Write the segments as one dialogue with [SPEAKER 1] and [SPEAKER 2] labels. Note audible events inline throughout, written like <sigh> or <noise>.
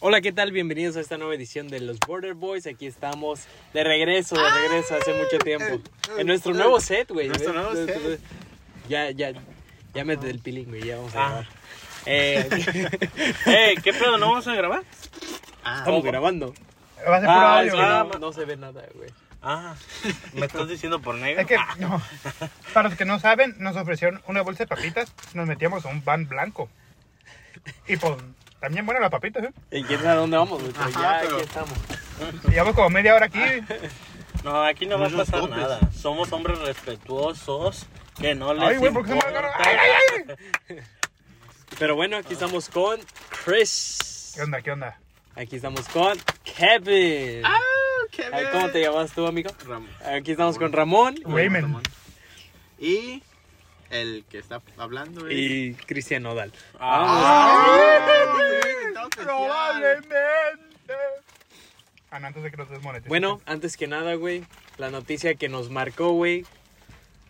[SPEAKER 1] Hola, ¿qué tal? Bienvenidos a esta nueva edición de los Border Boys. Aquí estamos de regreso, de regreso hace mucho tiempo. En nuestro nuevo set, güey.
[SPEAKER 2] Nuestro
[SPEAKER 1] ¿ves?
[SPEAKER 2] nuevo set.
[SPEAKER 1] Ya, ya, ya me del pilín, güey. Ya
[SPEAKER 2] Ah.
[SPEAKER 1] vamos a grabar.
[SPEAKER 2] <laughs>
[SPEAKER 1] Eh, <laughs>
[SPEAKER 3] Eh, ¿qué pedo? ¿No vamos a grabar?
[SPEAKER 4] Ah,
[SPEAKER 1] estamos
[SPEAKER 4] oh,
[SPEAKER 1] grabando.
[SPEAKER 4] Va a ser puro
[SPEAKER 1] Ah,
[SPEAKER 4] audio,
[SPEAKER 1] es que
[SPEAKER 4] güey.
[SPEAKER 1] no, no se ve nada, güey.
[SPEAKER 3] Ah, ¿me estás diciendo por negro?
[SPEAKER 4] Es que,
[SPEAKER 1] Ah.
[SPEAKER 4] no. Para los que no saben, nos ofrecieron una bolsa de papitas, nos metíamos a un van blanco. Y pues, también buenas las papitas, ¿eh?
[SPEAKER 1] ¿Y quién sabe a dónde vamos, güey? Pero
[SPEAKER 2] Ajá,
[SPEAKER 1] ya
[SPEAKER 2] pero-
[SPEAKER 1] aquí estamos.
[SPEAKER 4] Llevamos como
[SPEAKER 1] <laughs>
[SPEAKER 4] media hora aquí.
[SPEAKER 3] No, aquí no va a
[SPEAKER 2] Muchos
[SPEAKER 3] pasar
[SPEAKER 2] golpes.
[SPEAKER 3] nada. Somos hombres respetuosos que no les
[SPEAKER 4] Ay, güey, ¿por qué se me
[SPEAKER 3] importa.
[SPEAKER 4] agarra? Ay, ay, ay.
[SPEAKER 1] Pero bueno, aquí estamos con Chris.
[SPEAKER 4] ¿Qué onda? ¿Qué onda?
[SPEAKER 1] Aquí estamos con Kevin.
[SPEAKER 2] Ah,
[SPEAKER 1] Ay, ¿Cómo te llamas tú, amigo?
[SPEAKER 2] Ramón.
[SPEAKER 1] Aquí estamos con Ramón
[SPEAKER 4] Raymond.
[SPEAKER 2] Ramón. Y el que está hablando
[SPEAKER 1] <laughs>
[SPEAKER 2] es...
[SPEAKER 1] y Cristian Nodal.
[SPEAKER 3] Ah,
[SPEAKER 4] Probablemente. Ah, no, antes de que nos desmonetes.
[SPEAKER 1] Bueno, antes que nada, güey, la noticia que nos marcó, güey,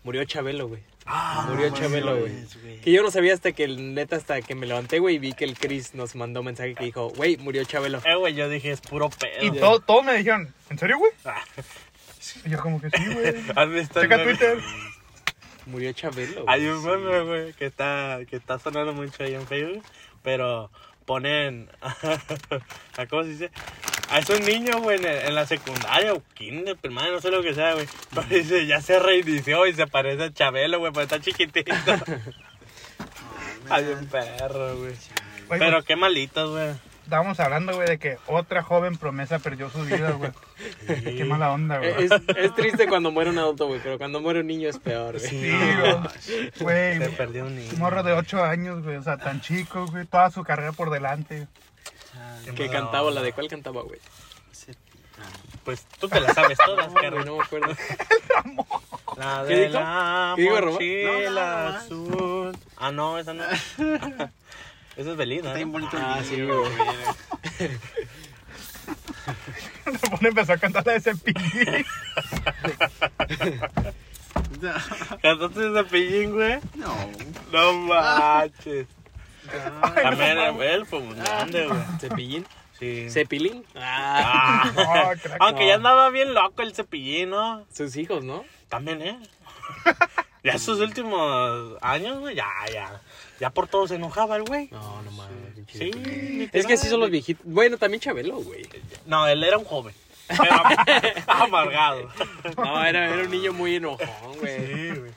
[SPEAKER 1] murió Chabelo, güey. murió Chabelo, Ah, güey. Que yo no sabía hasta que, el- neta, hasta que me levanté, güey, y vi que el Chris nos mandó un mensaje que dijo, güey, murió Chabelo.
[SPEAKER 3] Eh, güey, yo dije, es puro pedo.
[SPEAKER 4] Y to- todos me dijeron, ¿en serio, güey?
[SPEAKER 3] Ah.
[SPEAKER 4] Y yo como que sí,
[SPEAKER 1] <laughs>
[SPEAKER 4] güey.
[SPEAKER 3] ¿Has visto el
[SPEAKER 4] Checa
[SPEAKER 3] meme?
[SPEAKER 4] Twitter.
[SPEAKER 1] Murió Chabelo. güey.
[SPEAKER 3] Hay un meme, güey, que está, que está sonando mucho ahí en Facebook, pero ponen, <laughs> ¿a ¿cómo se dice? Ah, Es un niño, güey, en, en la secundaria o kinder, primaria, no sé lo que sea, güey. <laughs> Pero dice, ya se reinició y se parece a Chabelo, güey, pero está chiquitito. Hay un perro, güey.
[SPEAKER 4] Oye,
[SPEAKER 3] Pero
[SPEAKER 4] pues,
[SPEAKER 3] qué malitos, güey.
[SPEAKER 4] estábamos hablando, güey, de que otra joven promesa perdió su <laughs> vida, güey. Qué mala onda, güey.
[SPEAKER 1] Eh, Es, es triste cuando muere un adulto, güey, pero cuando muere un niño es peor, güey.
[SPEAKER 4] Sí, güey. güey.
[SPEAKER 3] Se perdió un niño.
[SPEAKER 4] Morro de 8 años, güey, o sea, tan chico, güey, toda su carrera por delante. <laughs>
[SPEAKER 1] Que cantaba, la de cuál cantaba, güey.
[SPEAKER 3] Pues tú te la sabes todas,
[SPEAKER 1] Güey,
[SPEAKER 3] carnal.
[SPEAKER 1] No me <laughs> acuerdo.
[SPEAKER 3] La
[SPEAKER 1] ¿Qué
[SPEAKER 3] de
[SPEAKER 1] dijo?
[SPEAKER 3] la
[SPEAKER 1] ¿Qué dijo, Ramón?
[SPEAKER 3] mochila
[SPEAKER 2] No, nada más.
[SPEAKER 3] azul. Ah, no, esa no. <laughs> esa es ¿eh? Belinda.
[SPEAKER 2] Está
[SPEAKER 3] ¿no?
[SPEAKER 2] bien bonito
[SPEAKER 1] Ah,
[SPEAKER 2] el
[SPEAKER 1] sí,
[SPEAKER 2] video,
[SPEAKER 1] güey.
[SPEAKER 4] Ramón empezó a cantar la de Cepillín.
[SPEAKER 3] ¿Cantaste ese pillín, güey?
[SPEAKER 2] No.
[SPEAKER 3] No manches.
[SPEAKER 4] Ay,
[SPEAKER 3] También él fue un grande, güey.
[SPEAKER 1] ¿Cepillín?
[SPEAKER 3] Sí.
[SPEAKER 1] ¿Cepilín? Ah,
[SPEAKER 3] Ah.
[SPEAKER 4] <laughs>
[SPEAKER 3] <laughs>
[SPEAKER 4] <laughs> No, crack,
[SPEAKER 3] Aunque
[SPEAKER 1] no.
[SPEAKER 3] ya andaba bien loco el cepillín, ¿no?
[SPEAKER 1] sus hijos, ¿no?
[SPEAKER 3] También, <laughs> ¿eh? Ya sus últimos años, güey, ya, ya. Ya por todo se enojaba el güey.
[SPEAKER 1] No, no mames. pinche
[SPEAKER 3] Sí.
[SPEAKER 1] Cepillín. Es
[SPEAKER 3] literal.
[SPEAKER 1] que sí son los viejitos. Bueno, también Chabelo, güey.
[SPEAKER 3] No, él era un joven. <laughs> Pero <laughs> amargado.
[SPEAKER 1] No, era, era un niño muy enojón, güey.
[SPEAKER 3] Sí, güey.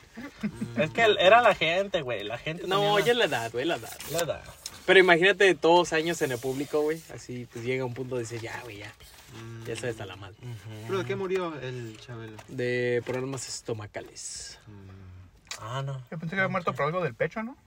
[SPEAKER 3] Es que él- era la gente, güey. La gente.
[SPEAKER 1] No,
[SPEAKER 3] tenía
[SPEAKER 1] ya es la edad, güey, la edad.
[SPEAKER 3] la- la edad.
[SPEAKER 1] Pero imagínate todos años en el público, güey. Así, pues llega un punto de dice, ya, güey, ya. Ya se está la mal.
[SPEAKER 2] Mm.
[SPEAKER 3] Mm.
[SPEAKER 2] ¿Pero de qué murió el Chabelo?
[SPEAKER 1] De problemas estomacales.
[SPEAKER 3] Ah, no.
[SPEAKER 4] Yo pensé que había muerto por algo del pecho, ¿no?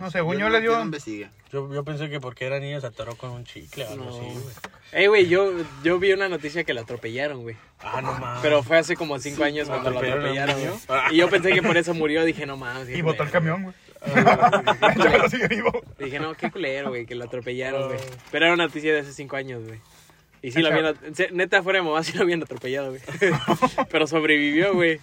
[SPEAKER 4] No, según
[SPEAKER 2] Yo
[SPEAKER 4] yo,
[SPEAKER 2] no-
[SPEAKER 4] le
[SPEAKER 2] yo
[SPEAKER 4] dio. <laughs>
[SPEAKER 2] no investigué.
[SPEAKER 3] Yo, yo pensé que porque era niño se atoró con un chicle o algo
[SPEAKER 1] No.
[SPEAKER 3] así, güey.
[SPEAKER 1] Ey, güey, yo, yo vi una noticia que lo atropellaron, güey.
[SPEAKER 3] Ah, no mames.
[SPEAKER 1] Pero fue hace como cinco años cuando lo
[SPEAKER 3] atropellaron a un
[SPEAKER 1] atropellaron,
[SPEAKER 3] niño.
[SPEAKER 1] güey. Y yo pensé que por eso murió. Dije, no mames. qué
[SPEAKER 4] Y botó el
[SPEAKER 1] culero,
[SPEAKER 4] camión, güey. <laughs> El Chabelo sigue vivo.
[SPEAKER 1] güey. Dije, no, qué culero, güey, que lo atropellaron, güey. Pero era una noticia de hace cinco años, güey. Y
[SPEAKER 4] Ah,
[SPEAKER 1] sí lo habían... se- Neta, fuera de mamá, sí lo habían atropellado, güey. <laughs> Pero sobrevivió, güey.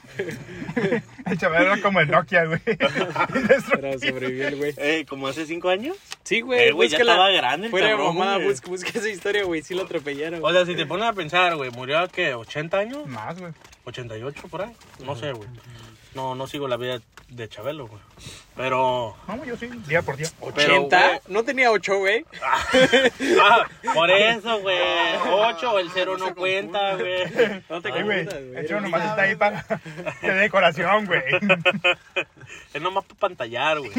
[SPEAKER 4] El Chabelo era como el Nokia,
[SPEAKER 2] <laughs>
[SPEAKER 4] güey. <laughs>
[SPEAKER 1] Pero sobrevivió el güey.
[SPEAKER 3] Eh, como hace cinco años.
[SPEAKER 1] Sí, güey.
[SPEAKER 3] Eh, güey, ya
[SPEAKER 1] búscala.
[SPEAKER 3] estaba grande el
[SPEAKER 1] Fuera de
[SPEAKER 3] cabrón,
[SPEAKER 1] mamá,
[SPEAKER 3] güey.
[SPEAKER 1] busca, busca esa historia, güey. Sí lo atropellaron.
[SPEAKER 3] O sea, si te pones a pensar, güey, murió a qué, 80 años,
[SPEAKER 4] Más, güey.
[SPEAKER 3] 88 por ahí. No sé, güey. No, no sigo la vida de Chabelo, güey. Pero.
[SPEAKER 4] No, yo sí, día por día.
[SPEAKER 3] pero,
[SPEAKER 1] 80.
[SPEAKER 3] güey.
[SPEAKER 1] No tenía 8, güey.
[SPEAKER 3] Ah, por eso, güey.
[SPEAKER 2] No,
[SPEAKER 3] 8 o el 0
[SPEAKER 2] no se
[SPEAKER 3] no cuenta, güey.
[SPEAKER 1] No te
[SPEAKER 4] Ay, güey.
[SPEAKER 1] confundas,
[SPEAKER 4] El
[SPEAKER 1] güey.
[SPEAKER 4] Chabelo nomás está ahí para. de decoración, güey.
[SPEAKER 3] Es nomás para pantallar, güey.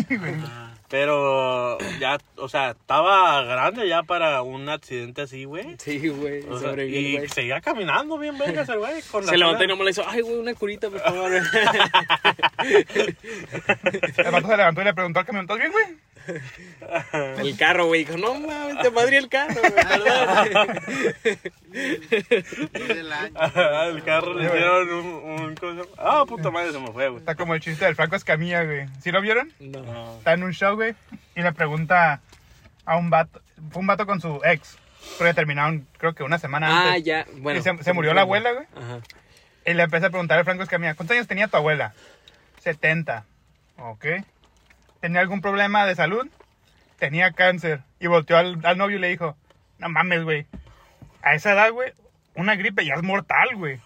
[SPEAKER 3] Pero ya, o sea, estaba grande ya para un accidente así, güey.
[SPEAKER 1] Sí, güey.
[SPEAKER 3] O sea,
[SPEAKER 1] Sobrevivió el
[SPEAKER 3] y
[SPEAKER 1] güey.
[SPEAKER 3] seguía caminando bien, venga, ese güey. con la
[SPEAKER 1] Se levantó y
[SPEAKER 3] pura-
[SPEAKER 1] no me le hizo, ay, güey, una curita, por favor. <laughs>
[SPEAKER 4] El vato se levantó y le preguntó al camión, ¿estás bien, güey?
[SPEAKER 1] el carro, güey. Dijo, no mames, te madría el carro, güey, ¿verdad?
[SPEAKER 3] <laughs>
[SPEAKER 2] Es del año.
[SPEAKER 4] Ah.
[SPEAKER 3] Al carro le dieron un. un cosa- Ah, puta madre, se me fue, güey.
[SPEAKER 4] Está como el chiste del Franco Escamilla, güey. ¿Sí lo vieron?
[SPEAKER 1] No.
[SPEAKER 4] está en un show, güey, y le pregunta a un vato, fue un vato con su ex, pero ya terminaron, creo que una semana
[SPEAKER 1] Ah,
[SPEAKER 4] antes.
[SPEAKER 1] ya. Bueno.
[SPEAKER 4] Y se- se murió la abuela, güey.
[SPEAKER 1] Ajá.
[SPEAKER 4] Y le empieza a preguntar a Franco Escamilla, ¿cuántos años tenía tu abuela? 70. Ok. ¿Tenía algún problema de salud? Tenía cáncer. Y Y volteó al, al novio y le dijo, no mames, güey. A esa edad, güey, una gripe ya es mortal, güey.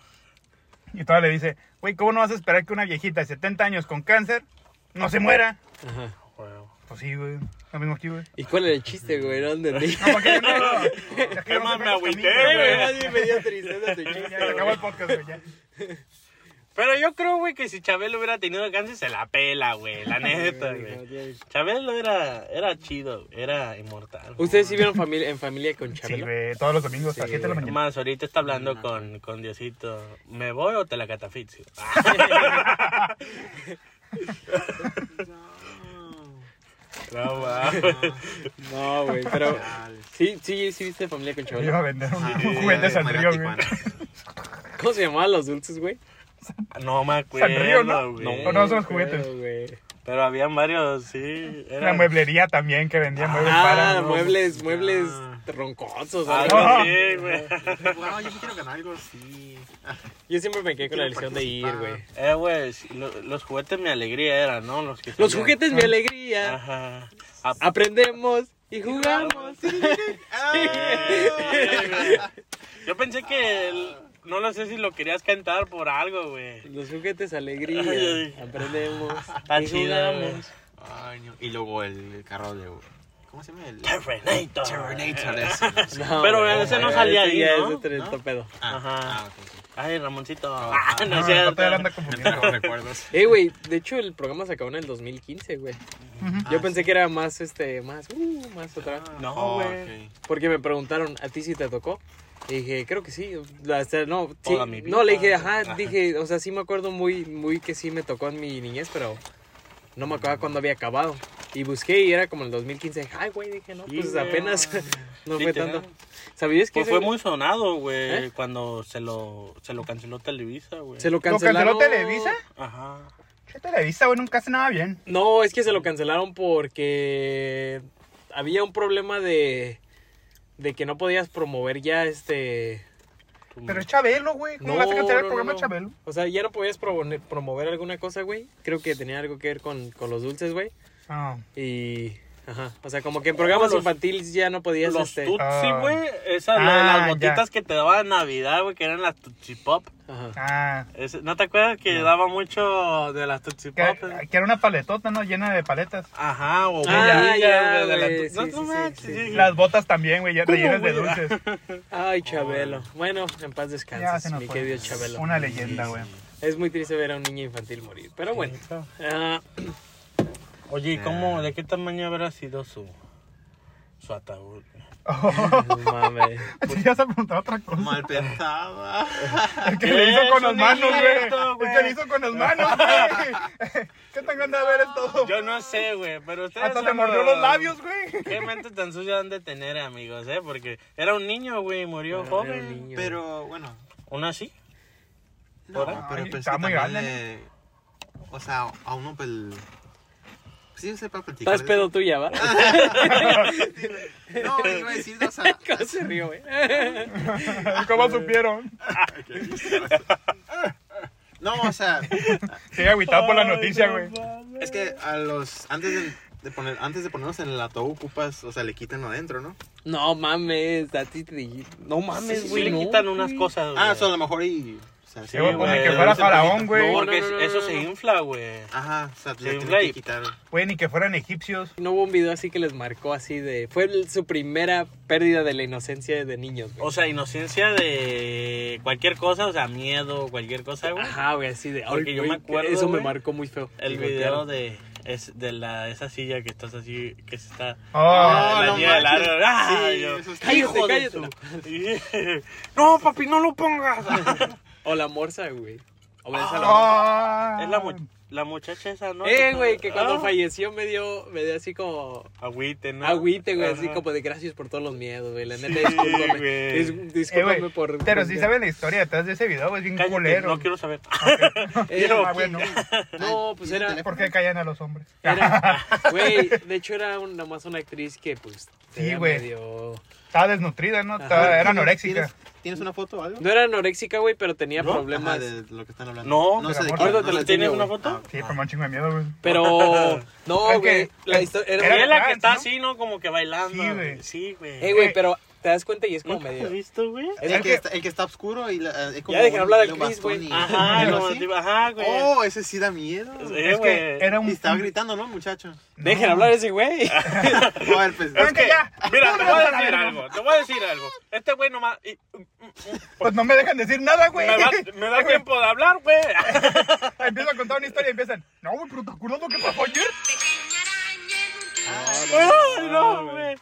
[SPEAKER 4] Y todavía le dice, güey, ¿cómo no vas a esperar que una viejita de 70 años con cáncer no se muera?
[SPEAKER 1] Ajá.
[SPEAKER 3] Bueno.
[SPEAKER 4] Pues sí, güey. Lo mismo aquí, güey.
[SPEAKER 1] ¿Y cuál era el chiste, güey? No
[SPEAKER 4] <laughs>
[SPEAKER 1] entendí.
[SPEAKER 4] No, porque yo no. no. Ya que
[SPEAKER 3] Es
[SPEAKER 4] no
[SPEAKER 3] más,
[SPEAKER 4] se
[SPEAKER 3] me
[SPEAKER 4] fue
[SPEAKER 3] agüité,
[SPEAKER 4] camino,
[SPEAKER 1] Ay,
[SPEAKER 3] güey.
[SPEAKER 1] güey, más bien me dio tristeza tu
[SPEAKER 4] Ya
[SPEAKER 1] chiste,
[SPEAKER 4] se
[SPEAKER 1] güey.
[SPEAKER 4] acabó el podcast, güey. ya.
[SPEAKER 3] Pero yo creo, güey, que si Chabelo hubiera tenido cáncer, se la pela, güey. La neta, güey. Chabelo era, era chido, era inmortal. güey.
[SPEAKER 1] ¿Ustedes sí vieron familia, en familia con
[SPEAKER 4] Sí,
[SPEAKER 1] Chabelo?
[SPEAKER 4] güey. Todos los domingos a las 7 de la mañana.
[SPEAKER 3] Más, ahorita está hablando con, con Diosito. ¿Me voy o te la catafixio?
[SPEAKER 4] <laughs>
[SPEAKER 3] no, mames.
[SPEAKER 1] <laughs> no, güey, pero... Sí, sí, sí viste familia con
[SPEAKER 4] Yo iba a
[SPEAKER 1] Chabelo.
[SPEAKER 4] vender un, un juguete de Sanrio, güey.
[SPEAKER 1] ¿Cómo se llamaban los dulces, güey?
[SPEAKER 3] No me
[SPEAKER 4] Sanrio,
[SPEAKER 3] acuerdo,
[SPEAKER 4] ¿no?
[SPEAKER 3] güey.
[SPEAKER 4] ¿O no son los
[SPEAKER 1] me acuerdo,
[SPEAKER 4] juguetes?
[SPEAKER 1] güey.
[SPEAKER 3] Pero había varios, sí.
[SPEAKER 4] La
[SPEAKER 3] Era...
[SPEAKER 4] mueblería también que vendía muebles para.
[SPEAKER 1] Ah,
[SPEAKER 4] ¿no?
[SPEAKER 1] muebles, muebles roncosos. algo
[SPEAKER 4] Ah, no.
[SPEAKER 1] así.
[SPEAKER 3] Algo así, Ah, güey.
[SPEAKER 2] Wow, yo sí quiero ganar algo así.
[SPEAKER 1] Yo siempre me quedé con la ilusión de ir,
[SPEAKER 2] participar.
[SPEAKER 1] güey.
[SPEAKER 3] Eh, güey, sí, lo- los juguetes mi alegría eran, ¿no? Los, que
[SPEAKER 1] Los
[SPEAKER 3] salían.
[SPEAKER 1] juguetes,
[SPEAKER 4] Ah.
[SPEAKER 1] Ah, mi alegría.
[SPEAKER 3] Ajá. Ah, A-
[SPEAKER 1] Aprendemos y jugamos.
[SPEAKER 3] Yo pensé que el- no lo sé si lo querías cantar por algo, güey.
[SPEAKER 1] Los juguetes,
[SPEAKER 3] <laughs>
[SPEAKER 1] alegría.
[SPEAKER 3] Ay, ay.
[SPEAKER 1] Aprendemos
[SPEAKER 3] Tan
[SPEAKER 1] y
[SPEAKER 3] "Ah, chido, güey.
[SPEAKER 1] jugamos.
[SPEAKER 2] Ay, no. Y luego el, el carro de. ¿Cómo se llama? El.
[SPEAKER 3] Terminator.
[SPEAKER 2] Terminator, ese, no sé.
[SPEAKER 1] No,
[SPEAKER 3] Pero,
[SPEAKER 1] güey,
[SPEAKER 3] ese no
[SPEAKER 1] güey,
[SPEAKER 3] salía
[SPEAKER 1] ese
[SPEAKER 3] ahí,
[SPEAKER 1] ya
[SPEAKER 3] ¿no?
[SPEAKER 1] Es otro pedo.
[SPEAKER 2] Ah,
[SPEAKER 3] Ajá.
[SPEAKER 2] ah, ok, ok.
[SPEAKER 3] Ay, Ramoncito. Ah, no,
[SPEAKER 4] No,
[SPEAKER 3] es
[SPEAKER 4] no,
[SPEAKER 3] cierto.
[SPEAKER 4] todavía anda
[SPEAKER 2] Entre
[SPEAKER 4] confundiendo.
[SPEAKER 2] los recuerdos.
[SPEAKER 1] Eh, güey, de hecho el programa se acabó en el 2015, güey. Yo
[SPEAKER 3] Ah,
[SPEAKER 1] pensé que era más, este, más, uh, más atrás.
[SPEAKER 3] No,
[SPEAKER 2] Oh,
[SPEAKER 3] güey.
[SPEAKER 2] ok.
[SPEAKER 1] Porque me preguntaron, ¿a ti sí te tocó? Y dije, creo que sí. La- o sea, no, sí.
[SPEAKER 3] Toda mi vida.
[SPEAKER 1] no, le dije, ajá, dije, o sea, sí me acuerdo muy, muy que sí me tocó en mi niñez, pero no me acordaba cuando había acabado. Y busqué y era como el 2015. Ay, güey, dije, no, pues
[SPEAKER 3] Sí, güey.
[SPEAKER 1] apenas <laughs> no fue
[SPEAKER 3] Literal.
[SPEAKER 1] tanto. ¿Sabías que
[SPEAKER 3] Pues
[SPEAKER 1] ese-
[SPEAKER 3] fue muy sonado, güey,
[SPEAKER 1] ¿Eh?
[SPEAKER 3] cuando se lo, se lo canceló Televisa, güey.
[SPEAKER 1] se lo
[SPEAKER 4] ¿Lo
[SPEAKER 1] cancelaron?
[SPEAKER 4] canceló Televisa?
[SPEAKER 3] Ajá.
[SPEAKER 4] ¿Qué Televisa, güey? Nunca hace nada bien.
[SPEAKER 1] No, es que se lo cancelaron porque había un problema de de que no podías promover ya este
[SPEAKER 3] Tu-
[SPEAKER 4] Pero es Chabelo, güey. ¿Cómo
[SPEAKER 1] no,
[SPEAKER 4] vas a cancelar el
[SPEAKER 1] no,
[SPEAKER 4] programa
[SPEAKER 1] no.
[SPEAKER 4] Chabelo?
[SPEAKER 1] O sea, ya no podías promover, promover alguna cosa, güey. Creo que tenía algo que ver con, con los dulces, güey.
[SPEAKER 4] Ah.
[SPEAKER 1] Y ajá, o sea, como que en programas
[SPEAKER 3] los-
[SPEAKER 1] infantiles ya no podías
[SPEAKER 3] Los
[SPEAKER 1] este,
[SPEAKER 3] Tutsi,
[SPEAKER 4] Ah.
[SPEAKER 3] güey. Esas, la-
[SPEAKER 4] Ah,
[SPEAKER 3] las
[SPEAKER 4] ya.
[SPEAKER 3] botitas que te daban en Navidad, güey, que eran las Tutsi Pop.
[SPEAKER 1] ajá.
[SPEAKER 4] Ah.
[SPEAKER 3] Ese- ¿No te acuerdas que daba mucho de las Tutsi
[SPEAKER 4] Que,
[SPEAKER 3] Pop?
[SPEAKER 4] que era una paletota, ¿no? Llena de paletas.
[SPEAKER 3] Ajá, o
[SPEAKER 1] Ah,
[SPEAKER 3] bolillas,
[SPEAKER 1] ya,
[SPEAKER 3] güey,
[SPEAKER 1] güey,
[SPEAKER 3] tu-
[SPEAKER 1] sí,
[SPEAKER 3] No, no
[SPEAKER 1] sí,
[SPEAKER 3] manches,
[SPEAKER 1] sí,
[SPEAKER 3] sí.
[SPEAKER 4] Las botas también, güey, ya
[SPEAKER 3] ¿Cómo,
[SPEAKER 4] rellenas de
[SPEAKER 3] güey?
[SPEAKER 4] dulces.
[SPEAKER 1] Ay, Chabelo. Bueno, en paz
[SPEAKER 4] Ya se
[SPEAKER 1] descanses,
[SPEAKER 4] nos
[SPEAKER 1] mi
[SPEAKER 4] fue.
[SPEAKER 1] querido Chabelo.
[SPEAKER 4] Una leyenda, güey.
[SPEAKER 1] Es muy triste ver a un niño infantil morir, pero bueno.
[SPEAKER 4] <laughs>
[SPEAKER 1] Ah,
[SPEAKER 3] Oye, ¿y cómo, de qué tamaño habrá sido su, su ataúd?
[SPEAKER 1] no mames.
[SPEAKER 4] <laughs> Te ibas a preguntar otra cosa.
[SPEAKER 2] Mal pensada.
[SPEAKER 4] El que le hizo
[SPEAKER 3] Es
[SPEAKER 4] con las
[SPEAKER 3] un
[SPEAKER 4] manos, <laughs>
[SPEAKER 3] indirecto,
[SPEAKER 4] güey. El
[SPEAKER 3] güey.
[SPEAKER 4] que le hizo con las manos, güey. <laughs> ¿Qué tan grande haber esto?
[SPEAKER 3] Yo no sé, güey, pero ustedes...
[SPEAKER 4] Hasta se
[SPEAKER 3] son
[SPEAKER 4] mordió los labios, güey. <laughs>
[SPEAKER 3] Qué mente tan sucia han de tener, amigos, ¿eh? Porque era un niño, güey, y
[SPEAKER 1] Era
[SPEAKER 3] murió
[SPEAKER 1] un
[SPEAKER 3] joven.
[SPEAKER 1] niño.
[SPEAKER 2] Pero bueno.
[SPEAKER 3] ¿Aún así?
[SPEAKER 2] No,
[SPEAKER 3] ¿Ahora?
[SPEAKER 2] pero
[SPEAKER 4] Ay,
[SPEAKER 2] pues
[SPEAKER 4] está
[SPEAKER 2] que
[SPEAKER 4] muy
[SPEAKER 2] también
[SPEAKER 4] grande,
[SPEAKER 2] le- O sea, a uno pues... el- pues, Sí, se para platicar.
[SPEAKER 1] Estás
[SPEAKER 2] de-
[SPEAKER 1] pedo tuya, ¿va?
[SPEAKER 2] No, iba a decir, o sea...
[SPEAKER 1] ¿Cómo se río, güey?
[SPEAKER 4] ¿Cómo supieron?
[SPEAKER 2] No, o sea,
[SPEAKER 4] Sigue agüitado por la
[SPEAKER 3] Ay,
[SPEAKER 4] noticia,
[SPEAKER 3] no
[SPEAKER 4] güey.
[SPEAKER 3] mames.
[SPEAKER 2] es que a los... Antes de, de poner, antes de ponernos en el ataúd, ocupas, o sea, le quitan adentro, ¿no?
[SPEAKER 1] <laughs> No mames, a ti te dije- No mames,
[SPEAKER 3] Sí,
[SPEAKER 1] güey.
[SPEAKER 3] le
[SPEAKER 1] no,
[SPEAKER 3] quitan unas
[SPEAKER 1] güey.
[SPEAKER 3] cosas, güey.
[SPEAKER 2] Ah, o sea, a lo mejor y... O sea, sí,
[SPEAKER 4] Yo
[SPEAKER 3] güey,
[SPEAKER 4] como que
[SPEAKER 3] le
[SPEAKER 4] fuera
[SPEAKER 3] dicen
[SPEAKER 4] faraón,
[SPEAKER 3] No,
[SPEAKER 4] güey.
[SPEAKER 1] No,
[SPEAKER 3] porque
[SPEAKER 1] no, no,
[SPEAKER 3] eso
[SPEAKER 1] no,
[SPEAKER 3] se
[SPEAKER 1] no.
[SPEAKER 3] infla, güey.
[SPEAKER 2] Ajá, o sea,
[SPEAKER 3] Sí,
[SPEAKER 2] le tienen
[SPEAKER 3] güey.
[SPEAKER 2] que quitar...
[SPEAKER 4] Güey, ni que fueran egipcios.
[SPEAKER 1] No hubo un video así que les marcó así de... Fue el- su primera pérdida de la inocencia de niños, güey.
[SPEAKER 3] O sea, inocencia de cualquier cosa, o sea, miedo, cualquier cosa, güey.
[SPEAKER 1] Ajá, güey, así de... ay,
[SPEAKER 3] Porque yo
[SPEAKER 1] güey,
[SPEAKER 3] me acuerdo,
[SPEAKER 1] Eso me
[SPEAKER 3] güey,
[SPEAKER 1] marcó muy feo.
[SPEAKER 3] El
[SPEAKER 1] Me
[SPEAKER 3] video
[SPEAKER 1] golpearon.
[SPEAKER 3] de, es, de la, esa silla que estás así, que se está...
[SPEAKER 4] Oh,
[SPEAKER 3] la
[SPEAKER 2] no
[SPEAKER 3] niña del
[SPEAKER 2] manches.
[SPEAKER 3] árbol. Ah,
[SPEAKER 2] Sí,
[SPEAKER 3] yo,
[SPEAKER 2] eso está-
[SPEAKER 3] hijo de
[SPEAKER 1] cállate,
[SPEAKER 3] su- <laughs> no, papi, no lo
[SPEAKER 4] <laughs>
[SPEAKER 3] pongas.
[SPEAKER 1] O la morsa, güey. O esa la morsa.
[SPEAKER 4] Ah.
[SPEAKER 3] es la, mu- la muchacha esa, ¿no?
[SPEAKER 1] Eh, güey, que cuando
[SPEAKER 3] Ah,
[SPEAKER 1] falleció me dio, me dio así como...
[SPEAKER 3] Agüite, ¿no?
[SPEAKER 1] Agüite, güey, así
[SPEAKER 3] Ajá.
[SPEAKER 1] como de gracias por todos los miedos, güey. La neta,
[SPEAKER 3] Sí,
[SPEAKER 1] discúlpame.
[SPEAKER 3] güey.
[SPEAKER 1] Dis-
[SPEAKER 4] Eh,
[SPEAKER 1] discúlpame
[SPEAKER 4] güey,
[SPEAKER 1] por...
[SPEAKER 4] Pero
[SPEAKER 1] por-
[SPEAKER 4] si sabes la historia detrás de ese video, güey, es bien
[SPEAKER 3] Cállate,
[SPEAKER 4] culero. <laughs>
[SPEAKER 3] no quiero saber.
[SPEAKER 1] Eh,
[SPEAKER 3] Pero-
[SPEAKER 4] Ah, bueno.
[SPEAKER 1] No, pues era...
[SPEAKER 4] ¿Por qué callan a los hombres?
[SPEAKER 1] <laughs> Era, güey, de hecho era un- nomás una actriz que, pues,
[SPEAKER 4] Sí,
[SPEAKER 1] era
[SPEAKER 4] güey.
[SPEAKER 1] medio-
[SPEAKER 4] Estaba desnutrida, ¿no?
[SPEAKER 1] Ajá.
[SPEAKER 4] Estaba- Ah, era anoréxica.
[SPEAKER 2] Tienes- ¿Tienes una foto o algo?
[SPEAKER 1] No era anoréxica, güey, pero tenía
[SPEAKER 3] ¿No?
[SPEAKER 2] Ajá,
[SPEAKER 1] problemas.
[SPEAKER 2] de lo que están hablando.
[SPEAKER 3] No,
[SPEAKER 2] no sé
[SPEAKER 4] pero
[SPEAKER 2] de qué.
[SPEAKER 4] ahorita
[SPEAKER 2] no
[SPEAKER 1] te
[SPEAKER 2] la
[SPEAKER 1] la
[SPEAKER 2] enseño,
[SPEAKER 1] enseño,
[SPEAKER 3] ¿Tienes una
[SPEAKER 2] güey. Ah,
[SPEAKER 3] foto?
[SPEAKER 4] Sí, pero me da un chingo de miedo, güey.
[SPEAKER 1] <laughs> Pero,
[SPEAKER 4] Es
[SPEAKER 1] no, güey.
[SPEAKER 4] que-
[SPEAKER 1] La
[SPEAKER 4] es-
[SPEAKER 1] historia
[SPEAKER 4] era-
[SPEAKER 3] Era
[SPEAKER 1] era.
[SPEAKER 3] la que
[SPEAKER 4] trans,
[SPEAKER 3] está
[SPEAKER 4] ¿no?
[SPEAKER 3] así, ¿no? Como que bailando.
[SPEAKER 4] Sí, güey.
[SPEAKER 3] güey. Sí, güey.
[SPEAKER 1] Eh, güey, pero te das cuenta y es como
[SPEAKER 3] ¿Nunca lo has
[SPEAKER 1] medio.
[SPEAKER 3] visto, güey?
[SPEAKER 1] Es
[SPEAKER 2] el, que
[SPEAKER 1] que-
[SPEAKER 2] está, el que está oscuro y la, eh, es como
[SPEAKER 1] Ya deja
[SPEAKER 2] un-
[SPEAKER 1] hablar al
[SPEAKER 2] un
[SPEAKER 1] Chris, güey.
[SPEAKER 2] bastón y-
[SPEAKER 3] Ajá,
[SPEAKER 2] algo
[SPEAKER 3] como
[SPEAKER 2] así.
[SPEAKER 3] tipo, ajá, güey. eh,
[SPEAKER 2] Oh, ese sí da miedo.
[SPEAKER 3] Sí,
[SPEAKER 4] Es
[SPEAKER 3] güey.
[SPEAKER 4] que era un...
[SPEAKER 2] Y estaba gritando, ¿no, muchacho?
[SPEAKER 1] Dejen hablar a ese
[SPEAKER 4] <laughs>
[SPEAKER 1] güey.
[SPEAKER 4] Ah,
[SPEAKER 1] <laughs>
[SPEAKER 2] A ver, pues.
[SPEAKER 4] Es que ya.
[SPEAKER 3] Mira, te
[SPEAKER 4] Vámonos
[SPEAKER 3] voy
[SPEAKER 4] a
[SPEAKER 3] a
[SPEAKER 4] la
[SPEAKER 3] decir
[SPEAKER 4] verga.
[SPEAKER 3] algo, te voy a decir algo. Este güey nomás... y-
[SPEAKER 4] Pues no me dejan decir nada,
[SPEAKER 3] me,
[SPEAKER 4] güey.
[SPEAKER 3] da, me da tiempo de hablar, güey.
[SPEAKER 4] Empiezo a contar una historia y <laughs> empiezan. No, güey, pero ¿te acuerdas lo que pasó ayer?
[SPEAKER 3] <laughs> Ay,
[SPEAKER 1] Ah,
[SPEAKER 3] no,
[SPEAKER 1] güey.
[SPEAKER 3] güey.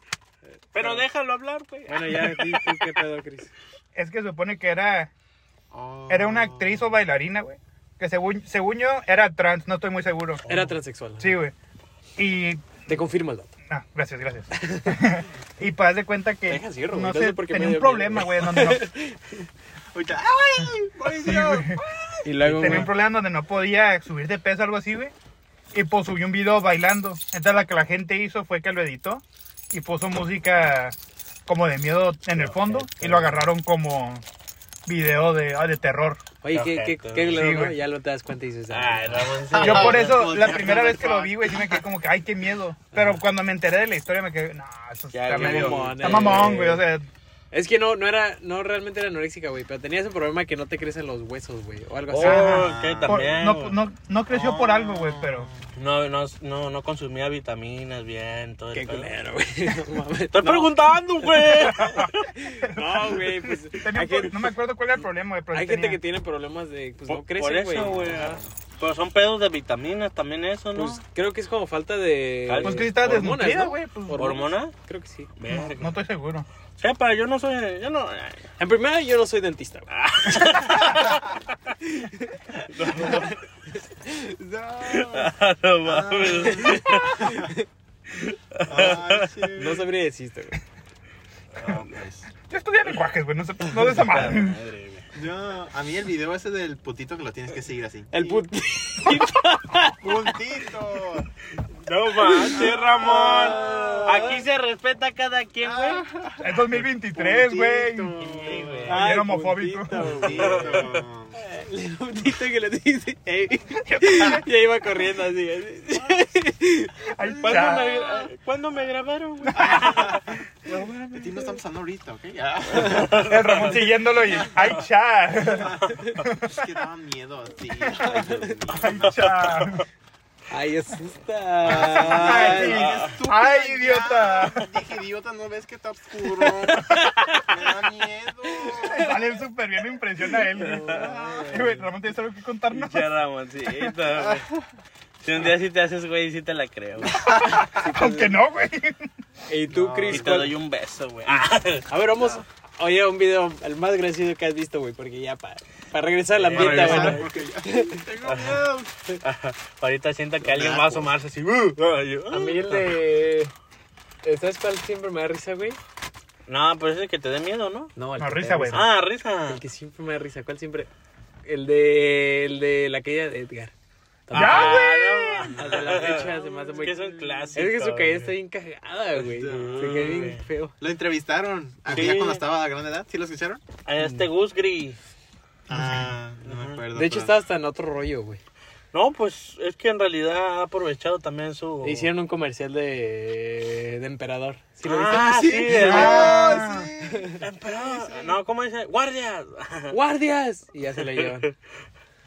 [SPEAKER 3] Pero déjalo hablar, güey.
[SPEAKER 1] Bueno, ya, di tú qué pedo, Chris.
[SPEAKER 4] Es que supone que era,
[SPEAKER 2] Oh.
[SPEAKER 4] era una actriz o bailarina, güey. Que según, según yo era trans, no estoy muy seguro.
[SPEAKER 1] Era transexual.
[SPEAKER 4] Sí, güey. Y.
[SPEAKER 1] Te confirmo el dato.
[SPEAKER 4] Ah,
[SPEAKER 1] <laughs>
[SPEAKER 4] gracias, gracias. <laughs> y para de cuenta que.
[SPEAKER 1] Deja cierro, güey,
[SPEAKER 4] no
[SPEAKER 1] no
[SPEAKER 4] sé,
[SPEAKER 1] sé por qué me
[SPEAKER 4] tenía
[SPEAKER 1] dio
[SPEAKER 4] un problema,
[SPEAKER 1] miedo,
[SPEAKER 4] güey,
[SPEAKER 1] <laughs>
[SPEAKER 4] donde no,
[SPEAKER 2] Ahorita, ¡Ay!
[SPEAKER 4] <laughs>
[SPEAKER 2] ¡Policía!
[SPEAKER 1] Y luego,
[SPEAKER 4] tenía
[SPEAKER 1] güey.
[SPEAKER 4] un problema donde no podía subir de peso, algo así, güey. Y pues subió un video bailando. Entonces la que la gente hizo fue que lo editó y puso música como de miedo en el fondo y lo agarraron como video de, ah, de terror.
[SPEAKER 1] Oye, qué, qué,
[SPEAKER 3] Perfecto.
[SPEAKER 1] qué,
[SPEAKER 4] Sí,
[SPEAKER 1] glado, ¿no?
[SPEAKER 4] güey.
[SPEAKER 1] Ya lo te das cuenta y dices. ah,
[SPEAKER 3] Ay, Ramón, sí.
[SPEAKER 4] Yo por
[SPEAKER 2] Ah,
[SPEAKER 4] eso,
[SPEAKER 2] no,
[SPEAKER 4] la
[SPEAKER 2] ya,
[SPEAKER 4] primera
[SPEAKER 2] no,
[SPEAKER 4] vez que lo
[SPEAKER 2] fuck.
[SPEAKER 4] vi, güey, sí me quedé como que, ay, qué miedo. Pero cuando me enteré de la historia, me quedé, no, eso
[SPEAKER 1] Ya,
[SPEAKER 4] está
[SPEAKER 1] qué
[SPEAKER 4] medio.
[SPEAKER 1] mamón,
[SPEAKER 4] está
[SPEAKER 1] eh,
[SPEAKER 4] mamón,
[SPEAKER 1] güey.
[SPEAKER 4] güey, o sea,
[SPEAKER 1] Es que no, no era, no realmente era anoréxica, güey, pero tenía ese problema que no te crecen los huesos, güey, o algo así.
[SPEAKER 3] Oh, que
[SPEAKER 4] por-
[SPEAKER 3] también.
[SPEAKER 4] no,
[SPEAKER 3] güey.
[SPEAKER 4] no, no creció por algo, güey, pero.
[SPEAKER 3] No, no, no, no consumía vitaminas bien, todo el
[SPEAKER 1] Qué
[SPEAKER 3] pedo.
[SPEAKER 1] culero, güey. <laughs> No mames.
[SPEAKER 3] Estoy
[SPEAKER 1] No,
[SPEAKER 3] preguntando, <laughs> güey.
[SPEAKER 1] No, güey, pues
[SPEAKER 4] tenía
[SPEAKER 1] hay,
[SPEAKER 4] un pro-
[SPEAKER 1] gente-
[SPEAKER 4] no me acuerdo cuál era el problema, güey, pero
[SPEAKER 1] hay
[SPEAKER 4] sí
[SPEAKER 1] gente que
[SPEAKER 4] tenía.
[SPEAKER 1] tiene problemas de, pues no
[SPEAKER 3] Por,
[SPEAKER 1] crecen,
[SPEAKER 3] por
[SPEAKER 1] güey.
[SPEAKER 3] eso, güey.
[SPEAKER 1] Ajá.
[SPEAKER 3] Pues Pero son pedos de vitaminas también eso, ¿no?
[SPEAKER 1] Pues creo que es como falta de
[SPEAKER 3] Pues que
[SPEAKER 4] sí estaba
[SPEAKER 1] hormonas,
[SPEAKER 4] desnutrida,
[SPEAKER 1] ¿no?
[SPEAKER 4] güey, pues.
[SPEAKER 3] ¿Hormona?
[SPEAKER 1] Creo que sí.
[SPEAKER 3] Verga.
[SPEAKER 4] No estoy seguro.
[SPEAKER 3] Sí, pero yo no soy... Yo <laughs> no...
[SPEAKER 1] En primera, yo no soy dentista, güey.
[SPEAKER 2] ¡No!
[SPEAKER 3] no mames.
[SPEAKER 2] Ay, sí.
[SPEAKER 1] No sabría decirte, güey.
[SPEAKER 2] No, pues.
[SPEAKER 4] Yo estudié lenguajes, güey, no, sé, no de esa madre.
[SPEAKER 3] Madre, güey.
[SPEAKER 2] Yo, a mí el video ese del putito que lo tienes que seguir así.
[SPEAKER 1] El put... <laughs>
[SPEAKER 2] ¡Puntito!
[SPEAKER 3] No manches, Ramón.
[SPEAKER 2] Ah.
[SPEAKER 3] Aquí se respeta a cada quien, güey.
[SPEAKER 4] Es 2023, güey.
[SPEAKER 3] Sí, güey.
[SPEAKER 4] Ah, era homofóbico.
[SPEAKER 2] Puntito.
[SPEAKER 1] El puntito que le dice. "Ey". Y ahí iba corriendo así. así.
[SPEAKER 4] <laughs> Ay,
[SPEAKER 3] ¿Cuándo
[SPEAKER 4] pa.
[SPEAKER 3] me, gra- ¿Cuándo me grabaron, <laughs> güey?
[SPEAKER 2] De ti no estamos hablando ahorita, ¿ok? Ah. Ya.
[SPEAKER 4] El Ramón siguiéndolo y. ¡Ay, cha! <laughs>
[SPEAKER 2] Es que daba
[SPEAKER 1] <laughs>
[SPEAKER 2] miedo así. Ay, Dios
[SPEAKER 4] ¡Ay,
[SPEAKER 2] mío.
[SPEAKER 4] cha!
[SPEAKER 1] Ay,
[SPEAKER 4] ¡Ay,
[SPEAKER 1] asusta.
[SPEAKER 2] estúpida,
[SPEAKER 4] ay,
[SPEAKER 2] ya.
[SPEAKER 4] idiota!
[SPEAKER 2] Dije, idiota, no ves que está oscuro. Me da miedo.
[SPEAKER 4] Sale súper bien, me impresiona él, <laughs> güey. Güey, Ramón, ¿tienes algo que contarnos?
[SPEAKER 3] Pinche Ramoncito, güey. Si un día sí te haces, güey, sí te la creo. <laughs> güey.
[SPEAKER 4] Aunque Pues no,
[SPEAKER 1] <laughs>
[SPEAKER 4] güey.
[SPEAKER 1] <laughs> ¿Y tú,
[SPEAKER 2] No.
[SPEAKER 1] Chris?
[SPEAKER 3] Y te
[SPEAKER 1] cuál-
[SPEAKER 3] doy un beso, güey.
[SPEAKER 1] A ver, vamos. Oye, un video, el más gracioso que has visto, güey, porque ya para regresar al
[SPEAKER 3] Para
[SPEAKER 1] ambiente,
[SPEAKER 3] regresar.
[SPEAKER 1] bueno.
[SPEAKER 2] Porque ya- Tengo miedo.
[SPEAKER 3] <laughs> Ahorita sienta que alguien va a asomarse así. "Uh, ah", y yo,
[SPEAKER 1] A mí el de. eh, ¿Sabes cuál siempre me da risa, güey?
[SPEAKER 3] No, pero es el que te dé miedo, ¿no?
[SPEAKER 1] No, el
[SPEAKER 4] No,
[SPEAKER 1] que me
[SPEAKER 4] risa,
[SPEAKER 1] da
[SPEAKER 4] güey.
[SPEAKER 3] Ah, risa.
[SPEAKER 1] El que siempre me da risa, ¿cuál siempre? El de. El de la caída de Edgar.
[SPEAKER 4] ¡Ya,
[SPEAKER 3] güey!
[SPEAKER 1] Hasta la fecha se me hace
[SPEAKER 3] Ah, Es
[SPEAKER 1] muy.
[SPEAKER 3] que este, es un clásico,
[SPEAKER 1] Es que su caída
[SPEAKER 3] güey.
[SPEAKER 1] está bien cagada, güey.
[SPEAKER 2] No,
[SPEAKER 1] Se cae
[SPEAKER 3] güey.
[SPEAKER 1] bien feo.
[SPEAKER 2] Lo entrevistaron.
[SPEAKER 3] Sí.
[SPEAKER 2] Aquella cuando estaba a gran edad. ¿Sí lo escucharon?
[SPEAKER 3] A este Gus Gris.
[SPEAKER 2] Ah, no me acuerdo.
[SPEAKER 1] De hecho, está
[SPEAKER 2] pero-
[SPEAKER 1] hasta en otro rollo, güey.
[SPEAKER 3] No, pues es que en realidad ha aprovechado también su.
[SPEAKER 1] Hicieron un comercial de. de Emperador. ¿Sí lo viste?
[SPEAKER 3] Ah, sí. el-
[SPEAKER 2] Ah, sí.
[SPEAKER 3] Emperador. No, ¿cómo dice? ¡Guardias!
[SPEAKER 1] ¡Guardias! Y ya se la llevan.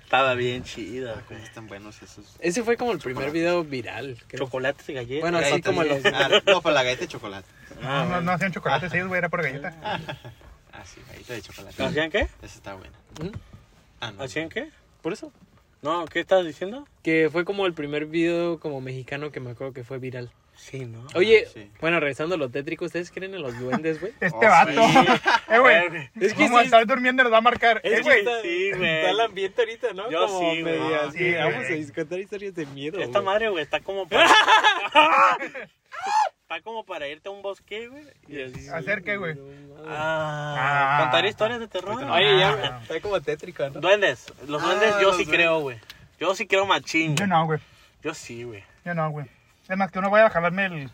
[SPEAKER 3] Estaba bien chida,
[SPEAKER 2] Cómo pues, están buenos esos.
[SPEAKER 1] Ese fue como el primer video viral. creo.
[SPEAKER 3] Chocolates y galletas. Ah,
[SPEAKER 1] Bueno, así
[SPEAKER 2] Galletas.
[SPEAKER 1] como los-
[SPEAKER 2] Ah, no, para la galleta de chocolate.
[SPEAKER 4] No, no, no hacían chocolates ellos, güey, era por galleta.
[SPEAKER 2] Ah, sí, galleta de chocolate.
[SPEAKER 3] ¿Hacían qué?
[SPEAKER 2] Esa está buena.
[SPEAKER 1] ¿Mm?
[SPEAKER 2] Ah, no.
[SPEAKER 3] ¿Hacían qué?
[SPEAKER 1] Por eso.
[SPEAKER 3] No, ¿qué estás diciendo?
[SPEAKER 1] Que fue como el primer video como mexicano que me acuerdo que fue viral.
[SPEAKER 3] Sí, ¿no?
[SPEAKER 1] <laughs> Oye,
[SPEAKER 2] Ah, sí.
[SPEAKER 1] bueno, regresando a lo tétrico, ¿ustedes creen en los duendes, güey?
[SPEAKER 4] Este
[SPEAKER 2] Oh,
[SPEAKER 4] vato. <laughs> Eh, güey.
[SPEAKER 1] Es que
[SPEAKER 4] Como
[SPEAKER 1] sí-
[SPEAKER 4] estar durmiendo les va a marcar.
[SPEAKER 1] <laughs> Es
[SPEAKER 4] Eh,
[SPEAKER 1] que
[SPEAKER 4] güey.
[SPEAKER 1] está,
[SPEAKER 3] sí, güey.
[SPEAKER 1] está el ambiente ahorita, ¿no?
[SPEAKER 3] Yo
[SPEAKER 1] Como
[SPEAKER 3] sí, güey.
[SPEAKER 1] medio
[SPEAKER 2] Ah,
[SPEAKER 1] así,
[SPEAKER 4] sí,
[SPEAKER 1] vamos
[SPEAKER 4] güey.
[SPEAKER 1] a contar historias de miedo,
[SPEAKER 3] Esta
[SPEAKER 1] güey.
[SPEAKER 3] madre, güey, está como para. está como para irte a un bosque, güey. Y así.
[SPEAKER 4] ¿Hacer qué, güey?
[SPEAKER 3] Ah,
[SPEAKER 4] Ah.
[SPEAKER 3] Contar historias de terror.
[SPEAKER 2] Ahorita no.
[SPEAKER 1] Oye, ya
[SPEAKER 4] Ah.
[SPEAKER 1] está como tétrico, ¿no?
[SPEAKER 3] Duendes. Los
[SPEAKER 2] Ah,
[SPEAKER 3] duendes yo
[SPEAKER 2] los
[SPEAKER 3] sí
[SPEAKER 2] duendes.
[SPEAKER 3] creo, güey. Yo sí creo machín.
[SPEAKER 4] Yo
[SPEAKER 3] güey.
[SPEAKER 4] no, güey.
[SPEAKER 3] Yo sí, güey.
[SPEAKER 4] Yo no, güey. Es más, que uno vaya a jalarme el,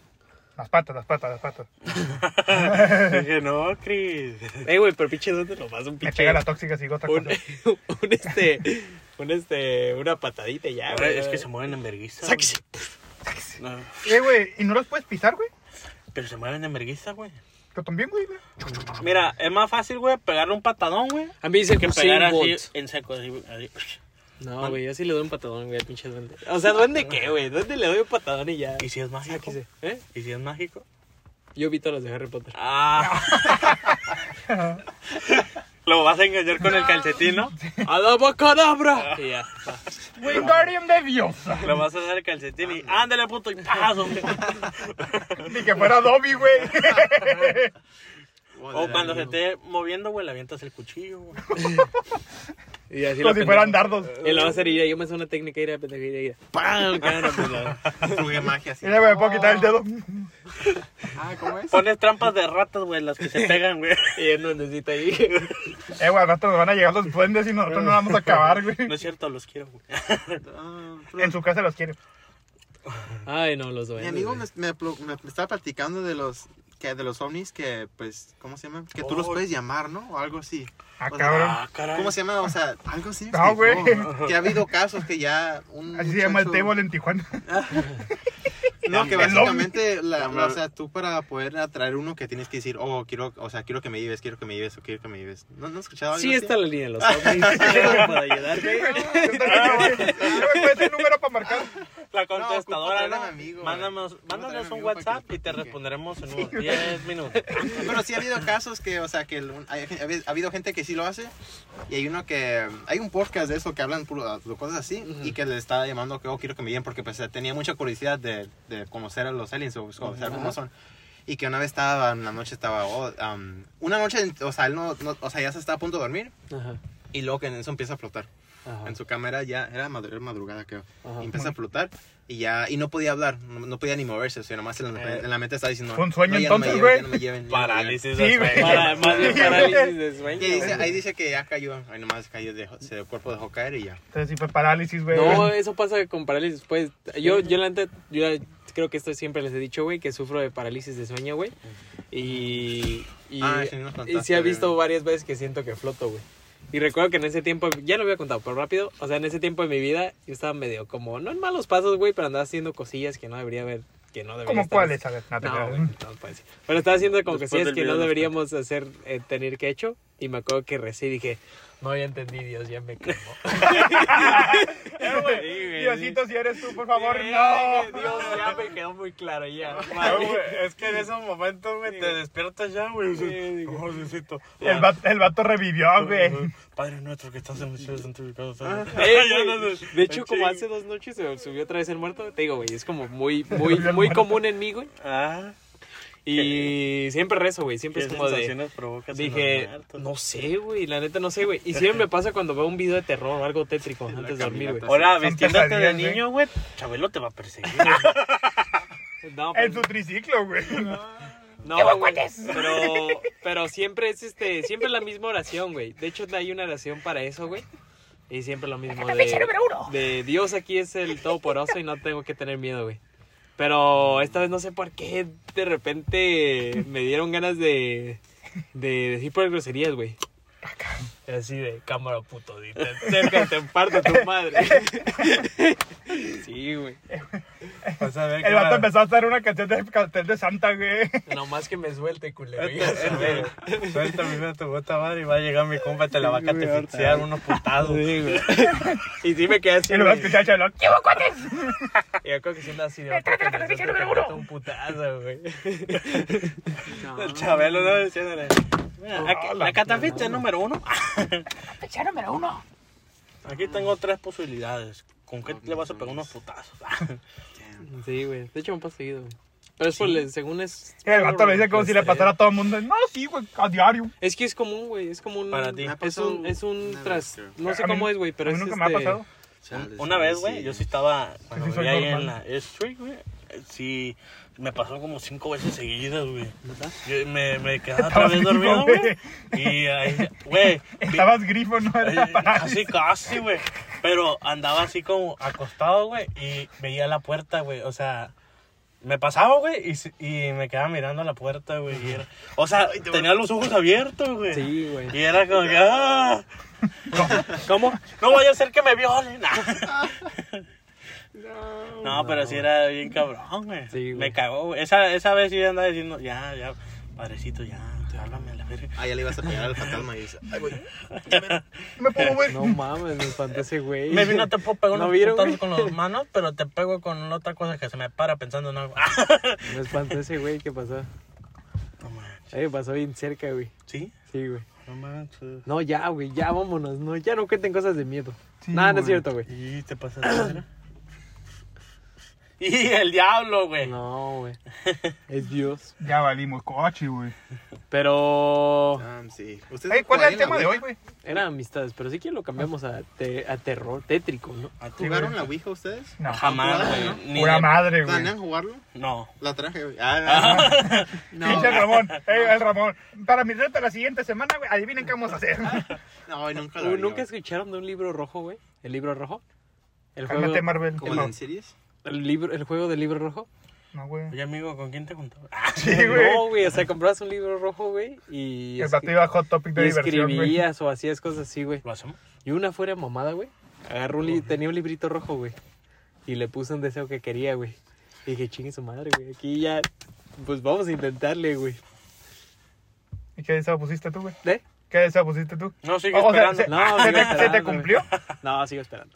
[SPEAKER 4] Las patas, las patas, las patas.
[SPEAKER 3] Dije, no, Chris.
[SPEAKER 1] Eh, güey, pero pinche, ¿dónde lo vas? Un
[SPEAKER 4] Me
[SPEAKER 1] pinche.
[SPEAKER 4] pega la tóxica y otra
[SPEAKER 1] un,
[SPEAKER 4] cosa.
[SPEAKER 1] <laughs> un este. Un este. Una patadita y ya,
[SPEAKER 3] Ahora
[SPEAKER 1] güey. eh.
[SPEAKER 3] es que se mueven en vergüenza. güey.
[SPEAKER 1] Sáquese.
[SPEAKER 3] No,
[SPEAKER 4] Eh, güey, ¿y no los puedes pisar, güey?
[SPEAKER 3] pero se mueven en vergüenza, güey.
[SPEAKER 4] Yo también, güey. güey.
[SPEAKER 3] Mira, es más fácil, güey, pegarle un patadón, güey.
[SPEAKER 1] A mí dicen
[SPEAKER 3] Que
[SPEAKER 1] que
[SPEAKER 3] pegar
[SPEAKER 1] pegar
[SPEAKER 3] así en seco, así. así.
[SPEAKER 1] No, güey, yo sí le doy un patadón, güey, al pinche duende. O sea, ¿duende qué, güey? ¿Duende le doy un patadón y ya?
[SPEAKER 3] ¿Y si es mágico?
[SPEAKER 1] Sáquese. ¿Eh?
[SPEAKER 3] ¿Y si es mágico?
[SPEAKER 1] Yo vi todas las de Harry <laughs> Potter.
[SPEAKER 3] Ah. Lo vas a engañar con el calcetín, ¿no?
[SPEAKER 1] ¡Adabacadabra!
[SPEAKER 3] Y ya.
[SPEAKER 4] Güey, Guardian de Dios.
[SPEAKER 3] Lo vas a hacer el calcetín
[SPEAKER 1] Ah,
[SPEAKER 3] y ándale, puto, y paso.
[SPEAKER 1] <laughs>
[SPEAKER 4] Ni que fuera Dobby, güey.
[SPEAKER 2] Oh,
[SPEAKER 3] O cuando se esté moviendo, güey, le avientas el cuchillo, güey.
[SPEAKER 1] Y así
[SPEAKER 4] Como
[SPEAKER 1] lo
[SPEAKER 4] si fueran dardos.
[SPEAKER 1] Y lo va a hacer ir, yo me hace una técnica ir a pendejo ir, ir. ¡Pam!
[SPEAKER 2] <laughs>
[SPEAKER 1] Cara, pues, la-
[SPEAKER 2] Jugué magia así.
[SPEAKER 4] Mira, güey, me puedo quitar el dedo. Eh,
[SPEAKER 2] Ah, ¿cómo es?
[SPEAKER 3] Pones trampas de ratas, güey, las que se
[SPEAKER 2] <laughs>
[SPEAKER 3] pegan, güey.
[SPEAKER 1] Y él no necesita ahí.
[SPEAKER 4] Eh, güey, al rato nos van a llegar los duendes y nosotros no vamos a acabar, güey.
[SPEAKER 3] No es cierto, los quiero, güey.
[SPEAKER 2] Ah,
[SPEAKER 4] En su casa los quiere.
[SPEAKER 1] <laughs> Ay, no, los
[SPEAKER 2] Mi
[SPEAKER 1] duendes.
[SPEAKER 2] amigo
[SPEAKER 1] güey.
[SPEAKER 2] me, me, pl- me- me estaba platicando de los que de los ovnis que pues ¿cómo se llama? Que tú los
[SPEAKER 3] Oh.
[SPEAKER 2] puedes llamar, ¿no? O algo así.
[SPEAKER 4] Ah,
[SPEAKER 2] O sea,
[SPEAKER 4] cabrón.
[SPEAKER 3] caray.
[SPEAKER 2] ¿Cómo se llama? O sea, algo así. me
[SPEAKER 4] No,
[SPEAKER 2] explicó,
[SPEAKER 1] <laughs>
[SPEAKER 4] güey.
[SPEAKER 2] ¿no? Que ha habido casos que ya un
[SPEAKER 4] Así se llama el
[SPEAKER 2] muchacho-
[SPEAKER 4] table en Tijuana.
[SPEAKER 2] No, que
[SPEAKER 4] El ovni.
[SPEAKER 2] básicamente la, la- o sea, tú para poder atraer uno que tienes que decir, "Oh, quiero, o sea, quiero que me lleves, quiero que me lleves, o quiero que me lleves." ¿No, no has escuchado algo
[SPEAKER 1] Sí,
[SPEAKER 2] así?
[SPEAKER 1] está la línea de los zombies.
[SPEAKER 2] <laughs>
[SPEAKER 3] <laughs>
[SPEAKER 1] para ayudarte.
[SPEAKER 4] <laughs> Yo también, güey. Yo me cuesta el número para marcar.
[SPEAKER 3] La
[SPEAKER 2] No,
[SPEAKER 3] contestadora,
[SPEAKER 2] ocupo traer a
[SPEAKER 3] ¿no?
[SPEAKER 2] mi amigo, güey.
[SPEAKER 3] mándanos
[SPEAKER 2] Ocupo traer a
[SPEAKER 3] mándanos
[SPEAKER 2] mi
[SPEAKER 3] un
[SPEAKER 2] amigo para que
[SPEAKER 3] WhatsApp
[SPEAKER 2] lo
[SPEAKER 3] y te
[SPEAKER 2] platique.
[SPEAKER 3] responderemos
[SPEAKER 2] <laughs>
[SPEAKER 3] en unos 10 minutos.
[SPEAKER 2] Pero sí ha habido casos que, o sea, que el- hay- ha habido gente que sí lo hace. Y hay uno que. Hay un podcast de eso que hablan puro- de cosas así. Y que le estaba llamando que, oh, quiero que me lleven. Porque pues tenía mucha curiosidad de, de conocer a los aliens o o saber cómo son. Y que una vez estaba, una noche estaba. oh, um, una noche, o sea, él no, no- O sea, ya se estaba a punto de dormir.
[SPEAKER 1] Ajá.
[SPEAKER 2] Y luego que en eso empieza a flotar.
[SPEAKER 1] Ajá.
[SPEAKER 2] En su cámara ya. Era madru- era madrugada, creo.
[SPEAKER 1] Ajá.
[SPEAKER 2] Y empieza a flotar. Y ya. Y no podía hablar. No, no podía ni moverse. O sea, nomás en la, en la mente estaba diciendo.
[SPEAKER 4] Eh. Fue un sueño
[SPEAKER 2] "No, ya no me
[SPEAKER 4] entonces,
[SPEAKER 2] lleven, ya
[SPEAKER 4] güey".
[SPEAKER 2] no me lleven, ya no me lleven".
[SPEAKER 3] Parálisis.
[SPEAKER 4] Sí, güey.
[SPEAKER 1] Para, más bien parálisis
[SPEAKER 2] <laughs>
[SPEAKER 1] de
[SPEAKER 2] Y
[SPEAKER 1] sueño.
[SPEAKER 2] ahí dice,
[SPEAKER 1] güey.
[SPEAKER 2] ahí dice que ya cayó, ahí nomás cayó, dejó- se, el cuerpo dejó caer y ya.
[SPEAKER 4] Entonces sí fue parálisis, güey.
[SPEAKER 1] No, eso pasa con parálisis. Pues yo, yo la neta, yo la- creo que esto siempre les he dicho, güey, que sufro de parálisis de sueño, güey. Y, y,
[SPEAKER 2] Ah, sí
[SPEAKER 1] y
[SPEAKER 2] nos
[SPEAKER 1] sí
[SPEAKER 2] contaste,
[SPEAKER 1] he visto
[SPEAKER 2] güey.
[SPEAKER 1] varias veces que siento que floto, güey. Y recuerdo que en ese tiempo, ya lo había contado, pero rápido, o sea, en ese tiempo de mi vida, yo estaba medio como, no en malos pasos, güey, pero andaba haciendo cosillas que no debería haber, que no debería
[SPEAKER 4] ¿Cómo
[SPEAKER 1] estar
[SPEAKER 4] cuáles? A ver, no te
[SPEAKER 1] no,
[SPEAKER 4] creas.
[SPEAKER 1] güey,
[SPEAKER 4] <laughs>
[SPEAKER 1] no puede ser. Pero estaba haciendo como
[SPEAKER 3] Después
[SPEAKER 1] que sí,
[SPEAKER 3] del
[SPEAKER 1] es que
[SPEAKER 3] video
[SPEAKER 1] no
[SPEAKER 3] nos
[SPEAKER 1] deberíamos hacer, eh, tener que hecho. Y me acuerdo que recién dije, no, ya entendí, Dios, ya me quemó.
[SPEAKER 4] Eh, güey,
[SPEAKER 1] Sí, güey,
[SPEAKER 4] Diosito, si eres tú, por favor,
[SPEAKER 1] Sí,
[SPEAKER 4] no.
[SPEAKER 1] Dios, ya me quedó muy claro,
[SPEAKER 4] <laughs>
[SPEAKER 1] ya.
[SPEAKER 3] Es que en esos momentos, güey, te despiertas ya, güey.
[SPEAKER 1] Sí, digo.
[SPEAKER 3] Oh, Diosito.
[SPEAKER 4] El vato, el vato revivió, güey.
[SPEAKER 3] Padre nuestro que estás en los cielos santificado. <laughs>
[SPEAKER 1] Eh, güey, de hecho, como hace dos noches se subió otra vez el muerto, te digo, güey, es como
[SPEAKER 4] <laughs>
[SPEAKER 1] muy, muy,
[SPEAKER 4] volvió el
[SPEAKER 1] muy
[SPEAKER 4] muerto.
[SPEAKER 1] común en mí, güey.
[SPEAKER 3] Ah,
[SPEAKER 1] Y siempre rezo, güey, siempre
[SPEAKER 3] ¿qué
[SPEAKER 1] es como de...
[SPEAKER 3] sensaciones provocas en
[SPEAKER 1] Dije,
[SPEAKER 3] los muertos?
[SPEAKER 1] no sé, güey, la neta no sé, güey. Y siempre me pasa cuando veo un video de terror o algo tétrico antes de dormir, güey.
[SPEAKER 3] Ahora, vistiéndote de
[SPEAKER 4] pesadillas,
[SPEAKER 2] ¿eh?
[SPEAKER 4] güey.
[SPEAKER 3] niño, güey, Chabelo te va
[SPEAKER 1] <laughs>
[SPEAKER 3] a perseguir.
[SPEAKER 1] No,
[SPEAKER 4] En
[SPEAKER 1] pues,
[SPEAKER 4] su triciclo, güey.
[SPEAKER 1] No, güey, pero, pero siempre es este, siempre la misma oración, güey. De hecho, hay una oración para eso, güey. Y siempre lo mismo de, de Dios aquí es el todopoderoso y no tengo que tener miedo, güey. Pero esta vez no sé por qué de repente me dieron ganas de, de decir por groserías, güey. Así de cámara puto, di, te acercas y te parto tu madre. Sí, güey.
[SPEAKER 3] Vas a ver
[SPEAKER 4] El vato empezó a hacer una canción de cartel de Santa, güey.
[SPEAKER 1] Nomás que me suelte, culero.
[SPEAKER 3] Suelta mi a tu puta madre y va a llegar mi compa y te la va a catefixiar unos putados. <laughs>
[SPEAKER 1] Y sí me quedé así.
[SPEAKER 4] Y luego
[SPEAKER 1] güey.
[SPEAKER 4] escuché a Chabelo, ¿qué hubo, cuates?
[SPEAKER 1] Y yo creo que siendo así de otra que me suelta un putazo, güey.
[SPEAKER 3] El Chabelo, ¿no? Diciéndole. "Mira,
[SPEAKER 4] Oh,
[SPEAKER 3] aquí- La catafixa es número uno. Ah,
[SPEAKER 4] número uno.
[SPEAKER 3] Aquí tengo tres posibilidades. ¿Con qué le vas a pegar unos putazos? Ah,
[SPEAKER 1] Sí, güey. De hecho, me pasa seguido, güey. Pero es por, el- según es... pues,
[SPEAKER 4] El vato lo dice como si le pasara a todo el mundo. No, sí, güey, a diario.
[SPEAKER 1] eh, Es que es común, güey. Es como un...
[SPEAKER 3] Para ti.
[SPEAKER 2] Me ha
[SPEAKER 1] Es
[SPEAKER 2] pasado
[SPEAKER 1] un, es un
[SPEAKER 2] una
[SPEAKER 1] tras...
[SPEAKER 2] vez, creo.
[SPEAKER 1] No sé
[SPEAKER 4] A mí-
[SPEAKER 1] cómo es, güey, pero
[SPEAKER 4] a
[SPEAKER 1] es
[SPEAKER 4] mí nunca me ha
[SPEAKER 1] este-
[SPEAKER 4] pasado.
[SPEAKER 1] <laughs>
[SPEAKER 3] Una vez, güey, yo sí estaba cuando
[SPEAKER 4] Sí, soy
[SPEAKER 3] vivía ahí en la
[SPEAKER 4] normal.
[SPEAKER 3] street, güey. eh, Sí, me pasó como cinco veces seguidas, güey. Yo me, me
[SPEAKER 4] <laughs>
[SPEAKER 3] quedaba otra
[SPEAKER 4] Estabas
[SPEAKER 3] vez dormido,
[SPEAKER 4] vivo,
[SPEAKER 3] güey. Y ahí,
[SPEAKER 4] <laughs>
[SPEAKER 3] güey. vi-
[SPEAKER 4] Estabas grifo, no
[SPEAKER 3] eh,
[SPEAKER 4] era para.
[SPEAKER 3] Casi, casi, güey. Pero andaba así como acostado, güey. Y veía la puerta, güey. O sea, Me pasaba, güey, y, s- y me quedaba mirando a la puerta, güey. y era- O sea, tenía los ojos abiertos, güey.
[SPEAKER 1] Sí, güey.
[SPEAKER 3] Y era como que, "Ah,
[SPEAKER 1] ¿Cómo?
[SPEAKER 3] no vaya a ser que
[SPEAKER 1] <laughs>
[SPEAKER 3] me violen. No, pero sí era bien cabrón, güey.
[SPEAKER 1] Sí, güey.
[SPEAKER 3] me cagó, güey. Esa, esa vez sí andaba diciendo, ya, ya, padrecito, ya, te háblame a la verga.
[SPEAKER 2] Ah, ya le ibas a pegar al fantasma y dices, ay, güey.
[SPEAKER 4] Me pongo, güey.
[SPEAKER 1] No mames, me espanté ese güey.
[SPEAKER 3] Maybe no te puedo pegar
[SPEAKER 1] ¿No
[SPEAKER 3] unos
[SPEAKER 1] vieron,
[SPEAKER 3] putazos
[SPEAKER 1] güey?
[SPEAKER 3] con las manos, pero te pego con otra cosa que se me para pensando
[SPEAKER 4] <laughs>
[SPEAKER 3] en algo.
[SPEAKER 1] Me espanté ese güey, ¿qué pasó?
[SPEAKER 3] No manches.
[SPEAKER 1] Eh, pasó bien cerca, güey.
[SPEAKER 3] ¿Sí?
[SPEAKER 1] Sí, güey.
[SPEAKER 3] No manches.
[SPEAKER 1] No, ya, güey, ya vámonos. No, ya no cuenten cosas de miedo.
[SPEAKER 4] Sí,
[SPEAKER 1] Nada, no
[SPEAKER 4] güey.
[SPEAKER 1] es cierto, güey.
[SPEAKER 3] ¿Y te pasa <clears throat> de verga? Y el diablo, güey.
[SPEAKER 1] No, güey. Es Dios.
[SPEAKER 4] Ya valimos coche, güey.
[SPEAKER 1] Pero
[SPEAKER 2] Ah, sí. ¿Ustedes
[SPEAKER 4] Ey, ¿Cuál era el
[SPEAKER 2] jugarían
[SPEAKER 4] tema de
[SPEAKER 2] la
[SPEAKER 4] hoy,
[SPEAKER 2] Ouija?
[SPEAKER 4] güey?
[SPEAKER 1] era amistades, pero sí que lo cambiamos a, te- a terror tétrico, ¿no?
[SPEAKER 2] ¿Jugaron la Ouija ustedes?
[SPEAKER 4] No,
[SPEAKER 3] Jamás,
[SPEAKER 2] ¿Jugada,
[SPEAKER 3] güey. Ni
[SPEAKER 4] pura
[SPEAKER 3] de-
[SPEAKER 4] madre, güey.
[SPEAKER 2] ¿Planean jugarlo?
[SPEAKER 3] No.
[SPEAKER 2] La traje, güey. Ah, no.
[SPEAKER 4] Pinche Ramón, ey, el Ramón. Para mi reto la siguiente semana, güey, adivinen qué vamos
[SPEAKER 3] <laughs>
[SPEAKER 4] a hacer.
[SPEAKER 2] No, güey, nunca lo
[SPEAKER 1] Uh,
[SPEAKER 2] haría,
[SPEAKER 1] ¿Nunca
[SPEAKER 2] güey.
[SPEAKER 1] escucharon de un libro rojo, güey? ¿El libro rojo? El juego,
[SPEAKER 4] Cálmate, Marvel.
[SPEAKER 2] ¿Como
[SPEAKER 4] No,
[SPEAKER 2] en series?
[SPEAKER 1] el, libro, ¿El juego del libro rojo?
[SPEAKER 3] <laughs>
[SPEAKER 4] No, güey.
[SPEAKER 3] Oye, amigo, ¿con quién te Ah, juntó?
[SPEAKER 4] Sí, güey.
[SPEAKER 1] No, güey, o sea, comprabas un libro rojo, güey, y,
[SPEAKER 4] El
[SPEAKER 1] escri-
[SPEAKER 4] vato iba a Hot Topic de
[SPEAKER 1] y
[SPEAKER 4] diversión, güey.
[SPEAKER 1] escribías o hacías cosas así, güey.
[SPEAKER 3] ¿Lo hacemos?
[SPEAKER 1] Y una fuera mamada, güey. Agarró un li- tenía un librito rojo, güey. Y le puse un deseo que quería, güey. Y dije, chingue su madre, güey. Aquí ya, pues vamos a intentarle, güey.
[SPEAKER 4] ¿Y qué deseo pusiste tú, güey? <laughs>
[SPEAKER 1] ¿Eh?
[SPEAKER 4] ¿Qué deseo pusiste tú?
[SPEAKER 3] No, sigue
[SPEAKER 4] O sea,
[SPEAKER 3] esperando.
[SPEAKER 4] se,
[SPEAKER 1] No,
[SPEAKER 4] se
[SPEAKER 1] sigo
[SPEAKER 4] te, se te
[SPEAKER 1] esperando, güey.
[SPEAKER 4] cumplió? <laughs>
[SPEAKER 1] No, sigo esperando.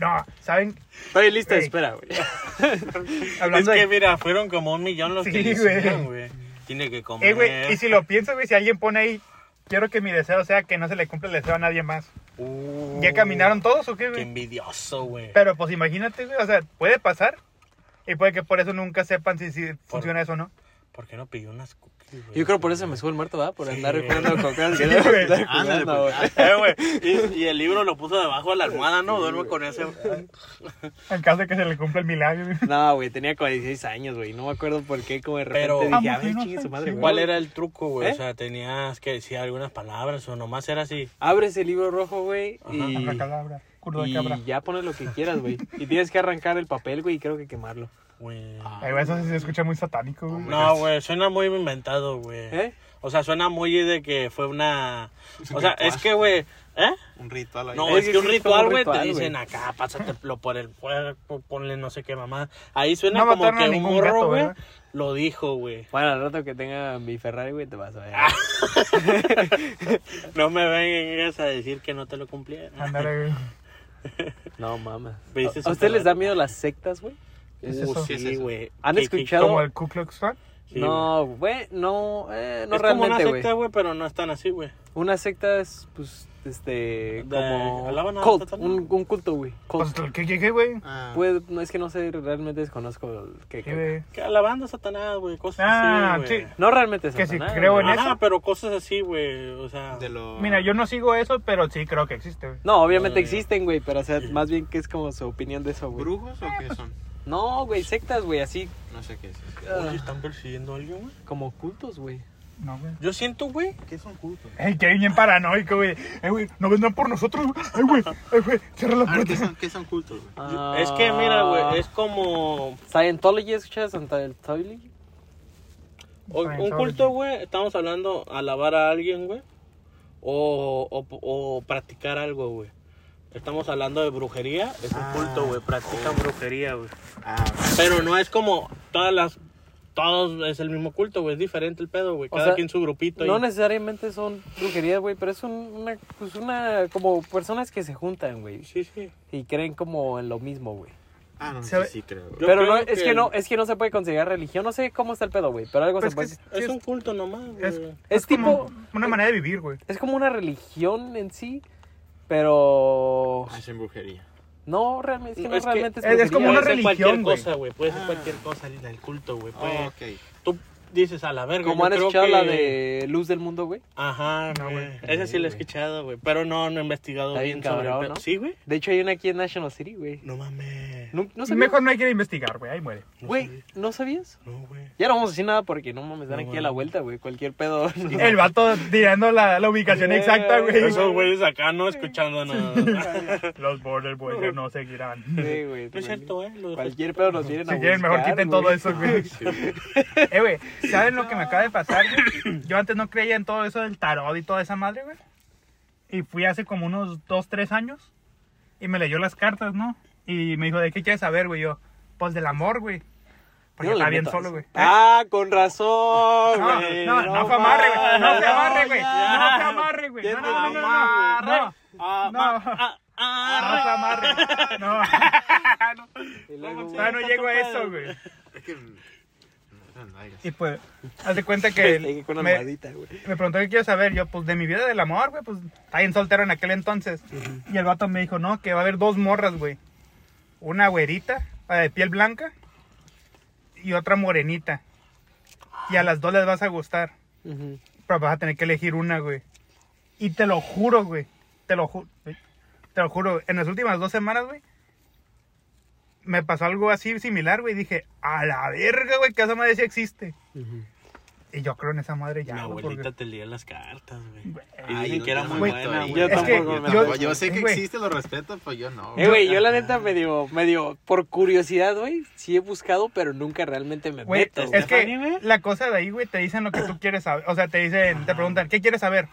[SPEAKER 4] No, ¿saben?
[SPEAKER 1] Estoy listo de
[SPEAKER 4] Güey.
[SPEAKER 1] espera, güey.
[SPEAKER 4] Hablando
[SPEAKER 3] es que
[SPEAKER 4] de...
[SPEAKER 3] mira, fueron como un millón los
[SPEAKER 4] Sí,
[SPEAKER 3] que le
[SPEAKER 4] güey.
[SPEAKER 3] hicieron, güey. Tiene que comer.
[SPEAKER 4] Eh, güey, y si lo pienso, güey, si alguien pone ahí, quiero que mi deseo sea que no se le cumpla el deseo a nadie más.
[SPEAKER 3] Uh,
[SPEAKER 4] ¿Ya caminaron todos o qué,
[SPEAKER 3] Qué
[SPEAKER 4] güey?
[SPEAKER 3] envidioso, güey.
[SPEAKER 4] Pero pues imagínate, güey, o sea, puede pasar. Y puede que por eso nunca sepan si, si funciona eso o no.
[SPEAKER 3] ¿Por qué no pidió unas cookies, güey?
[SPEAKER 1] Yo creo por eso me sube el muerto, ¿verdad? Por andar jugando con cosas que
[SPEAKER 4] Sí,
[SPEAKER 1] no
[SPEAKER 4] güey.
[SPEAKER 1] andar
[SPEAKER 2] Ándale,
[SPEAKER 1] jugando,
[SPEAKER 2] pues.
[SPEAKER 1] güey.
[SPEAKER 3] Eh, güey. <laughs> Y, y el libro lo puso debajo de la almohada, ¿no? Duerme con ese.
[SPEAKER 4] En caso de que se le cumpla el milagro, güey.
[SPEAKER 1] No, güey, tenía 46 años, güey. No me acuerdo por qué, como de repente
[SPEAKER 3] Pero-
[SPEAKER 1] dije,
[SPEAKER 4] Vamos,
[SPEAKER 1] a ver,
[SPEAKER 4] no
[SPEAKER 1] chingue
[SPEAKER 4] sé,
[SPEAKER 1] su madre,
[SPEAKER 4] sí,
[SPEAKER 1] güey.
[SPEAKER 3] ¿Cuál era el truco, güey?
[SPEAKER 1] ¿Eh?
[SPEAKER 3] O sea, tenías que decir algunas palabras o nomás era así.
[SPEAKER 1] Abre ese libro rojo, güey,
[SPEAKER 4] <laughs>
[SPEAKER 1] y,
[SPEAKER 4] Abracadabra, curva de
[SPEAKER 1] y
[SPEAKER 4] cabra.
[SPEAKER 1] ya pones lo que quieras, güey. Y tienes que arrancar el papel, güey, y creo que quemarlo.
[SPEAKER 3] Güey.
[SPEAKER 4] Ay, güey, eso sí se escucha muy satánico, güey.
[SPEAKER 3] No, güey, suena muy inventado, güey.
[SPEAKER 1] ¿Eh?
[SPEAKER 3] O sea, suena muy de que fue una. O sea, es que, güey. ¿Eh?
[SPEAKER 2] Un ritual ahí. Eh,
[SPEAKER 3] No,
[SPEAKER 1] Es
[SPEAKER 3] es,
[SPEAKER 1] que
[SPEAKER 3] que un
[SPEAKER 1] sí es como un
[SPEAKER 3] ritual, güey, te
[SPEAKER 1] ritual,
[SPEAKER 3] dicen
[SPEAKER 1] güey.
[SPEAKER 3] acá, pásatelo por el cuerpo, ponle no sé qué mamá. Ahí suena
[SPEAKER 4] No
[SPEAKER 3] como
[SPEAKER 4] mataron a
[SPEAKER 3] que un
[SPEAKER 4] ningún
[SPEAKER 3] morro,
[SPEAKER 4] gato,
[SPEAKER 3] güey,
[SPEAKER 4] ¿verdad?
[SPEAKER 3] lo dijo, güey.
[SPEAKER 1] Bueno, al rato que tenga mi Ferrari, güey, te vas a ver.
[SPEAKER 3] No me vengas a decir que no te lo cumplieron.
[SPEAKER 4] Ándale, güey.
[SPEAKER 1] No, mames.
[SPEAKER 3] ¿Viste
[SPEAKER 1] ¿A
[SPEAKER 3] su
[SPEAKER 1] ustedes les da
[SPEAKER 3] Ferrari?
[SPEAKER 1] miedo las sectas, güey?
[SPEAKER 4] ¿Qué es eso?
[SPEAKER 2] ¿Qué es
[SPEAKER 3] Uh, Sí,
[SPEAKER 2] eso?
[SPEAKER 3] güey.
[SPEAKER 1] ¿Han
[SPEAKER 3] Que- que-
[SPEAKER 1] escuchado?
[SPEAKER 4] Como el Ku Klux Klan.
[SPEAKER 3] sí,
[SPEAKER 1] No, güey, no, eh, no
[SPEAKER 3] es
[SPEAKER 1] realmente,
[SPEAKER 3] como una
[SPEAKER 1] güey.
[SPEAKER 3] secta, güey, pero no es tan así, güey.
[SPEAKER 1] Una secta es, pues, este,
[SPEAKER 3] De- alaban
[SPEAKER 1] como
[SPEAKER 3] a
[SPEAKER 1] cult,
[SPEAKER 3] Satán.
[SPEAKER 1] un, un culto, güey.
[SPEAKER 4] Pues,
[SPEAKER 1] Cult.
[SPEAKER 4] ¿qué, qué, qué, güey?
[SPEAKER 2] Ah,
[SPEAKER 1] Pues, no, es que no sé, realmente desconozco el que,
[SPEAKER 4] ¿Qué, güey?
[SPEAKER 3] Que alabando a Satanás, güey, cosas
[SPEAKER 4] Ah,
[SPEAKER 3] así, güey.
[SPEAKER 4] sí.
[SPEAKER 1] No realmente es
[SPEAKER 4] Que si
[SPEAKER 1] Satanás,
[SPEAKER 4] creo
[SPEAKER 1] güey.
[SPEAKER 4] en
[SPEAKER 3] Ajá,
[SPEAKER 4] eso?
[SPEAKER 3] pero cosas así, güey, o sea...
[SPEAKER 2] de lo...
[SPEAKER 4] Mira, yo no sigo eso, pero sí creo que existe, güey.
[SPEAKER 1] No, obviamente
[SPEAKER 3] No,
[SPEAKER 1] existen, güey, pero o sea, más bien que es como su opinión de eso, güey.
[SPEAKER 2] ¿Brujos o qué son?
[SPEAKER 1] No, güey, sectas, güey, así
[SPEAKER 2] No sé qué es. eso.
[SPEAKER 1] ah,
[SPEAKER 3] Oye, ¿están persiguiendo a alguien, güey?
[SPEAKER 1] como cultos, güey.
[SPEAKER 4] No, güey.
[SPEAKER 3] Yo siento, güey,
[SPEAKER 2] ¿Qué son cultos?
[SPEAKER 4] Ey, qué bien paranoico, güey. Ey, güey, no vendrán por nosotros, güey. Ey, güey, ey, güey, cierra la
[SPEAKER 2] Ah, ¿qué,
[SPEAKER 4] puerta.
[SPEAKER 2] son, ¿Qué son cultos, güey?
[SPEAKER 1] Ah,
[SPEAKER 3] es que, mira, güey, es como...
[SPEAKER 1] Scientology, ¿escuchas Scientology?
[SPEAKER 3] O- un
[SPEAKER 4] Scientology.
[SPEAKER 3] culto, güey, estamos hablando alabar a alguien, güey. O, o, o practicar algo, güey. Estamos hablando de brujería. Es un
[SPEAKER 2] Ah.
[SPEAKER 3] culto, güey. Practican brujería, güey.
[SPEAKER 2] Ah,
[SPEAKER 3] Pero no es como todas las... Todos es el mismo culto, güey. Es diferente el pedo, güey.
[SPEAKER 1] O
[SPEAKER 3] Cada
[SPEAKER 1] sea,
[SPEAKER 3] quien su grupito.
[SPEAKER 1] No
[SPEAKER 3] y-
[SPEAKER 1] necesariamente son brujerías, güey, pero es un- una, pues una, como personas que se juntan, güey,
[SPEAKER 3] Sí, sí.
[SPEAKER 1] y creen como en lo mismo, güey.
[SPEAKER 2] ah no, sí,
[SPEAKER 4] ¿Sabe?
[SPEAKER 2] sí creo. güey.
[SPEAKER 3] Yo
[SPEAKER 1] Pero
[SPEAKER 3] creo
[SPEAKER 1] no, es que
[SPEAKER 3] que-
[SPEAKER 1] no, es que no se puede considerar religión, no sé cómo está el pedo, güey, pero algo
[SPEAKER 4] Pues
[SPEAKER 1] se puede...
[SPEAKER 4] que
[SPEAKER 1] Es,
[SPEAKER 3] Es,
[SPEAKER 4] es-
[SPEAKER 3] un culto nomás, güey.
[SPEAKER 4] es-
[SPEAKER 1] tipo,
[SPEAKER 4] como una manera de vivir, güey.
[SPEAKER 1] es como una religión en sí, pero...
[SPEAKER 2] Hacen brujería.
[SPEAKER 1] No, realmente, es que Ah. no
[SPEAKER 3] Es que-
[SPEAKER 1] realmente
[SPEAKER 4] es- es
[SPEAKER 1] brujería,
[SPEAKER 4] como una
[SPEAKER 1] güey.
[SPEAKER 3] Puede ser cualquier
[SPEAKER 4] religión, güey.
[SPEAKER 3] cosa, güey. Puede ser
[SPEAKER 2] Ah.
[SPEAKER 3] cualquier cosa el- el culto, güey.
[SPEAKER 2] Oh,
[SPEAKER 3] Puede-
[SPEAKER 2] ok.
[SPEAKER 3] Tú dices, a la verga.
[SPEAKER 1] Como
[SPEAKER 3] yo
[SPEAKER 1] han
[SPEAKER 3] creo
[SPEAKER 1] escuchado la
[SPEAKER 3] que-
[SPEAKER 1] de Luz del Mundo, güey.
[SPEAKER 3] Ajá,
[SPEAKER 4] No,
[SPEAKER 3] güey.
[SPEAKER 4] güey.
[SPEAKER 3] Esa sí la he escuchado, güey. Pero no, no he investigado
[SPEAKER 1] Está
[SPEAKER 3] bien
[SPEAKER 1] bien
[SPEAKER 3] sobre el
[SPEAKER 1] cabrón,
[SPEAKER 3] pedo.
[SPEAKER 1] ¿no?
[SPEAKER 3] Sí, güey.
[SPEAKER 1] De hecho, hay una aquí en National City, güey.
[SPEAKER 3] No mames.
[SPEAKER 1] No, no sabías.
[SPEAKER 4] Mejor no hay que investigar, güey. Ahí muere.
[SPEAKER 1] Güey, ¿no sabías?
[SPEAKER 3] No, güey.
[SPEAKER 1] Ya no vamos a decir nada porque no mames, dan
[SPEAKER 3] No,
[SPEAKER 1] aquí
[SPEAKER 3] güey.
[SPEAKER 1] a la vuelta, güey. Cualquier
[SPEAKER 3] <laughs>
[SPEAKER 1] pedo. no.
[SPEAKER 4] El vato tirando la, la ubicación
[SPEAKER 1] Eh,
[SPEAKER 4] exacta, güey.
[SPEAKER 3] Esos güeyes acá no escuchando
[SPEAKER 4] <laughs>
[SPEAKER 3] nada.
[SPEAKER 4] Los Border Boys ya no seguirán.
[SPEAKER 1] Sí, güey.
[SPEAKER 3] No es cierto, ¿eh? Los-
[SPEAKER 1] Cualquier pedo nos vienen a
[SPEAKER 4] Si quieren, mejor
[SPEAKER 1] buscar,
[SPEAKER 4] quiten
[SPEAKER 1] güey.
[SPEAKER 4] todo eso, güey. <laughs> Eh, güey, ¿saben lo que me acaba de pasar? güey? Yo antes no creía en todo eso del tarot y toda esa madre, güey. Y fui hace como unos dos, tres años. Y me leyó las cartas, ¿no? Y me dijo, ¿de qué quieres saber, güey? Yo, pues del amor, güey.
[SPEAKER 1] Yo
[SPEAKER 4] Porque
[SPEAKER 1] no
[SPEAKER 4] está
[SPEAKER 1] le
[SPEAKER 4] bien
[SPEAKER 1] meto a
[SPEAKER 4] solo,
[SPEAKER 1] eso.
[SPEAKER 4] güey.
[SPEAKER 1] Ah, con razón,
[SPEAKER 4] No,
[SPEAKER 1] güey.
[SPEAKER 4] no, no fue amarre, güey. No fue
[SPEAKER 1] mames.
[SPEAKER 4] amarre, güey. No
[SPEAKER 3] ya.
[SPEAKER 4] fue amarre, güey.
[SPEAKER 1] Ya
[SPEAKER 4] No,
[SPEAKER 1] te
[SPEAKER 4] no, no, no,
[SPEAKER 3] amarre. Ah,
[SPEAKER 4] no. No.
[SPEAKER 3] ah, ah, ah.
[SPEAKER 4] No fue amarre. <laughs> No,
[SPEAKER 1] Y luego,
[SPEAKER 4] todavía no llego a eso, güey.
[SPEAKER 2] Es que. no, no, aires.
[SPEAKER 4] Y pues, haz de cuenta que
[SPEAKER 1] Llegué con
[SPEAKER 4] me,
[SPEAKER 1] almohadita, güey.
[SPEAKER 4] me preguntó qué quiero saber. Yo, pues de mi vida del amor, güey, pues estaba bien soltero en aquel entonces. Y el vato me dijo, no, que va a haber dos morras, güey. Una güerita, eh, de piel blanca, y otra morenita. Y a las dos les vas a gustar.
[SPEAKER 1] Ujú.
[SPEAKER 4] Pero vas a tener que elegir una, güey. Y te lo juro, güey. Te lo juro. Te lo juro. En las últimas dos semanas, güey. Me pasó algo así similar, güey. Dije, a la verga, güey, que esa madre sí existe.
[SPEAKER 1] Ujú.
[SPEAKER 4] Y yo creo en esa madre ya.
[SPEAKER 3] Mi
[SPEAKER 4] güey,
[SPEAKER 3] abuelita
[SPEAKER 4] porque-
[SPEAKER 3] te leía las cartas, güey.
[SPEAKER 4] Güey,
[SPEAKER 3] Y
[SPEAKER 2] Ay,
[SPEAKER 3] dicen
[SPEAKER 2] no
[SPEAKER 3] que era
[SPEAKER 2] te
[SPEAKER 3] muy
[SPEAKER 2] lo
[SPEAKER 4] güey,
[SPEAKER 3] buena,
[SPEAKER 2] respeto,
[SPEAKER 3] güey.
[SPEAKER 1] yo
[SPEAKER 2] Es que
[SPEAKER 1] tampoco
[SPEAKER 2] yo
[SPEAKER 1] me
[SPEAKER 2] tampoco.
[SPEAKER 1] acuerdo.
[SPEAKER 2] Yo sé que
[SPEAKER 4] Güey.
[SPEAKER 2] existe, lo respeto, pues yo no.
[SPEAKER 1] Eh, güey, yo la neta medio, medio por curiosidad, güey, sí he buscado, pero nunca realmente me
[SPEAKER 4] Güey,
[SPEAKER 1] meto. güey.
[SPEAKER 4] es que
[SPEAKER 3] Stephanie, güey.
[SPEAKER 4] la cosa de ahí, güey, te dicen lo que tú quieres saber. O sea, te dicen, te preguntan, ¿qué quieres saber?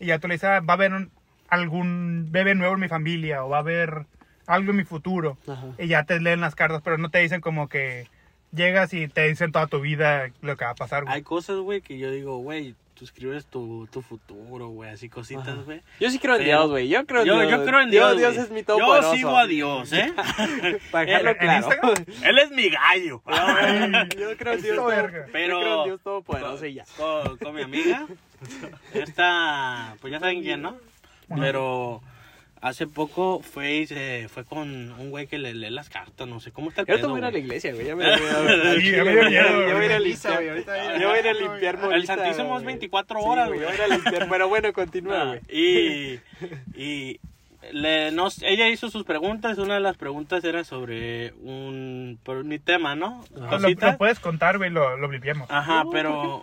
[SPEAKER 4] Y ya tú le dices, ah, va a haber un- algún bebé nuevo en mi familia o va a haber algo en mi futuro.
[SPEAKER 1] Ajá.
[SPEAKER 4] Y ya te leen las cartas, pero no te dicen como que llegas y te dicen toda tu vida lo que va a pasar, güey.
[SPEAKER 3] Hay cosas, güey, que yo digo, güey, tú escribes tu, tu futuro, güey, así
[SPEAKER 1] Ajá.
[SPEAKER 3] cositas, güey.
[SPEAKER 1] Yo sí creo en
[SPEAKER 3] Pero-
[SPEAKER 1] Dios, güey. Yo creo en
[SPEAKER 3] Yo,
[SPEAKER 1] Dios.
[SPEAKER 3] yo creo en Dios.
[SPEAKER 1] Dios,
[SPEAKER 3] güey.
[SPEAKER 1] es mi
[SPEAKER 3] Yo
[SPEAKER 1] todopoderoso.
[SPEAKER 3] sigo a Dios,
[SPEAKER 1] <laughs>
[SPEAKER 3] ¿eh?
[SPEAKER 1] Para dejarlo
[SPEAKER 4] ¿En- en
[SPEAKER 1] claro. <laughs>
[SPEAKER 4] Instagram?
[SPEAKER 3] Él es mi gallo.
[SPEAKER 1] yo creo en Dios.
[SPEAKER 4] Esto,
[SPEAKER 1] todo-
[SPEAKER 4] verga.
[SPEAKER 1] Yo creo en Dios
[SPEAKER 3] Pero
[SPEAKER 1] todopoderoso y ya.
[SPEAKER 3] con, con mi amiga, esta, pues ya saben quién, ¿no? Pero hace poco fue, y se- fue con un güey que le lee las cartas, no sé cómo está el
[SPEAKER 1] Yo ahorita
[SPEAKER 3] pedo,
[SPEAKER 1] voy a ir a la
[SPEAKER 3] güey.
[SPEAKER 1] iglesia, güey. Ya me al
[SPEAKER 4] Sí,
[SPEAKER 1] chile,
[SPEAKER 4] ya me dio
[SPEAKER 1] güey.
[SPEAKER 4] miedo,
[SPEAKER 1] Ya voy a ir a
[SPEAKER 4] güey.
[SPEAKER 1] limpiar. Yo voy a ir a limpiar
[SPEAKER 3] El
[SPEAKER 1] ahorita,
[SPEAKER 3] Santísimo es
[SPEAKER 1] güey.
[SPEAKER 3] 24
[SPEAKER 1] Sí,
[SPEAKER 3] horas,
[SPEAKER 1] güey,
[SPEAKER 3] güey.
[SPEAKER 1] yo voy a ir a limpiar. Pero bueno, continúa, güey.
[SPEAKER 3] Ah, Y,
[SPEAKER 1] <laughs>
[SPEAKER 3] y le, no sé, ella hizo sus preguntas. Una de las preguntas era sobre un por mi tema, ¿no?
[SPEAKER 4] Lo- Lo,
[SPEAKER 3] Cositas.
[SPEAKER 4] puedes contar, güey, lo, lo blipiamos.
[SPEAKER 3] Ajá,
[SPEAKER 1] No,
[SPEAKER 3] pero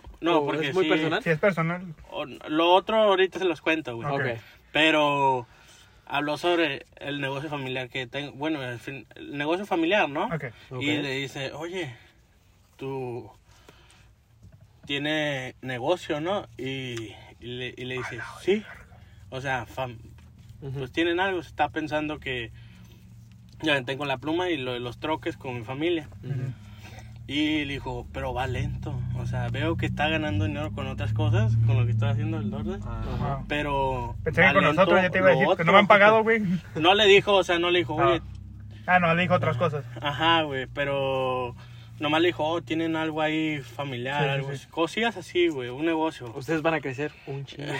[SPEAKER 1] ¿por qué?
[SPEAKER 3] no,
[SPEAKER 1] ¿O
[SPEAKER 3] porque
[SPEAKER 1] es muy
[SPEAKER 3] sí.
[SPEAKER 1] personal?
[SPEAKER 4] Si es personal,
[SPEAKER 3] O- lo otro ahorita se los cuento, güey.
[SPEAKER 1] Ok.
[SPEAKER 4] Ok.
[SPEAKER 3] Pero habló sobre el negocio familiar que tengo. Bueno, el, fin- el negocio familiar, ¿no?
[SPEAKER 4] ok.
[SPEAKER 1] Ok.
[SPEAKER 3] Y le dice, oye, tú tiene negocio, ¿no? Y, y le, y le dice, sí. O sea, fam-
[SPEAKER 1] Ujú.
[SPEAKER 3] pues tienen algo. Se está pensando que ya tengo la pluma y lo de los troques con mi familia.
[SPEAKER 1] Ujú.
[SPEAKER 3] Y le dijo, pero va lento. O sea, veo que está ganando dinero con otras cosas, con lo que está haciendo el Lord.
[SPEAKER 2] Ah.
[SPEAKER 4] Ajá.
[SPEAKER 3] Pero.
[SPEAKER 4] Pensé
[SPEAKER 3] va
[SPEAKER 4] que con
[SPEAKER 3] lento
[SPEAKER 4] nosotros ya te iba a
[SPEAKER 3] lo
[SPEAKER 4] decir que no
[SPEAKER 3] otro.
[SPEAKER 4] me han pagado, güey.
[SPEAKER 3] No le dijo, o sea, no le dijo, oye,
[SPEAKER 4] Ah, no, le dijo otras cosas.
[SPEAKER 3] ajá, güey, pero. Nomás le dijo, oh, tienen algo ahí familiar,
[SPEAKER 4] Sí,
[SPEAKER 3] algo
[SPEAKER 4] sí,
[SPEAKER 3] así.
[SPEAKER 4] sí.
[SPEAKER 3] Cosillas así, güey, un negocio.
[SPEAKER 1] Ustedes van a crecer un
[SPEAKER 3] <laughs>
[SPEAKER 1] chingo.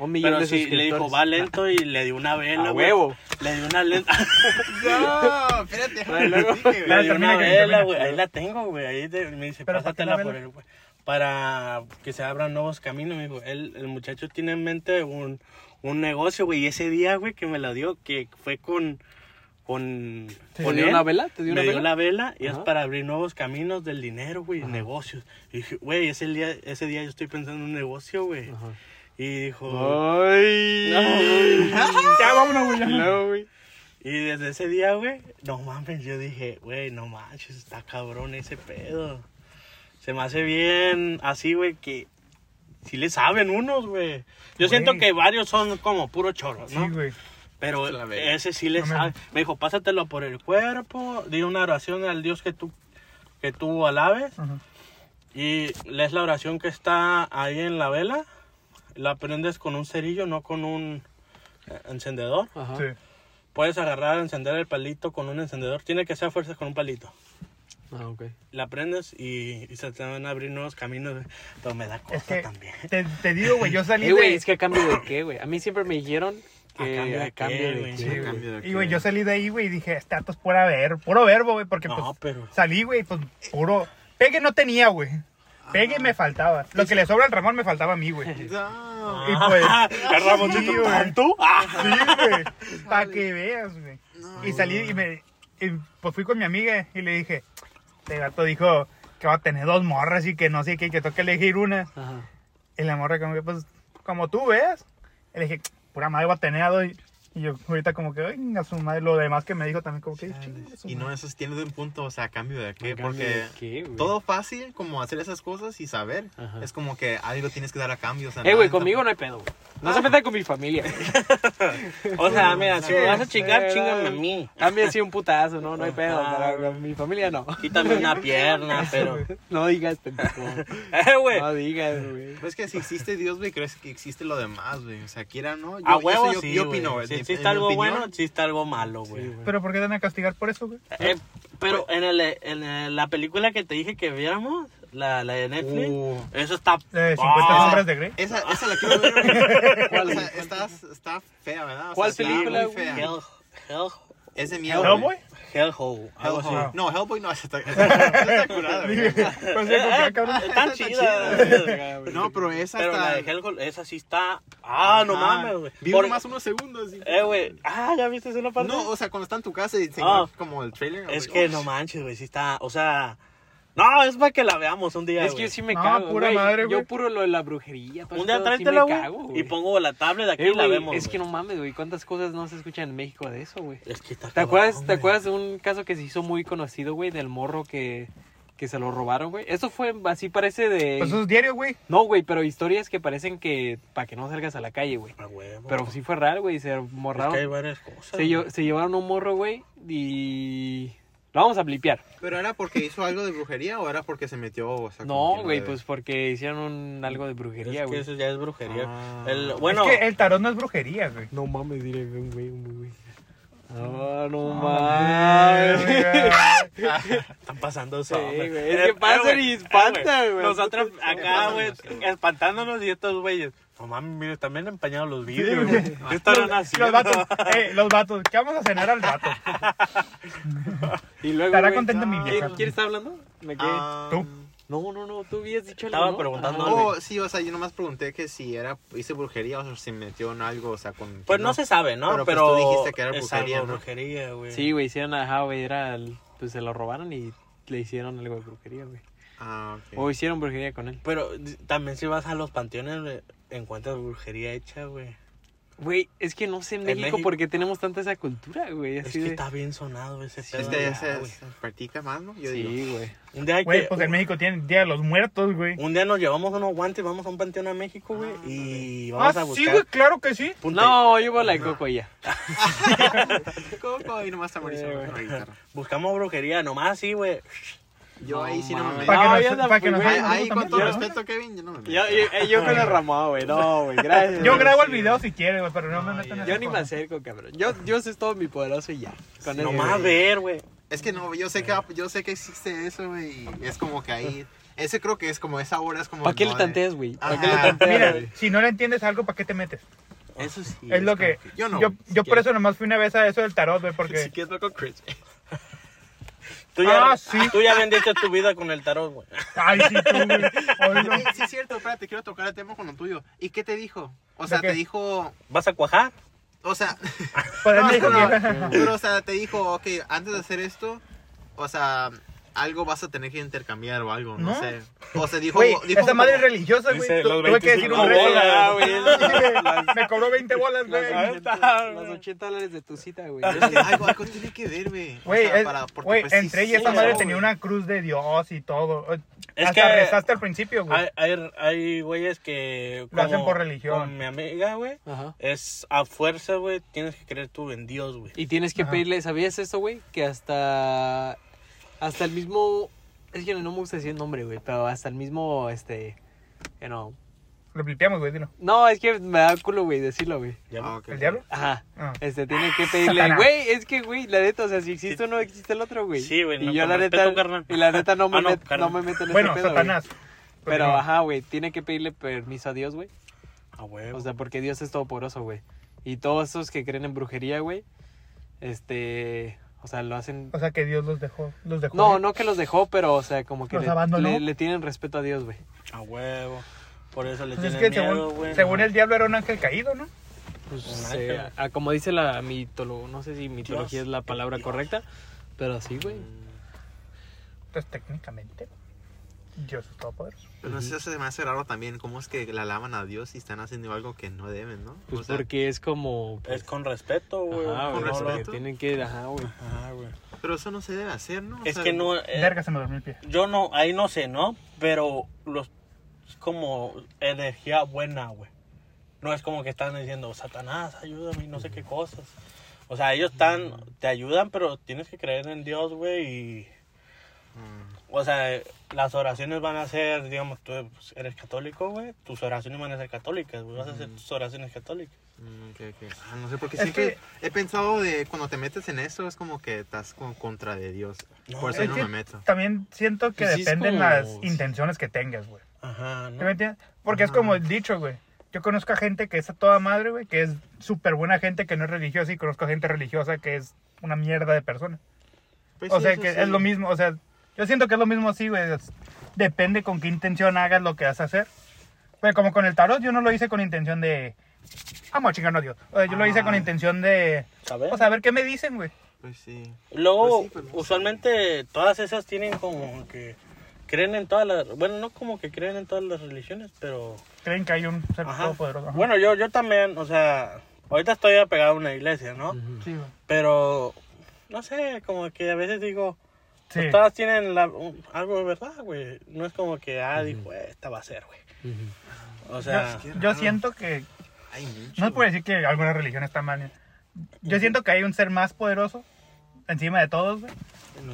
[SPEAKER 1] Un millón
[SPEAKER 3] Pero
[SPEAKER 1] de
[SPEAKER 3] sí, le dijo,
[SPEAKER 1] suscriptores.
[SPEAKER 3] va lento y le dio una vela.
[SPEAKER 1] A
[SPEAKER 3] güey.
[SPEAKER 1] huevo.
[SPEAKER 3] Le dio una
[SPEAKER 4] <laughs>
[SPEAKER 3] lenta. <laughs>
[SPEAKER 2] No, espérate,
[SPEAKER 1] <laughs>
[SPEAKER 2] déjame
[SPEAKER 1] Luego-
[SPEAKER 2] decir que, güey.
[SPEAKER 3] Le dio
[SPEAKER 4] termina
[SPEAKER 3] una
[SPEAKER 4] que
[SPEAKER 3] vela,
[SPEAKER 4] termina.
[SPEAKER 3] güey. Ahí la tengo, güey. Ahí de- me dice,
[SPEAKER 4] Pero ¿para qué la
[SPEAKER 3] pásatela por
[SPEAKER 4] vela?
[SPEAKER 3] él, güey. Para que se abran nuevos caminos, me dijo. Él, el muchacho tiene en mente un, un negocio, güey. Y ese día, güey, que me la dio, que fue con. con,
[SPEAKER 1] ¿Te
[SPEAKER 3] con
[SPEAKER 1] dio
[SPEAKER 3] él,
[SPEAKER 1] una vela? ¿Te dio una
[SPEAKER 3] me dio
[SPEAKER 1] vela?
[SPEAKER 3] la vela y es
[SPEAKER 1] Ajá.
[SPEAKER 3] para abrir nuevos caminos del dinero, güey, negocios. Y dije, güey, ese día, ese día yo estoy pensando en un negocio, güey.
[SPEAKER 1] Ajá.
[SPEAKER 3] Y dijo,
[SPEAKER 1] Ay.
[SPEAKER 4] Ya, vámonos, güey. ya.
[SPEAKER 1] <laughs> No, güey.
[SPEAKER 3] Y desde ese día, güey, no mames, yo dije, güey, no manches, está cabrón ese pedo. Se me hace bien así, güey, que sí le saben unos, güey. Yo
[SPEAKER 4] Güey.
[SPEAKER 3] siento que varios son como puro chorro,
[SPEAKER 4] Sí,
[SPEAKER 3] ¿no?
[SPEAKER 4] güey.
[SPEAKER 3] Pero
[SPEAKER 2] La verga.
[SPEAKER 3] ese sí le
[SPEAKER 4] No
[SPEAKER 3] sabe.
[SPEAKER 4] mames.
[SPEAKER 3] Me dijo, pásatelo por el cuerpo, di una oración al Dios que tú, que tú alabes
[SPEAKER 4] Ajá.
[SPEAKER 3] y lees la oración que está ahí en la vela. La prendes con un cerillo, no con un eh, encendedor.
[SPEAKER 1] Ajá.
[SPEAKER 4] Sí.
[SPEAKER 3] Puedes agarrar, encender el palito con un encendedor. Tiene que ser a fuerzas con un palito.
[SPEAKER 1] Ah, ok.
[SPEAKER 3] La prendes y, y se te van a abrir nuevos caminos. güey. Pero me da cosa
[SPEAKER 4] Es que
[SPEAKER 2] <laughs>
[SPEAKER 3] también.
[SPEAKER 4] te, te digo, güey, yo
[SPEAKER 1] <laughs>
[SPEAKER 4] salí
[SPEAKER 1] Eh, güey,
[SPEAKER 4] de...
[SPEAKER 1] es que a cambio de qué, güey. A mí siempre me dijeron
[SPEAKER 3] ¿A cambio
[SPEAKER 1] que
[SPEAKER 3] de
[SPEAKER 1] a cambio
[SPEAKER 3] qué,
[SPEAKER 1] de
[SPEAKER 3] güey?
[SPEAKER 1] qué,
[SPEAKER 3] Sí,
[SPEAKER 1] güey.
[SPEAKER 2] cambio de
[SPEAKER 4] Y, güey,
[SPEAKER 2] que-
[SPEAKER 4] yo salí de ahí, güey, y dije, este dato es pura ver, puro verbo, güey, porque
[SPEAKER 3] No,
[SPEAKER 4] pues,
[SPEAKER 3] pero-
[SPEAKER 4] salí, güey, pues, puro... Pegue no tenía, güey. Pegue me faltaba. Lo que le sobra al Ramón me faltaba a mí, güey. Y
[SPEAKER 2] No,
[SPEAKER 4] pues.
[SPEAKER 3] El Ramoncito
[SPEAKER 4] Sí, güey.
[SPEAKER 3] tanto. Ah.
[SPEAKER 4] Sí, güey. Para que veas, güey. Y salí y me. y, pues fui con mi amiga y le dije: Este gato dijo que va a tener dos morras y que no sé qué, y que toca elegir una. Y la morra, como que, pues, como tú ves. Y le dije: Pura madre, va a tener a dos. Y yo, ahorita, como que, ay, a su madre. Lo demás que me dijo también, como que, "Chinga su
[SPEAKER 2] Y no, eso es- tiene un punto, o sea, a cambio de qué,
[SPEAKER 1] ¿A cambio
[SPEAKER 2] porque
[SPEAKER 1] de qué, güey?
[SPEAKER 2] todo fácil, como hacer esas cosas y saber,
[SPEAKER 1] Ajá.
[SPEAKER 2] es como que algo tienes que dar a cambio. O sea,
[SPEAKER 1] Eh, güey,
[SPEAKER 2] nada,
[SPEAKER 1] conmigo no hay pedo. güey. No
[SPEAKER 3] Ah.
[SPEAKER 1] se meta con mi
[SPEAKER 3] <laughs>
[SPEAKER 1] familia.
[SPEAKER 3] O sea, mira, si me vas a
[SPEAKER 1] Eh,
[SPEAKER 3] chingar, chingame a mí.
[SPEAKER 1] A mí sí un putazo, ¿no? No hay pedo.
[SPEAKER 3] Ah.
[SPEAKER 1] Para con mi familia no. <laughs>
[SPEAKER 3] Quítame una pierna, pero.
[SPEAKER 1] No digas, pendejo.
[SPEAKER 3] <laughs> Eh,
[SPEAKER 2] Ah,
[SPEAKER 3] güey.
[SPEAKER 1] No digas, güey.
[SPEAKER 2] Pues que si existe Dios, güey, crees que existe lo demás, güey. O sea, quiera o no. Yo,
[SPEAKER 3] A
[SPEAKER 2] yo-
[SPEAKER 3] huevo,
[SPEAKER 2] yo,
[SPEAKER 3] sí.
[SPEAKER 2] yo
[SPEAKER 3] güey.
[SPEAKER 2] opino, güey.
[SPEAKER 3] Si
[SPEAKER 2] En- en
[SPEAKER 3] existe
[SPEAKER 2] mi
[SPEAKER 3] algo
[SPEAKER 2] opinión,
[SPEAKER 3] bueno, existe algo malo,
[SPEAKER 1] Sí,
[SPEAKER 3] güey.
[SPEAKER 1] güey.
[SPEAKER 4] ¿Pero por qué te van a castigar por eso, güey?
[SPEAKER 3] Eh, pero en, el, en el- la película que te dije que viéramos, la, la de Netflix,
[SPEAKER 2] Uh.
[SPEAKER 3] eso está.
[SPEAKER 4] Eh, 50
[SPEAKER 3] Ah,
[SPEAKER 4] sombras de Grey.
[SPEAKER 2] Esa, esa la quiero ver. güey.
[SPEAKER 3] <laughs>
[SPEAKER 1] ¿Cuál,
[SPEAKER 2] O sea,
[SPEAKER 1] güey?
[SPEAKER 2] está, está fea, ¿verdad? O
[SPEAKER 1] ¿Cuál
[SPEAKER 2] sea, está
[SPEAKER 1] película,
[SPEAKER 2] muy fea.
[SPEAKER 3] Hell, hell,
[SPEAKER 2] Es de miedo. güey.
[SPEAKER 4] ¿Hellboy?
[SPEAKER 3] hellhole. algo así.
[SPEAKER 2] Hellboy. No, Hellboy no. Esa
[SPEAKER 3] <laughs>
[SPEAKER 2] está, esa está curada, güey.
[SPEAKER 4] Dije, <laughs> pues, sí, como que, ah, cabrón.
[SPEAKER 3] Eh, Está
[SPEAKER 2] Está
[SPEAKER 3] chida. <laughs>
[SPEAKER 2] No, pero esa
[SPEAKER 3] Pero
[SPEAKER 2] está...
[SPEAKER 3] la de Hellhole, esa sí está. Ah, no
[SPEAKER 2] Ajá.
[SPEAKER 3] mames, güey.
[SPEAKER 2] Vi
[SPEAKER 3] Por-
[SPEAKER 2] más unos segundos. y-
[SPEAKER 3] Eh, güey. Ah, ¿ya viste esa parte?
[SPEAKER 2] No, o sea, cuando está en tu casa y se
[SPEAKER 3] Ah.
[SPEAKER 2] como el trailer.
[SPEAKER 3] es
[SPEAKER 2] güey.
[SPEAKER 3] que no manches, güey. Sí está. O sea. No, es para que la veamos un día.
[SPEAKER 1] Es que
[SPEAKER 3] güey.
[SPEAKER 1] yo sí me
[SPEAKER 4] No,
[SPEAKER 1] cago.
[SPEAKER 4] pura
[SPEAKER 1] güey.
[SPEAKER 4] madre, güey.
[SPEAKER 1] Yo puro lo de la brujería.
[SPEAKER 3] Un día
[SPEAKER 1] tráetela,
[SPEAKER 3] tráetela, güey. Y pongo la tablet aquí y la vemos.
[SPEAKER 1] Eh, Es que
[SPEAKER 3] güey.
[SPEAKER 1] no mames, güey. ¿Cuántas cosas no se escuchan en México de eso, güey?
[SPEAKER 3] Es que está
[SPEAKER 1] ¿Te acuerdas,
[SPEAKER 3] cabrón,
[SPEAKER 1] ¿Te
[SPEAKER 3] güey.
[SPEAKER 1] acuerdas de un caso que se hizo muy conocido, güey? Del morro que, que se lo robaron, güey. Eso fue así, parece de.
[SPEAKER 4] Pues eso es diario, güey.
[SPEAKER 1] No, güey, pero historias que parecen que. para que no salgas a la calle, güey.
[SPEAKER 3] Ah, huevo.
[SPEAKER 1] Pero sí fue real, güey. Se
[SPEAKER 3] Es
[SPEAKER 1] morraron.
[SPEAKER 3] que hay varias cosas.
[SPEAKER 1] se, lle- se llevaron un morro, güey. Y. Lo vamos a blipear.
[SPEAKER 2] ¿Pero era porque hizo algo de brujería o era porque se metió? O sea, como que
[SPEAKER 1] No,
[SPEAKER 2] la
[SPEAKER 1] güey,
[SPEAKER 2] de-
[SPEAKER 1] pues porque hicieron un, algo de brujería,
[SPEAKER 3] Es que
[SPEAKER 1] güey.
[SPEAKER 3] eso ya es brujería.
[SPEAKER 2] Ah.
[SPEAKER 3] El- bueno,
[SPEAKER 4] Es que el tarot no es brujería, güey.
[SPEAKER 1] No mames, diré, güey, güey, güey. Ah, no
[SPEAKER 4] Ay,
[SPEAKER 1] mames.
[SPEAKER 4] güey.
[SPEAKER 3] están Eh, pasando
[SPEAKER 1] Sí, güey, es que pasan y espantan, güey.
[SPEAKER 3] Nosotros acá,
[SPEAKER 2] Sí,
[SPEAKER 3] güey,
[SPEAKER 2] sí.
[SPEAKER 3] espantándonos y estos güeyes. No mames, mire, también empañados los vidrios,
[SPEAKER 4] güey.
[SPEAKER 3] güey. ¿Qué estarán
[SPEAKER 4] Los
[SPEAKER 3] haciendo?
[SPEAKER 4] vatos, eh, los vatos, ¿qué vamos a cenar al rato?
[SPEAKER 1] Y luego,
[SPEAKER 4] Estará
[SPEAKER 1] güey,
[SPEAKER 4] contenta mi
[SPEAKER 1] ¿quién-
[SPEAKER 4] vieja.
[SPEAKER 1] ¿Quién está hablando? ¿Me quedé?
[SPEAKER 2] Ah,
[SPEAKER 4] ¿Tú?
[SPEAKER 1] No, no, no, tú habías dicho algo.
[SPEAKER 3] Estaba
[SPEAKER 1] ¿no?
[SPEAKER 3] preguntando
[SPEAKER 1] Ah,
[SPEAKER 3] algo.
[SPEAKER 2] Oh, sí, o sea, yo nomás pregunté que si era, hice brujería o si se metió en algo, o sea, con...
[SPEAKER 3] Pues no se sabe, ¿no?
[SPEAKER 2] Pero,
[SPEAKER 3] Pero,
[SPEAKER 2] pues, tú dijiste que era
[SPEAKER 3] es
[SPEAKER 2] brujería,
[SPEAKER 3] algo
[SPEAKER 2] ¿no?
[SPEAKER 3] brujería, güey.
[SPEAKER 1] Sí, güey, hicieron ajá, güey, era el- pues se lo robaron y le hicieron algo de brujería, güey.
[SPEAKER 2] Ah, ok.
[SPEAKER 1] O hicieron brujería con él.
[SPEAKER 3] Pero d- también si vas a los panteones, güey, encuentras brujería hecha, güey.
[SPEAKER 1] Güey, es que no sé en
[SPEAKER 3] En
[SPEAKER 1] México,
[SPEAKER 3] México-
[SPEAKER 1] por qué tenemos tanta esa cultura, güey,
[SPEAKER 3] Es
[SPEAKER 1] así
[SPEAKER 3] que
[SPEAKER 1] de...
[SPEAKER 3] está bien sonado ese
[SPEAKER 1] Sí,
[SPEAKER 3] pedo.
[SPEAKER 2] Es que ya
[SPEAKER 3] ya,
[SPEAKER 2] se,
[SPEAKER 3] güey.
[SPEAKER 2] se practica más, ¿no? Yo digo.
[SPEAKER 1] Sí, güey.
[SPEAKER 3] Un día hay
[SPEAKER 4] Güey,
[SPEAKER 3] que-
[SPEAKER 4] pues en México tienen Día de los Muertos, güey.
[SPEAKER 3] Un día nos llevamos unos guantes, vamos a un panteón a México, güey, y
[SPEAKER 4] Ah,
[SPEAKER 3] vamos a
[SPEAKER 4] sí,
[SPEAKER 3] buscar.
[SPEAKER 4] güey, claro que sí.
[SPEAKER 3] Punta-
[SPEAKER 1] No, yo voy a la de coco ya.
[SPEAKER 2] Coco, y nomás está Mauricio
[SPEAKER 1] Eh,
[SPEAKER 2] con
[SPEAKER 1] <laughs>
[SPEAKER 2] la guitarra.
[SPEAKER 3] Buscamos brujería, nomás sí, güey.
[SPEAKER 2] Yo
[SPEAKER 1] No
[SPEAKER 2] ahí sí no me
[SPEAKER 1] mames.
[SPEAKER 2] meto.
[SPEAKER 4] Para
[SPEAKER 1] No,
[SPEAKER 4] que
[SPEAKER 1] yo
[SPEAKER 4] nos, para que nos
[SPEAKER 1] tampoco,
[SPEAKER 2] Ahí,
[SPEAKER 1] güey,
[SPEAKER 4] hagan
[SPEAKER 2] ahí,
[SPEAKER 4] algo
[SPEAKER 2] con
[SPEAKER 4] también,
[SPEAKER 2] todo
[SPEAKER 4] ¿no?
[SPEAKER 2] respeto, Kevin, yo no me meto.
[SPEAKER 1] Yo, yo, eh, yo con el Ramón, güey, no,
[SPEAKER 4] <laughs>
[SPEAKER 1] güey, gracias.
[SPEAKER 4] Yo
[SPEAKER 1] güey.
[SPEAKER 4] grabo el video si quieren, güey, pero no me metan en
[SPEAKER 1] Yo
[SPEAKER 4] esa
[SPEAKER 1] ni me
[SPEAKER 4] cosa.
[SPEAKER 1] acerco, cabrón. Yo, Dios es todo mi poderoso y ya. Con eso,
[SPEAKER 3] Nomás
[SPEAKER 1] güey.
[SPEAKER 3] ver, güey.
[SPEAKER 2] Es que no, yo sé que, yo sé que existe eso, güey, y es como que ahí... Ese creo que es como esa hora, es como...
[SPEAKER 1] ¿Para qué le
[SPEAKER 2] no, de-
[SPEAKER 1] tanteas, güey? ¿Para
[SPEAKER 2] eh. Ajá.
[SPEAKER 1] qué le tanteas?
[SPEAKER 4] Mira,
[SPEAKER 1] güey?
[SPEAKER 4] si no le entiendes algo, ¿para qué te metes?
[SPEAKER 3] Eso sí.
[SPEAKER 4] es lo que...
[SPEAKER 2] Yo no.
[SPEAKER 4] Yo,
[SPEAKER 2] güey.
[SPEAKER 4] yo por eso nomás fui una vez a eso del tarot, güey, porque...
[SPEAKER 2] Si quieres, va con Chris.
[SPEAKER 3] Tú ya,
[SPEAKER 4] Ah, sí.
[SPEAKER 3] tú ya vendiste tu vida con el tarot, güey.
[SPEAKER 4] Ay, sí, tú, güey. Ay, no.
[SPEAKER 2] <laughs> Sí, sí, es cierto, espérate, quiero tocar el tema con lo tuyo. ¿Y qué te dijo? O
[SPEAKER 4] ¿De
[SPEAKER 2] sea,
[SPEAKER 4] qué?
[SPEAKER 2] te dijo.
[SPEAKER 3] ¿Vas a cuajar?
[SPEAKER 2] O sea.
[SPEAKER 4] Pues él
[SPEAKER 2] no,
[SPEAKER 4] me dijo
[SPEAKER 2] no,
[SPEAKER 4] que-
[SPEAKER 2] pero, o sea, te dijo, ok, antes de hacer esto, o sea, algo vas a tener que intercambiar o algo, no,
[SPEAKER 4] ¿No?
[SPEAKER 2] sé. O sea, dijo.
[SPEAKER 4] Güey,
[SPEAKER 2] dijo
[SPEAKER 4] esa madre es
[SPEAKER 2] como-
[SPEAKER 4] religiosa, güey.
[SPEAKER 3] Dice,
[SPEAKER 4] Tu-
[SPEAKER 3] los
[SPEAKER 4] Tuve que decir
[SPEAKER 3] 25
[SPEAKER 4] un reto.
[SPEAKER 3] bolas.
[SPEAKER 1] Ah,
[SPEAKER 4] <laughs>
[SPEAKER 1] güey, las-
[SPEAKER 4] Me cobró 20 bolas, güey.
[SPEAKER 1] Las
[SPEAKER 3] está,
[SPEAKER 1] 80,
[SPEAKER 3] güey.
[SPEAKER 1] los 80 dólares de tu cita, güey.
[SPEAKER 2] Es que algo, algo tiene que ver, güey. O
[SPEAKER 4] Güey,
[SPEAKER 2] sea,
[SPEAKER 4] es-
[SPEAKER 2] para- porque,
[SPEAKER 4] güey,
[SPEAKER 2] pues, sí,
[SPEAKER 4] entré y
[SPEAKER 2] sí,
[SPEAKER 4] esa madre
[SPEAKER 2] no,
[SPEAKER 4] tenía
[SPEAKER 2] güey.
[SPEAKER 4] una cruz de Dios y todo.
[SPEAKER 3] Es
[SPEAKER 4] Hasta
[SPEAKER 3] que-
[SPEAKER 4] rezaste al principio, güey.
[SPEAKER 3] Hay, hay, hay güeyes que.
[SPEAKER 4] Lo hacen por religión.
[SPEAKER 3] Con mi amiga, güey.
[SPEAKER 1] Ajá.
[SPEAKER 3] Es a fuerza, güey. Tienes que creer tú en Dios, güey.
[SPEAKER 1] Y tienes que
[SPEAKER 4] Ajá.
[SPEAKER 1] pedirle, ¿sabías esto, güey? Que hasta hasta el mismo es que no me gusta decir el nombre, güey, pero hasta el mismo este you know.
[SPEAKER 4] Lo limpiamos, güey, dilo.
[SPEAKER 1] No, es que me da culo, güey, decirlo, güey.
[SPEAKER 3] Ya,
[SPEAKER 2] Ah, ok.
[SPEAKER 4] ¿El diablo?
[SPEAKER 1] Ajá.
[SPEAKER 4] Ah.
[SPEAKER 1] Este tiene
[SPEAKER 4] <laughs>
[SPEAKER 1] que pedirle,
[SPEAKER 4] Satanás.
[SPEAKER 1] güey, es que güey, la neta, o sea, si existe uno existe el otro, güey.
[SPEAKER 3] Sí, güey,
[SPEAKER 1] Y
[SPEAKER 3] no,
[SPEAKER 1] yo
[SPEAKER 3] con
[SPEAKER 1] la
[SPEAKER 3] respeto,
[SPEAKER 1] neta
[SPEAKER 3] carnal.
[SPEAKER 1] y la neta no me
[SPEAKER 3] Ah, no,
[SPEAKER 1] met- no,
[SPEAKER 3] carnal.
[SPEAKER 1] me meto en ese
[SPEAKER 4] Bueno,
[SPEAKER 1] pedo, güey.
[SPEAKER 4] Satanás. Pues
[SPEAKER 1] Pero
[SPEAKER 4] Continúa.
[SPEAKER 1] ajá, güey, tiene que pedirle permiso a Dios, güey.
[SPEAKER 3] A huevo.
[SPEAKER 1] O sea, porque Dios es todopoderoso, güey. Y todos esos que creen en brujería, güey, este, O sea, lo hacen...
[SPEAKER 4] O sea, que Dios los dejó. Los dejó
[SPEAKER 1] No, no que los dejó, pero, o sea, como que
[SPEAKER 4] Los
[SPEAKER 1] le-
[SPEAKER 4] abandonó.
[SPEAKER 1] le- le tienen respeto a Dios, güey.
[SPEAKER 3] A huevo. Por eso le
[SPEAKER 4] Pues es
[SPEAKER 3] tienen
[SPEAKER 4] que
[SPEAKER 3] miedo,
[SPEAKER 4] según,
[SPEAKER 3] güey.
[SPEAKER 4] según el diablo era un ángel caído, ¿no?
[SPEAKER 1] Pues,
[SPEAKER 3] Un
[SPEAKER 1] sí,
[SPEAKER 3] ángel.
[SPEAKER 1] a- a- como dice la mitología, no sé si mitología
[SPEAKER 3] Dios,
[SPEAKER 1] es la palabra
[SPEAKER 3] Dios. Mm,
[SPEAKER 1] correcta, pero sí, güey.
[SPEAKER 4] Entonces, técnicamente, Dios es todopoderoso.
[SPEAKER 2] Pero eso se me hace raro también. ¿Cómo es que la alaban a Dios y están haciendo algo que no deben, no?
[SPEAKER 1] Pues
[SPEAKER 2] O sea,
[SPEAKER 1] porque es como... pues,
[SPEAKER 3] Es con respeto, güey.
[SPEAKER 1] ajá,
[SPEAKER 2] con
[SPEAKER 1] güey, porque
[SPEAKER 2] respeto.
[SPEAKER 1] tienen que... Ajá, güey.
[SPEAKER 3] Ajá, güey.
[SPEAKER 2] Pero eso no se debe hacer, ¿no? O
[SPEAKER 3] Es
[SPEAKER 2] sea,
[SPEAKER 3] que no. eh,
[SPEAKER 4] Verga, se me durmió el pie.
[SPEAKER 3] yo no, ahí no sé, ¿no? Pero los. Es como energía buena, güey. No es como que están diciendo, Satanás, ayúdame, y no sé qué cosas. O sea, ellos están, te ayudan, pero tienes que creer en Dios, güey, y
[SPEAKER 2] mm,
[SPEAKER 3] O sea, eh, las oraciones van a ser, digamos, tú pues, eres católico, güey. Tus oraciones van a ser católicas, güey. Vas a hacer
[SPEAKER 2] Ujú.
[SPEAKER 3] tus oraciones católicas.
[SPEAKER 2] mm, ok, ok. Ah, no sé, porque
[SPEAKER 4] Es
[SPEAKER 2] siempre he pensado de cuando te metes en eso es como que estás con, contra de Dios.
[SPEAKER 3] No,
[SPEAKER 2] Por eso
[SPEAKER 4] es
[SPEAKER 2] no
[SPEAKER 4] que-
[SPEAKER 2] me meto.
[SPEAKER 4] También siento que
[SPEAKER 1] Pues sí, es
[SPEAKER 4] dependen
[SPEAKER 1] como-
[SPEAKER 4] las intenciones que tengas, güey.
[SPEAKER 3] Ajá,
[SPEAKER 4] ¿Sí me entiendes? Porque es como el dicho, güey. Yo conozco a gente que es a toda madre, güey, que es súper buena gente que no es religiosa y conozco a gente religiosa que es una mierda de persona.
[SPEAKER 2] Pues
[SPEAKER 4] O
[SPEAKER 2] sí,
[SPEAKER 4] sea,
[SPEAKER 2] eso
[SPEAKER 4] que
[SPEAKER 2] sí.
[SPEAKER 4] es lo mismo, o sea, yo siento que es lo mismo así, güey. es- Depende con qué intención hagas lo que vas a hacer. Güey, como con el tarot, yo no lo hice con intención de... Vamos a chingarnos, Dios. O sea, yo lo hice
[SPEAKER 3] Ah.
[SPEAKER 4] con intención de...
[SPEAKER 3] ¿Sabes?
[SPEAKER 4] O sea, a ver qué me dicen, güey.
[SPEAKER 2] Pues sí.
[SPEAKER 3] Luego,
[SPEAKER 2] pues sí, pues no sé.
[SPEAKER 3] usualmente, todas esas tienen como que... Creen en todas las... Bueno, no como que creen en todas las religiones, pero...
[SPEAKER 4] Creen que hay un ser
[SPEAKER 3] Ajá.
[SPEAKER 4] todopoderoso. Ajá.
[SPEAKER 3] Bueno, yo, yo también, o sea... Ahorita estoy apegado a una iglesia, ¿no?
[SPEAKER 4] sí, güey.
[SPEAKER 3] Pero... No sé, como que a veces digo...
[SPEAKER 4] Sí.
[SPEAKER 3] pues, todas tienen la- un- algo de verdad, güey. No es como que, ah, dijo, "Eh, esta va a ser, güey. O sea...
[SPEAKER 4] yo, yo siento que...
[SPEAKER 2] Hay mucho.
[SPEAKER 4] No se puede decir que alguna religión está mal. ¿eh? Yo siento que hay un ser más poderoso encima de todos, güey.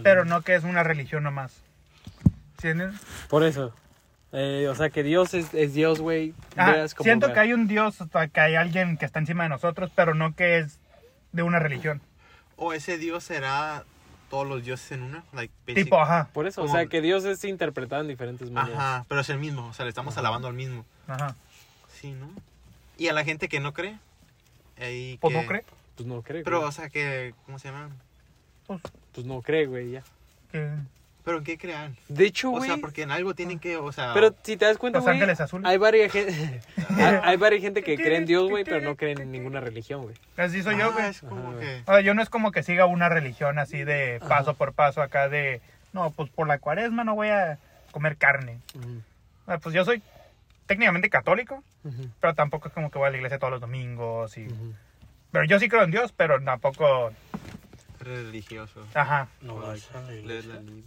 [SPEAKER 4] Pero no que es una religión nomás. ¿Entienden?
[SPEAKER 1] Por eso. Eh, o sea, que Dios es, es Dios, güey.
[SPEAKER 4] Ajá,
[SPEAKER 1] Veas como
[SPEAKER 4] Ah, siento
[SPEAKER 1] veas.
[SPEAKER 4] que hay un Dios, o sea, que hay alguien que está encima de nosotros, pero no que es de una religión.
[SPEAKER 2] O ese Dios será todos los dioses en una. Like, basic-
[SPEAKER 4] Tipo, ajá,
[SPEAKER 1] Por eso, o
[SPEAKER 2] como-
[SPEAKER 1] sea, que Dios es interpretado en diferentes maneras.
[SPEAKER 2] Ajá, pero es el mismo. O sea, le estamos alabando al mismo.
[SPEAKER 4] ajá.
[SPEAKER 2] Sí, ¿no? Y a la gente que no cree. ahí
[SPEAKER 4] Pues no
[SPEAKER 2] que-
[SPEAKER 4] cree.
[SPEAKER 1] Pues no cree,
[SPEAKER 2] Pero,
[SPEAKER 1] güey.
[SPEAKER 2] o sea, que. ¿Cómo se llama?
[SPEAKER 4] Pues,
[SPEAKER 1] Pues no cree, güey, ya.
[SPEAKER 4] que
[SPEAKER 2] ¿Pero en qué crean?
[SPEAKER 1] De hecho,
[SPEAKER 2] O
[SPEAKER 1] güey...
[SPEAKER 2] sea, porque en algo tienen que. O sea.
[SPEAKER 1] Ah. Pero si te das cuenta,
[SPEAKER 4] Los
[SPEAKER 1] güey,
[SPEAKER 4] Ángeles Azules.
[SPEAKER 1] hay varias gente, <laughs> hay, hay varias gente que cree en Dios, güey, pero no cree en ninguna religión, güey.
[SPEAKER 4] así soy
[SPEAKER 2] Ah,
[SPEAKER 4] yo, güey.
[SPEAKER 2] Es como
[SPEAKER 1] Ajá,
[SPEAKER 2] que.
[SPEAKER 4] O sea, yo no es como que siga una religión así de paso por paso acá de, no, pues por la cuaresma no voy a comer carne.
[SPEAKER 1] Ujú,
[SPEAKER 4] Ah, pues yo soy técnicamente católico,
[SPEAKER 1] ujú,
[SPEAKER 4] pero tampoco es como que voy a la iglesia todos los domingos. Y...
[SPEAKER 1] ujú.
[SPEAKER 4] Pero yo sí creo en Dios, pero tampoco,
[SPEAKER 2] Religioso.
[SPEAKER 4] ajá.
[SPEAKER 3] No,
[SPEAKER 2] Ay,
[SPEAKER 3] es la iglesia.
[SPEAKER 2] Lees la Biblia.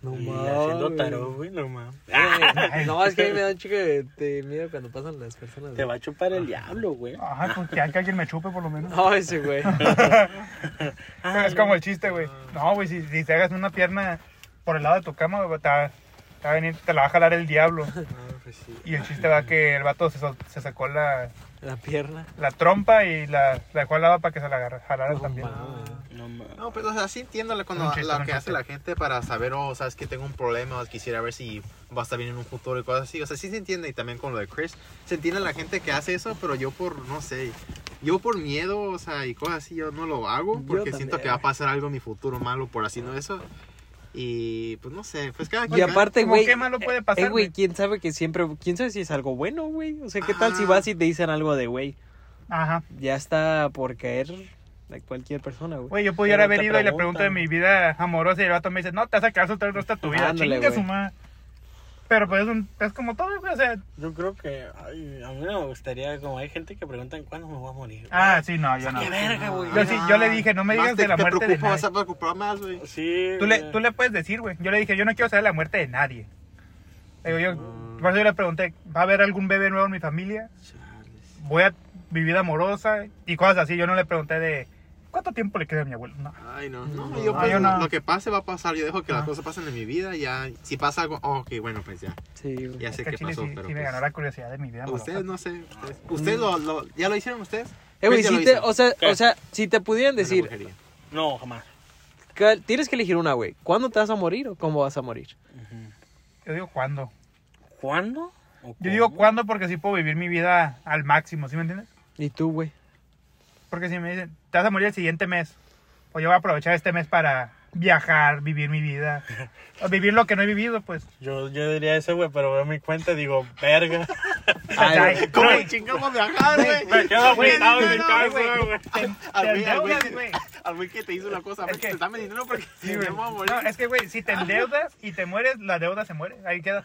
[SPEAKER 1] No
[SPEAKER 3] Y
[SPEAKER 1] mames.
[SPEAKER 3] haciendo
[SPEAKER 1] <laughs>
[SPEAKER 3] tarot, güey, no mames.
[SPEAKER 1] Eh, No, es que a mí me da un chico de, de miedo cuando pasan las personas.
[SPEAKER 3] Te
[SPEAKER 1] güey.
[SPEAKER 3] va a chupar el diablo, güey.
[SPEAKER 4] Ajá, pues que alguien me chupe por lo menos.
[SPEAKER 1] No, ese güey.
[SPEAKER 4] <laughs> es como el chiste, güey. No, güey, si, si te hagas una pierna por el lado de tu cama, güey, te, va- te va a venir, te la va a jalar el diablo.
[SPEAKER 2] Ah, pues sí.
[SPEAKER 4] Y el chiste va que el vato se, sol- se sacó la,
[SPEAKER 1] La pierna.
[SPEAKER 4] la trompa y la, la dejó al lado para que se la agarra- jalara
[SPEAKER 1] No
[SPEAKER 4] también.
[SPEAKER 1] mames.
[SPEAKER 3] No mames.
[SPEAKER 2] No, pero o sea, sí entiendo la- cuando
[SPEAKER 4] Un chiste,
[SPEAKER 2] lo
[SPEAKER 4] un
[SPEAKER 2] que hace
[SPEAKER 4] chiste.
[SPEAKER 2] la gente para saber, oh, o sabes que tengo un problema, o quisiera ver si va a estar bien en un futuro y cosas así. O sea, sí se entiende, y también con lo de Chris, se entiende la gente que hace eso, pero yo por, no sé, yo por miedo, o sea, y cosas así, yo no lo hago
[SPEAKER 1] Yo
[SPEAKER 2] porque siento
[SPEAKER 1] también.
[SPEAKER 2] que va a pasar algo en mi futuro malo por haciendo eso. Y pues no sé, pues cada
[SPEAKER 1] Y
[SPEAKER 2] quien-
[SPEAKER 1] aparte,
[SPEAKER 4] Como,
[SPEAKER 1] güey.
[SPEAKER 4] ¿qué malo puede
[SPEAKER 1] eh,
[SPEAKER 4] pasar,
[SPEAKER 1] eh, güey,
[SPEAKER 4] güey?
[SPEAKER 1] quién sabe que siempre. Quién sabe si es algo bueno, güey. O sea, ¿qué tal si
[SPEAKER 2] Ah.
[SPEAKER 1] vas y te dicen algo de, güey?
[SPEAKER 4] Ajá.
[SPEAKER 1] Ya está por caer de cualquier persona, güey.
[SPEAKER 4] Güey, yo pudiera
[SPEAKER 3] Pero te
[SPEAKER 4] haber ido y le pregunto de
[SPEAKER 3] preguntan.
[SPEAKER 4] mi vida amorosa y el vato me dice, no, te vas a quedar soltero el resto de tu vida.
[SPEAKER 1] Ándale,
[SPEAKER 4] Chinga
[SPEAKER 1] güey.
[SPEAKER 4] su madre. Pero pues es, un- es como todo, güey. O sea,
[SPEAKER 3] Yo creo que ay, a mí no me gustaría, como hay gente que pregunta cuándo me voy a morir.
[SPEAKER 4] ah, sí, no, yo no.
[SPEAKER 3] ¡Qué verga, güey!
[SPEAKER 4] Yo sí, yo le dije, no me
[SPEAKER 2] Más
[SPEAKER 4] digas
[SPEAKER 2] te-
[SPEAKER 4] de la
[SPEAKER 2] te
[SPEAKER 4] muerte de
[SPEAKER 2] preocupa, vas
[SPEAKER 4] nadie.
[SPEAKER 2] a preocupar más, güey.
[SPEAKER 3] Sí.
[SPEAKER 4] Tú le,
[SPEAKER 3] güey.
[SPEAKER 4] tú le puedes decir, güey. Yo le dije, yo no quiero saber la muerte de nadie. Le digo, yo, por eso yo le pregunté, ¿va a haber algún bebé nuevo en mi familia? Voy a mi vida amorosa y cosas así. Yo no le pregunté de, ¿cuánto tiempo le queda a mi abuelo? No.
[SPEAKER 2] Ay, no, no, yo,
[SPEAKER 4] no,
[SPEAKER 2] pues,
[SPEAKER 4] yo no.
[SPEAKER 2] lo que pase va a pasar, yo dejo que las
[SPEAKER 4] Ah.
[SPEAKER 2] cosas pasen en mi vida, ya, si pasa algo, oh, ok, bueno, pues ya,
[SPEAKER 1] Sí, güey.
[SPEAKER 2] ya
[SPEAKER 4] Es
[SPEAKER 2] sé
[SPEAKER 4] que
[SPEAKER 2] qué
[SPEAKER 4] Este Chile
[SPEAKER 2] pasó,
[SPEAKER 4] sí,
[SPEAKER 2] pero
[SPEAKER 4] sí me
[SPEAKER 2] pues-
[SPEAKER 4] ganó la curiosidad de mi vida amorosa.
[SPEAKER 2] Ustedes no sé. Ustedes, ustedes lo, lo- ¿Ya lo hicieron ustedes?
[SPEAKER 1] Eh, güey,
[SPEAKER 2] Chris ya
[SPEAKER 1] si
[SPEAKER 2] lo
[SPEAKER 1] te-
[SPEAKER 2] hizo.
[SPEAKER 1] o sea,
[SPEAKER 3] ¿Qué?
[SPEAKER 1] o sea, si te pudieran
[SPEAKER 2] Una
[SPEAKER 1] decir,
[SPEAKER 2] brujería.
[SPEAKER 3] No, jamás.
[SPEAKER 1] ¿cuál- tienes que elegir una, güey. ¿Cuándo te vas a morir o cómo vas a morir?
[SPEAKER 4] Yo digo, ¿cuándo?
[SPEAKER 3] ¿Cuándo? ¿O
[SPEAKER 4] Yo digo,
[SPEAKER 3] cómo?
[SPEAKER 4] ¿cuándo? Porque sí puedo vivir mi vida al máximo, ¿sí me entiendes?
[SPEAKER 1] ¿Y tú, güey?
[SPEAKER 4] Porque si me dicen, te vas a morir el siguiente mes. pues yo voy a aprovechar este mes para viajar, vivir mi vida. O vivir lo que no he vivido, pues.
[SPEAKER 3] Yo, yo diría eso, güey, pero veo mi cuenta y digo,
[SPEAKER 4] <laughs>
[SPEAKER 3] verga.
[SPEAKER 2] Ay, ¿Cómo
[SPEAKER 4] güey.
[SPEAKER 2] chingamos viajar,
[SPEAKER 3] Me <laughs>
[SPEAKER 2] güey?
[SPEAKER 3] quedo
[SPEAKER 4] Güey,
[SPEAKER 3] agüitado en mi
[SPEAKER 4] no,
[SPEAKER 3] casa,
[SPEAKER 4] güey.
[SPEAKER 3] güey.
[SPEAKER 4] Te-
[SPEAKER 2] Al
[SPEAKER 4] te
[SPEAKER 2] güey- al güey
[SPEAKER 4] endeudas,
[SPEAKER 2] que-
[SPEAKER 4] güey.
[SPEAKER 2] Al güey que te hizo una cosa,
[SPEAKER 4] que-
[SPEAKER 2] güey, dame dinero porque si
[SPEAKER 4] Sí,
[SPEAKER 2] me
[SPEAKER 4] güey.
[SPEAKER 2] voy a morir.
[SPEAKER 4] No, es que, güey, si te endeudas y te mueres, la deuda se muere. Ahí queda.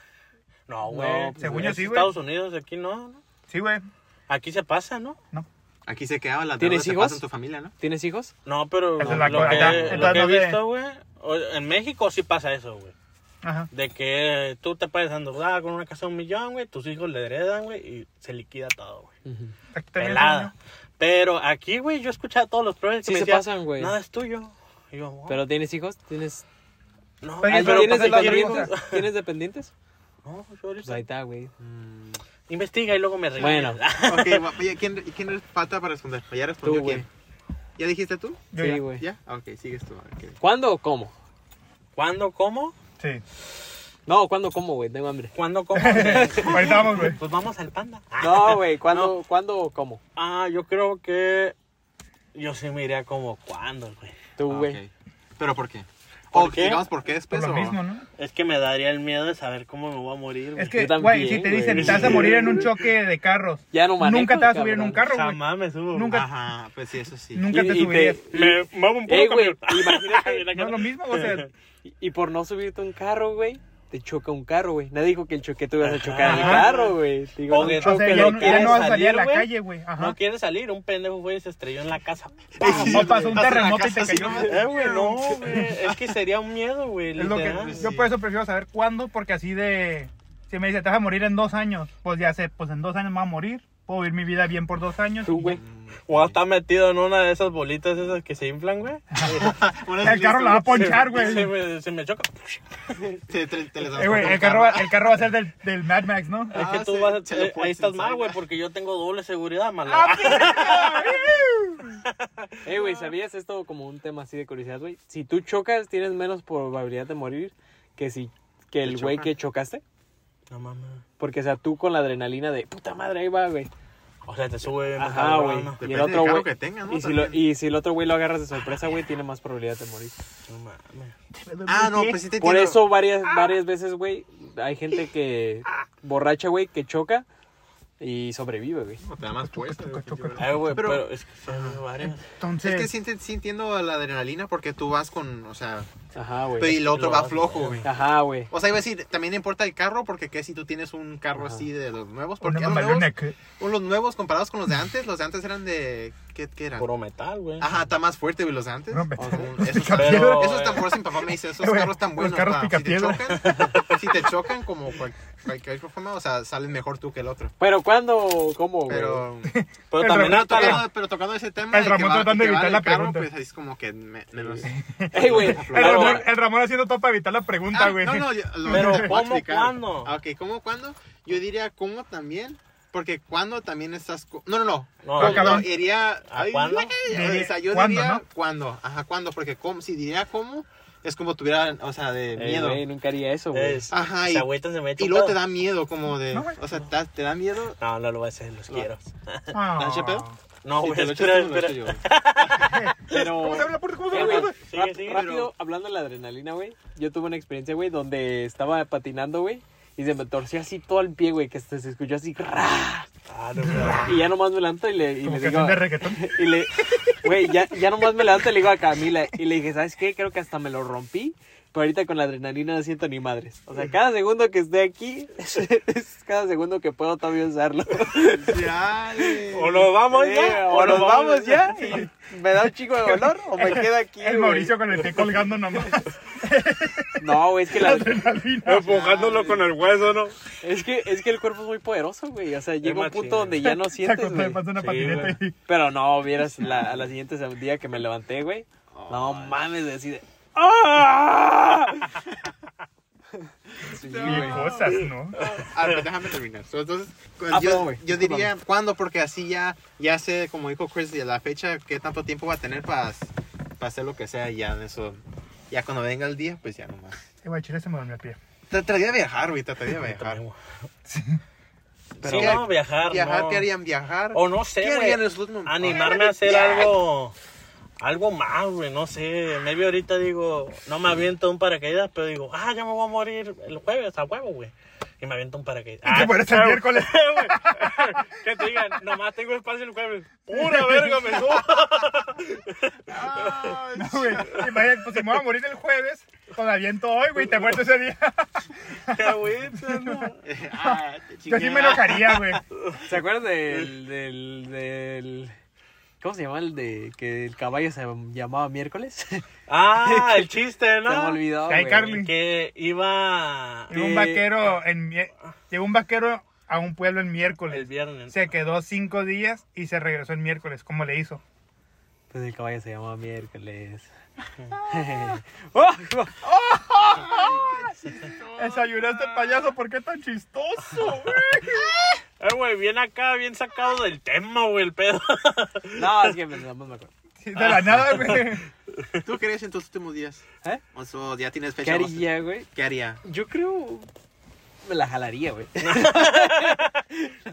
[SPEAKER 3] No, güey.
[SPEAKER 1] pues,
[SPEAKER 4] según yo
[SPEAKER 3] es
[SPEAKER 4] sí, güey.
[SPEAKER 3] Estados Unidos, aquí no, no.
[SPEAKER 4] Sí, güey.
[SPEAKER 3] Aquí se pasa, ¿no?
[SPEAKER 2] Aquí se quedaba la deuda
[SPEAKER 1] ¿Tienes
[SPEAKER 2] se
[SPEAKER 1] hijos?
[SPEAKER 2] pasa en tu familia, ¿no?
[SPEAKER 1] ¿Tienes hijos?
[SPEAKER 3] No, pero
[SPEAKER 4] Esa
[SPEAKER 3] lo,
[SPEAKER 4] es la cosa,
[SPEAKER 3] que,
[SPEAKER 4] ajá.
[SPEAKER 3] lo
[SPEAKER 4] Entonces,
[SPEAKER 3] que he
[SPEAKER 4] no sé.
[SPEAKER 3] visto, güey, o- en México sí pasa eso, güey.
[SPEAKER 4] Ajá.
[SPEAKER 3] De que tú te puedes endeudar con una casa de un millón, güey, tus hijos le heredan, güey, y se liquida todo, güey.
[SPEAKER 4] Aquí también es un
[SPEAKER 3] Pelada.
[SPEAKER 4] niño.
[SPEAKER 3] Pero aquí, güey, yo escuchaba todos los problemas que
[SPEAKER 1] Sí
[SPEAKER 3] me
[SPEAKER 1] se
[SPEAKER 3] decían,
[SPEAKER 1] pasan, güey.
[SPEAKER 3] Nada es tuyo. Y yo, oh,
[SPEAKER 1] ¿Pero tienes hijos? ¿Tienes,
[SPEAKER 3] no,
[SPEAKER 4] Pero-
[SPEAKER 3] ay,
[SPEAKER 4] pero
[SPEAKER 1] ¿tienes,
[SPEAKER 4] pues es
[SPEAKER 3] <laughs>
[SPEAKER 4] la
[SPEAKER 1] dependientes?
[SPEAKER 4] pregunta.
[SPEAKER 1] <laughs> ¿Tienes dependientes?
[SPEAKER 3] no, yo
[SPEAKER 1] Pues
[SPEAKER 3] ahorita
[SPEAKER 1] ahí está, güey.
[SPEAKER 3] investiga y luego me regañas.
[SPEAKER 1] Bueno.
[SPEAKER 2] Ok, va- oye, ¿quién, ¿quién le falta para responder? ¿Ya respondió
[SPEAKER 1] Tú,
[SPEAKER 2] quién? ¿Ya dijiste tú?
[SPEAKER 4] Yo
[SPEAKER 1] Sí,
[SPEAKER 4] ya.
[SPEAKER 1] güey.
[SPEAKER 2] ¿Ya? Ah, Ok, sigues tú. ok.
[SPEAKER 1] ¿Cuándo o cómo?
[SPEAKER 3] <laughs> ¿Cuándo como?
[SPEAKER 4] Sí.
[SPEAKER 1] No, ¿cuándo cómo, güey? Tengo
[SPEAKER 4] <laughs>
[SPEAKER 1] hambre.
[SPEAKER 3] ¿Cuándo como?
[SPEAKER 4] Ahorita vamos, güey.
[SPEAKER 3] pues vamos al panda.
[SPEAKER 1] <laughs> No, güey. ¿Cuándo, ¿cuándo o cómo?
[SPEAKER 3] Ah, yo creo que yo sí me iría como cuándo, güey.
[SPEAKER 1] Tú,
[SPEAKER 2] Ah,
[SPEAKER 1] güey.
[SPEAKER 2] ok. ¿Pero por qué?
[SPEAKER 3] ¿Por
[SPEAKER 2] ¿O
[SPEAKER 3] qué?
[SPEAKER 2] digamos por qué después?
[SPEAKER 4] Por lo
[SPEAKER 2] o-
[SPEAKER 4] mismo, ¿no?
[SPEAKER 3] Es que me daría el miedo de saber cómo me voy a morir.
[SPEAKER 4] Es
[SPEAKER 3] güey.
[SPEAKER 4] que,
[SPEAKER 1] Yo
[SPEAKER 4] güey,
[SPEAKER 1] también,
[SPEAKER 4] si te dicen,
[SPEAKER 1] güey.
[SPEAKER 4] te vas a morir en un choque de carros.
[SPEAKER 1] Ya no manejo,
[SPEAKER 4] Nunca te vas a subir en
[SPEAKER 1] cabrón.
[SPEAKER 4] un carro, güey.
[SPEAKER 3] jamás me subo.
[SPEAKER 4] Nunca-
[SPEAKER 2] Ajá, pues sí, eso sí.
[SPEAKER 4] Nunca
[SPEAKER 1] Y-
[SPEAKER 4] te
[SPEAKER 1] y te-
[SPEAKER 4] subirías.
[SPEAKER 3] Me muevo un poco.
[SPEAKER 1] Ey, güey, <laughs> imagínate.
[SPEAKER 4] No es lo mismo, o sea,
[SPEAKER 1] Y- Y por no subirte a un carro, güey, te choca un carro, güey. Nadie dijo que el choque tú ibas a chocar el
[SPEAKER 3] Ajá.
[SPEAKER 1] carro, güey. Digo,
[SPEAKER 3] O
[SPEAKER 1] no,
[SPEAKER 3] que-
[SPEAKER 4] o sea,
[SPEAKER 3] que
[SPEAKER 4] ya,
[SPEAKER 3] no
[SPEAKER 4] no, ya
[SPEAKER 3] quieres
[SPEAKER 4] no vas a salir a
[SPEAKER 3] salir,
[SPEAKER 4] la
[SPEAKER 3] güey.
[SPEAKER 4] calle, güey. Ajá.
[SPEAKER 3] No quiere salir, un pendejo, güey, se estrelló en la casa.
[SPEAKER 4] O pasó un
[SPEAKER 2] Vas a la
[SPEAKER 4] terremoto y
[SPEAKER 2] casa
[SPEAKER 4] te
[SPEAKER 2] así,
[SPEAKER 4] cayó.
[SPEAKER 2] ¿no?
[SPEAKER 3] Eh, güey, no, güey. Es que sería un miedo, güey.
[SPEAKER 4] Es lo que,
[SPEAKER 3] literal.
[SPEAKER 4] yo por eso prefiero saber cuándo, porque así de... Si me dice, te vas a morir en dos años, pues ya sé, pues en dos años me voy a morir. Puedo vivir mi vida bien por dos años.
[SPEAKER 1] tú, güey.
[SPEAKER 2] Mm.
[SPEAKER 3] O está metido en una de esas bolitas esas que se inflan, güey.
[SPEAKER 2] <laughs> Bueno,
[SPEAKER 4] El carro la va a
[SPEAKER 3] Se
[SPEAKER 4] ponchar, güey.
[SPEAKER 3] me, se me choca.
[SPEAKER 2] Te, te- te les
[SPEAKER 4] Eh, güey, el carro, va- el carro va a ser del, del Mad Max, ¿no?
[SPEAKER 3] Es
[SPEAKER 2] Ah,
[SPEAKER 3] que tú
[SPEAKER 2] se-
[SPEAKER 3] vas a...
[SPEAKER 2] se lo
[SPEAKER 3] eh, ahí
[SPEAKER 2] pones
[SPEAKER 3] estás
[SPEAKER 2] encima.
[SPEAKER 3] mal, güey, porque yo tengo doble seguridad, malo.
[SPEAKER 1] Eh, güey, ¿sabías esto como un tema así de curiosidad, güey? Si tú chocas, tienes menos probabilidad de morir que si que el
[SPEAKER 2] Que
[SPEAKER 1] güey
[SPEAKER 2] choca.
[SPEAKER 1] que chocaste.
[SPEAKER 3] No mames.
[SPEAKER 1] Porque, o sea, tú con la adrenalina de puta madre, ahí va, güey.
[SPEAKER 3] O sea, te sube.
[SPEAKER 1] Ajá, güey.
[SPEAKER 3] cabrón, ¿no?
[SPEAKER 1] Y
[SPEAKER 2] Depende
[SPEAKER 1] el
[SPEAKER 2] del
[SPEAKER 1] otro
[SPEAKER 2] carro
[SPEAKER 1] güey.
[SPEAKER 2] que tengas, ¿no?
[SPEAKER 1] Y si, lo,
[SPEAKER 2] También.
[SPEAKER 1] y si el otro güey lo agarras de sorpresa, güey, tiene más probabilidad de morir.
[SPEAKER 3] No mames.
[SPEAKER 2] Ah, no, pues sí Ah. te
[SPEAKER 1] Por
[SPEAKER 2] entiendo.
[SPEAKER 1] eso varias, varias veces, güey, hay gente que borracha, güey, que choca y sobrevive, güey.
[SPEAKER 2] No, Te da más fuerza, güey,
[SPEAKER 4] choca, choca.
[SPEAKER 3] Ay, Eh, güey,
[SPEAKER 2] Pero-
[SPEAKER 3] pero... es que son varias.
[SPEAKER 4] Entonces,
[SPEAKER 2] Es que sí, te- sí entiendo la adrenalina porque tú vas con, o sea,
[SPEAKER 1] Ajá,
[SPEAKER 2] pero y
[SPEAKER 1] güey.
[SPEAKER 2] el otro
[SPEAKER 3] Lo
[SPEAKER 2] va
[SPEAKER 3] vas,
[SPEAKER 2] flojo, güey.
[SPEAKER 1] Ajá, güey.
[SPEAKER 2] O sea, iba a decir, también importa el carro porque qué si tú tienes un carro
[SPEAKER 1] Ajá.
[SPEAKER 2] así de los nuevos,
[SPEAKER 4] una
[SPEAKER 2] porque los
[SPEAKER 4] mamalona
[SPEAKER 2] nuevos,
[SPEAKER 4] que-
[SPEAKER 2] o los nuevos comparados con los de antes, los de antes eran de, ¿qué, qué eran?
[SPEAKER 3] Puro metal, güey.
[SPEAKER 2] Ajá, está más fuerte, güey, los de antes.
[SPEAKER 4] Rompe.
[SPEAKER 2] O sea,
[SPEAKER 1] Ah,
[SPEAKER 2] un- esos,
[SPEAKER 3] Pero,
[SPEAKER 2] esos
[SPEAKER 3] eh,
[SPEAKER 2] tambores, mi papá me dice, esos
[SPEAKER 4] <laughs> güey,
[SPEAKER 2] carros tan
[SPEAKER 4] los
[SPEAKER 2] buenos.
[SPEAKER 4] carros
[SPEAKER 2] pa, si te
[SPEAKER 4] picapiedra.
[SPEAKER 2] chocan, <laughs> si te chocan como cual- cualquier forma, o sea, sales mejor tú que el otro.
[SPEAKER 1] Pero ¿cuándo? ¿Cómo, güey?
[SPEAKER 2] Pero,
[SPEAKER 3] Pero
[SPEAKER 4] El
[SPEAKER 3] también
[SPEAKER 4] Ramón
[SPEAKER 3] hasta la-
[SPEAKER 2] tocando, pero tocando ese tema,
[SPEAKER 4] El
[SPEAKER 2] de que
[SPEAKER 4] Ramón
[SPEAKER 2] va-
[SPEAKER 4] tratando de
[SPEAKER 2] que va
[SPEAKER 4] evitar
[SPEAKER 2] en
[SPEAKER 4] la
[SPEAKER 2] el carro,
[SPEAKER 4] pregunta.
[SPEAKER 2] Pues es como que me- menos.
[SPEAKER 1] Ey,
[SPEAKER 2] <laughs>
[SPEAKER 1] güey.
[SPEAKER 4] El
[SPEAKER 1] pero-
[SPEAKER 4] Ramón, el Ramón haciendo todo para evitar la pregunta,
[SPEAKER 2] Ah,
[SPEAKER 4] güey.
[SPEAKER 2] no, no, yo- lo-
[SPEAKER 3] Pero,
[SPEAKER 2] lo voy a
[SPEAKER 3] ¿cómo,
[SPEAKER 2] explicar.
[SPEAKER 3] cuándo?
[SPEAKER 2] Ah, Ok, ¿cómo, cuándo? Yo diría, ¿cómo también? Porque cuándo también estás... co- No, no, no.
[SPEAKER 3] No,
[SPEAKER 2] ¿Cómo?
[SPEAKER 4] cabrón.
[SPEAKER 2] iría...
[SPEAKER 3] Ah,
[SPEAKER 2] ay,
[SPEAKER 3] cuándo?
[SPEAKER 2] güey, O sea, yo
[SPEAKER 4] ¿Cuándo,
[SPEAKER 2] diría,
[SPEAKER 4] no?
[SPEAKER 2] ¿cuándo? Ajá, ¿cuándo? Porque cómo, si diría cómo, es como tuviera, o sea,
[SPEAKER 3] Eh,
[SPEAKER 2] de
[SPEAKER 1] Ey,
[SPEAKER 2] miedo.
[SPEAKER 1] güey, nunca haría eso, güey.
[SPEAKER 3] Es,
[SPEAKER 2] Ajá, y,
[SPEAKER 3] esa agüita se me echa
[SPEAKER 2] y
[SPEAKER 3] un
[SPEAKER 2] luego te
[SPEAKER 3] pedo.
[SPEAKER 2] da miedo, como de...
[SPEAKER 4] No, güey.
[SPEAKER 2] o sea, ta- te da miedo...
[SPEAKER 3] No, no lo voy a hacer, los quiero.
[SPEAKER 4] Ah.
[SPEAKER 2] ¿Te echa pedo?
[SPEAKER 3] No,
[SPEAKER 2] Si
[SPEAKER 3] güey,
[SPEAKER 2] te lo echas
[SPEAKER 3] espera,
[SPEAKER 2] tú, me lo
[SPEAKER 3] espera.
[SPEAKER 2] echo yo.
[SPEAKER 1] Pero...
[SPEAKER 4] ¿Cómo se abre la puerta? ¿Cómo se
[SPEAKER 1] Eh,
[SPEAKER 4] abre
[SPEAKER 1] güey,
[SPEAKER 4] la puerta?
[SPEAKER 3] Sigue,
[SPEAKER 1] rap-
[SPEAKER 3] sigue.
[SPEAKER 1] rápido, hablando de la adrenalina, güey. Yo tuve una experiencia, güey, donde estaba patinando, güey. Y se me torció así todo el pie, güey, que hasta se escuchó así. ¡ra!
[SPEAKER 3] Ah, no, güey.
[SPEAKER 1] Y ya nomás me levanto y le, y
[SPEAKER 4] Como
[SPEAKER 1] le
[SPEAKER 4] canción
[SPEAKER 1] digo.
[SPEAKER 4] de reggaetón.
[SPEAKER 1] Y le, güey, ya, ya nomás me levanto y le digo a Camila. Y le dije, ¿sabes qué? Creo que hasta me lo rompí. Pero ahorita con la adrenalina no siento ni madres. O sea, cada segundo que esté aquí, <laughs> es cada segundo que puedo todavía usarlo.
[SPEAKER 3] <laughs>
[SPEAKER 2] Chale.
[SPEAKER 3] O nos vamos
[SPEAKER 1] Eh,
[SPEAKER 3] ya.
[SPEAKER 1] o nos vamos ya. Y me da un chico de dolor o me quedo aquí.
[SPEAKER 4] El
[SPEAKER 1] güey.
[SPEAKER 4] Mauricio con el pie colgando nomás.
[SPEAKER 1] No, güey, es que
[SPEAKER 4] <laughs>
[SPEAKER 1] la,
[SPEAKER 4] Adrenalina.
[SPEAKER 3] Empujándolo con el hueso, ¿no?
[SPEAKER 1] Es que, es que el cuerpo es muy poderoso, güey. O sea, llega un
[SPEAKER 3] machín,
[SPEAKER 1] punto donde ya no
[SPEAKER 4] <laughs> Se
[SPEAKER 1] sientes,
[SPEAKER 4] acostó
[SPEAKER 1] güey.
[SPEAKER 4] además de una
[SPEAKER 3] Sí,
[SPEAKER 4] patineta
[SPEAKER 3] güey.
[SPEAKER 4] y...
[SPEAKER 1] Pero no, vieras la, a la siguiente se- día que me levanté, güey. No mames, de así de... ¡Ah! Sí,
[SPEAKER 4] y
[SPEAKER 1] güey.
[SPEAKER 4] cosas, ¿no?
[SPEAKER 2] A ver, Ah, déjame terminar. So, entonces, cu-
[SPEAKER 1] Ah, perdón,
[SPEAKER 2] yo,
[SPEAKER 1] güey.
[SPEAKER 2] yo diría cuándo, porque así ya, ya sé, como dijo Chris, de la fecha, qué tanto tiempo va a tener para hacer lo que sea, y ya en eso. Ya cuando venga el día, pues ya nomás.
[SPEAKER 4] Eh, güey, chile se me durmió el pie.
[SPEAKER 2] Trataría de viajar, güey, trataría de viajar.
[SPEAKER 3] Sí,
[SPEAKER 2] Pero-
[SPEAKER 3] no, viajar.
[SPEAKER 2] Viajar,
[SPEAKER 3] no.
[SPEAKER 1] Oh.
[SPEAKER 2] ¿qué harían? Viajar.
[SPEAKER 3] O no sé,
[SPEAKER 2] ¿Qué
[SPEAKER 3] güey.
[SPEAKER 2] harían en sus momentos?
[SPEAKER 3] Animarme a hacer algo. algo más, güey, no sé. Maybe ahorita digo, no me aviento un paracaídas, pero digo, ah, ya me voy a morir el jueves a huevo, güey. Y me aviento un paracaídas.
[SPEAKER 5] Y te
[SPEAKER 3] Ah,
[SPEAKER 5] mueres el
[SPEAKER 3] claro,
[SPEAKER 4] <laughs>
[SPEAKER 5] miércoles.
[SPEAKER 3] güey. <laughs> que te digan, nomás tengo espacio el jueves. Pura verga, <laughs> me subo.
[SPEAKER 5] No,
[SPEAKER 4] güey. Imagínate, pues si me voy a morir el jueves, con aviento hoy, güey, te muerto ese día.
[SPEAKER 3] Qué agüita, ¿no?
[SPEAKER 2] <laughs> Ah, te
[SPEAKER 4] Yo sí me enojaría, güey.
[SPEAKER 1] ¿Se acuerdan del, del, del- ¿Cómo se llama el de que el caballo se llamaba miércoles? <laughs>
[SPEAKER 3] Ah, el chiste,
[SPEAKER 1] Se me
[SPEAKER 3] ¿no?
[SPEAKER 1] olvidó.
[SPEAKER 4] Ay,
[SPEAKER 1] güey.
[SPEAKER 4] Carly.
[SPEAKER 3] Que iba
[SPEAKER 4] Llegó un
[SPEAKER 1] Sí.
[SPEAKER 4] vaquero en mie- llegó un vaquero a un pueblo en
[SPEAKER 3] el
[SPEAKER 4] miércoles.
[SPEAKER 3] viernes.
[SPEAKER 4] Se quedó cinco días y se regresó el miércoles. ¿Cómo le hizo?
[SPEAKER 1] Pues el caballo se llamaba miércoles. Oh, oh.
[SPEAKER 4] Desayunaste payaso, ¿por qué tan <laughs> chistoso, güey?
[SPEAKER 3] Eh, güey, bien acá, bien sacado del tema, güey, el pedo.
[SPEAKER 1] <laughs>
[SPEAKER 3] <laughs>
[SPEAKER 1] No, es que me, no me acuerdo.
[SPEAKER 4] Sí, De la nada, güey.
[SPEAKER 1] <laughs>
[SPEAKER 2] ¿Tú querías en tus últimos días?
[SPEAKER 1] ¿Eh?
[SPEAKER 2] O sea, ya tienes
[SPEAKER 1] ¿Qué
[SPEAKER 2] fecha. no sé.
[SPEAKER 1] haría, güey?
[SPEAKER 2] ¿Qué haría?
[SPEAKER 1] Yo creo. Me la jalaría, <laughs> güey.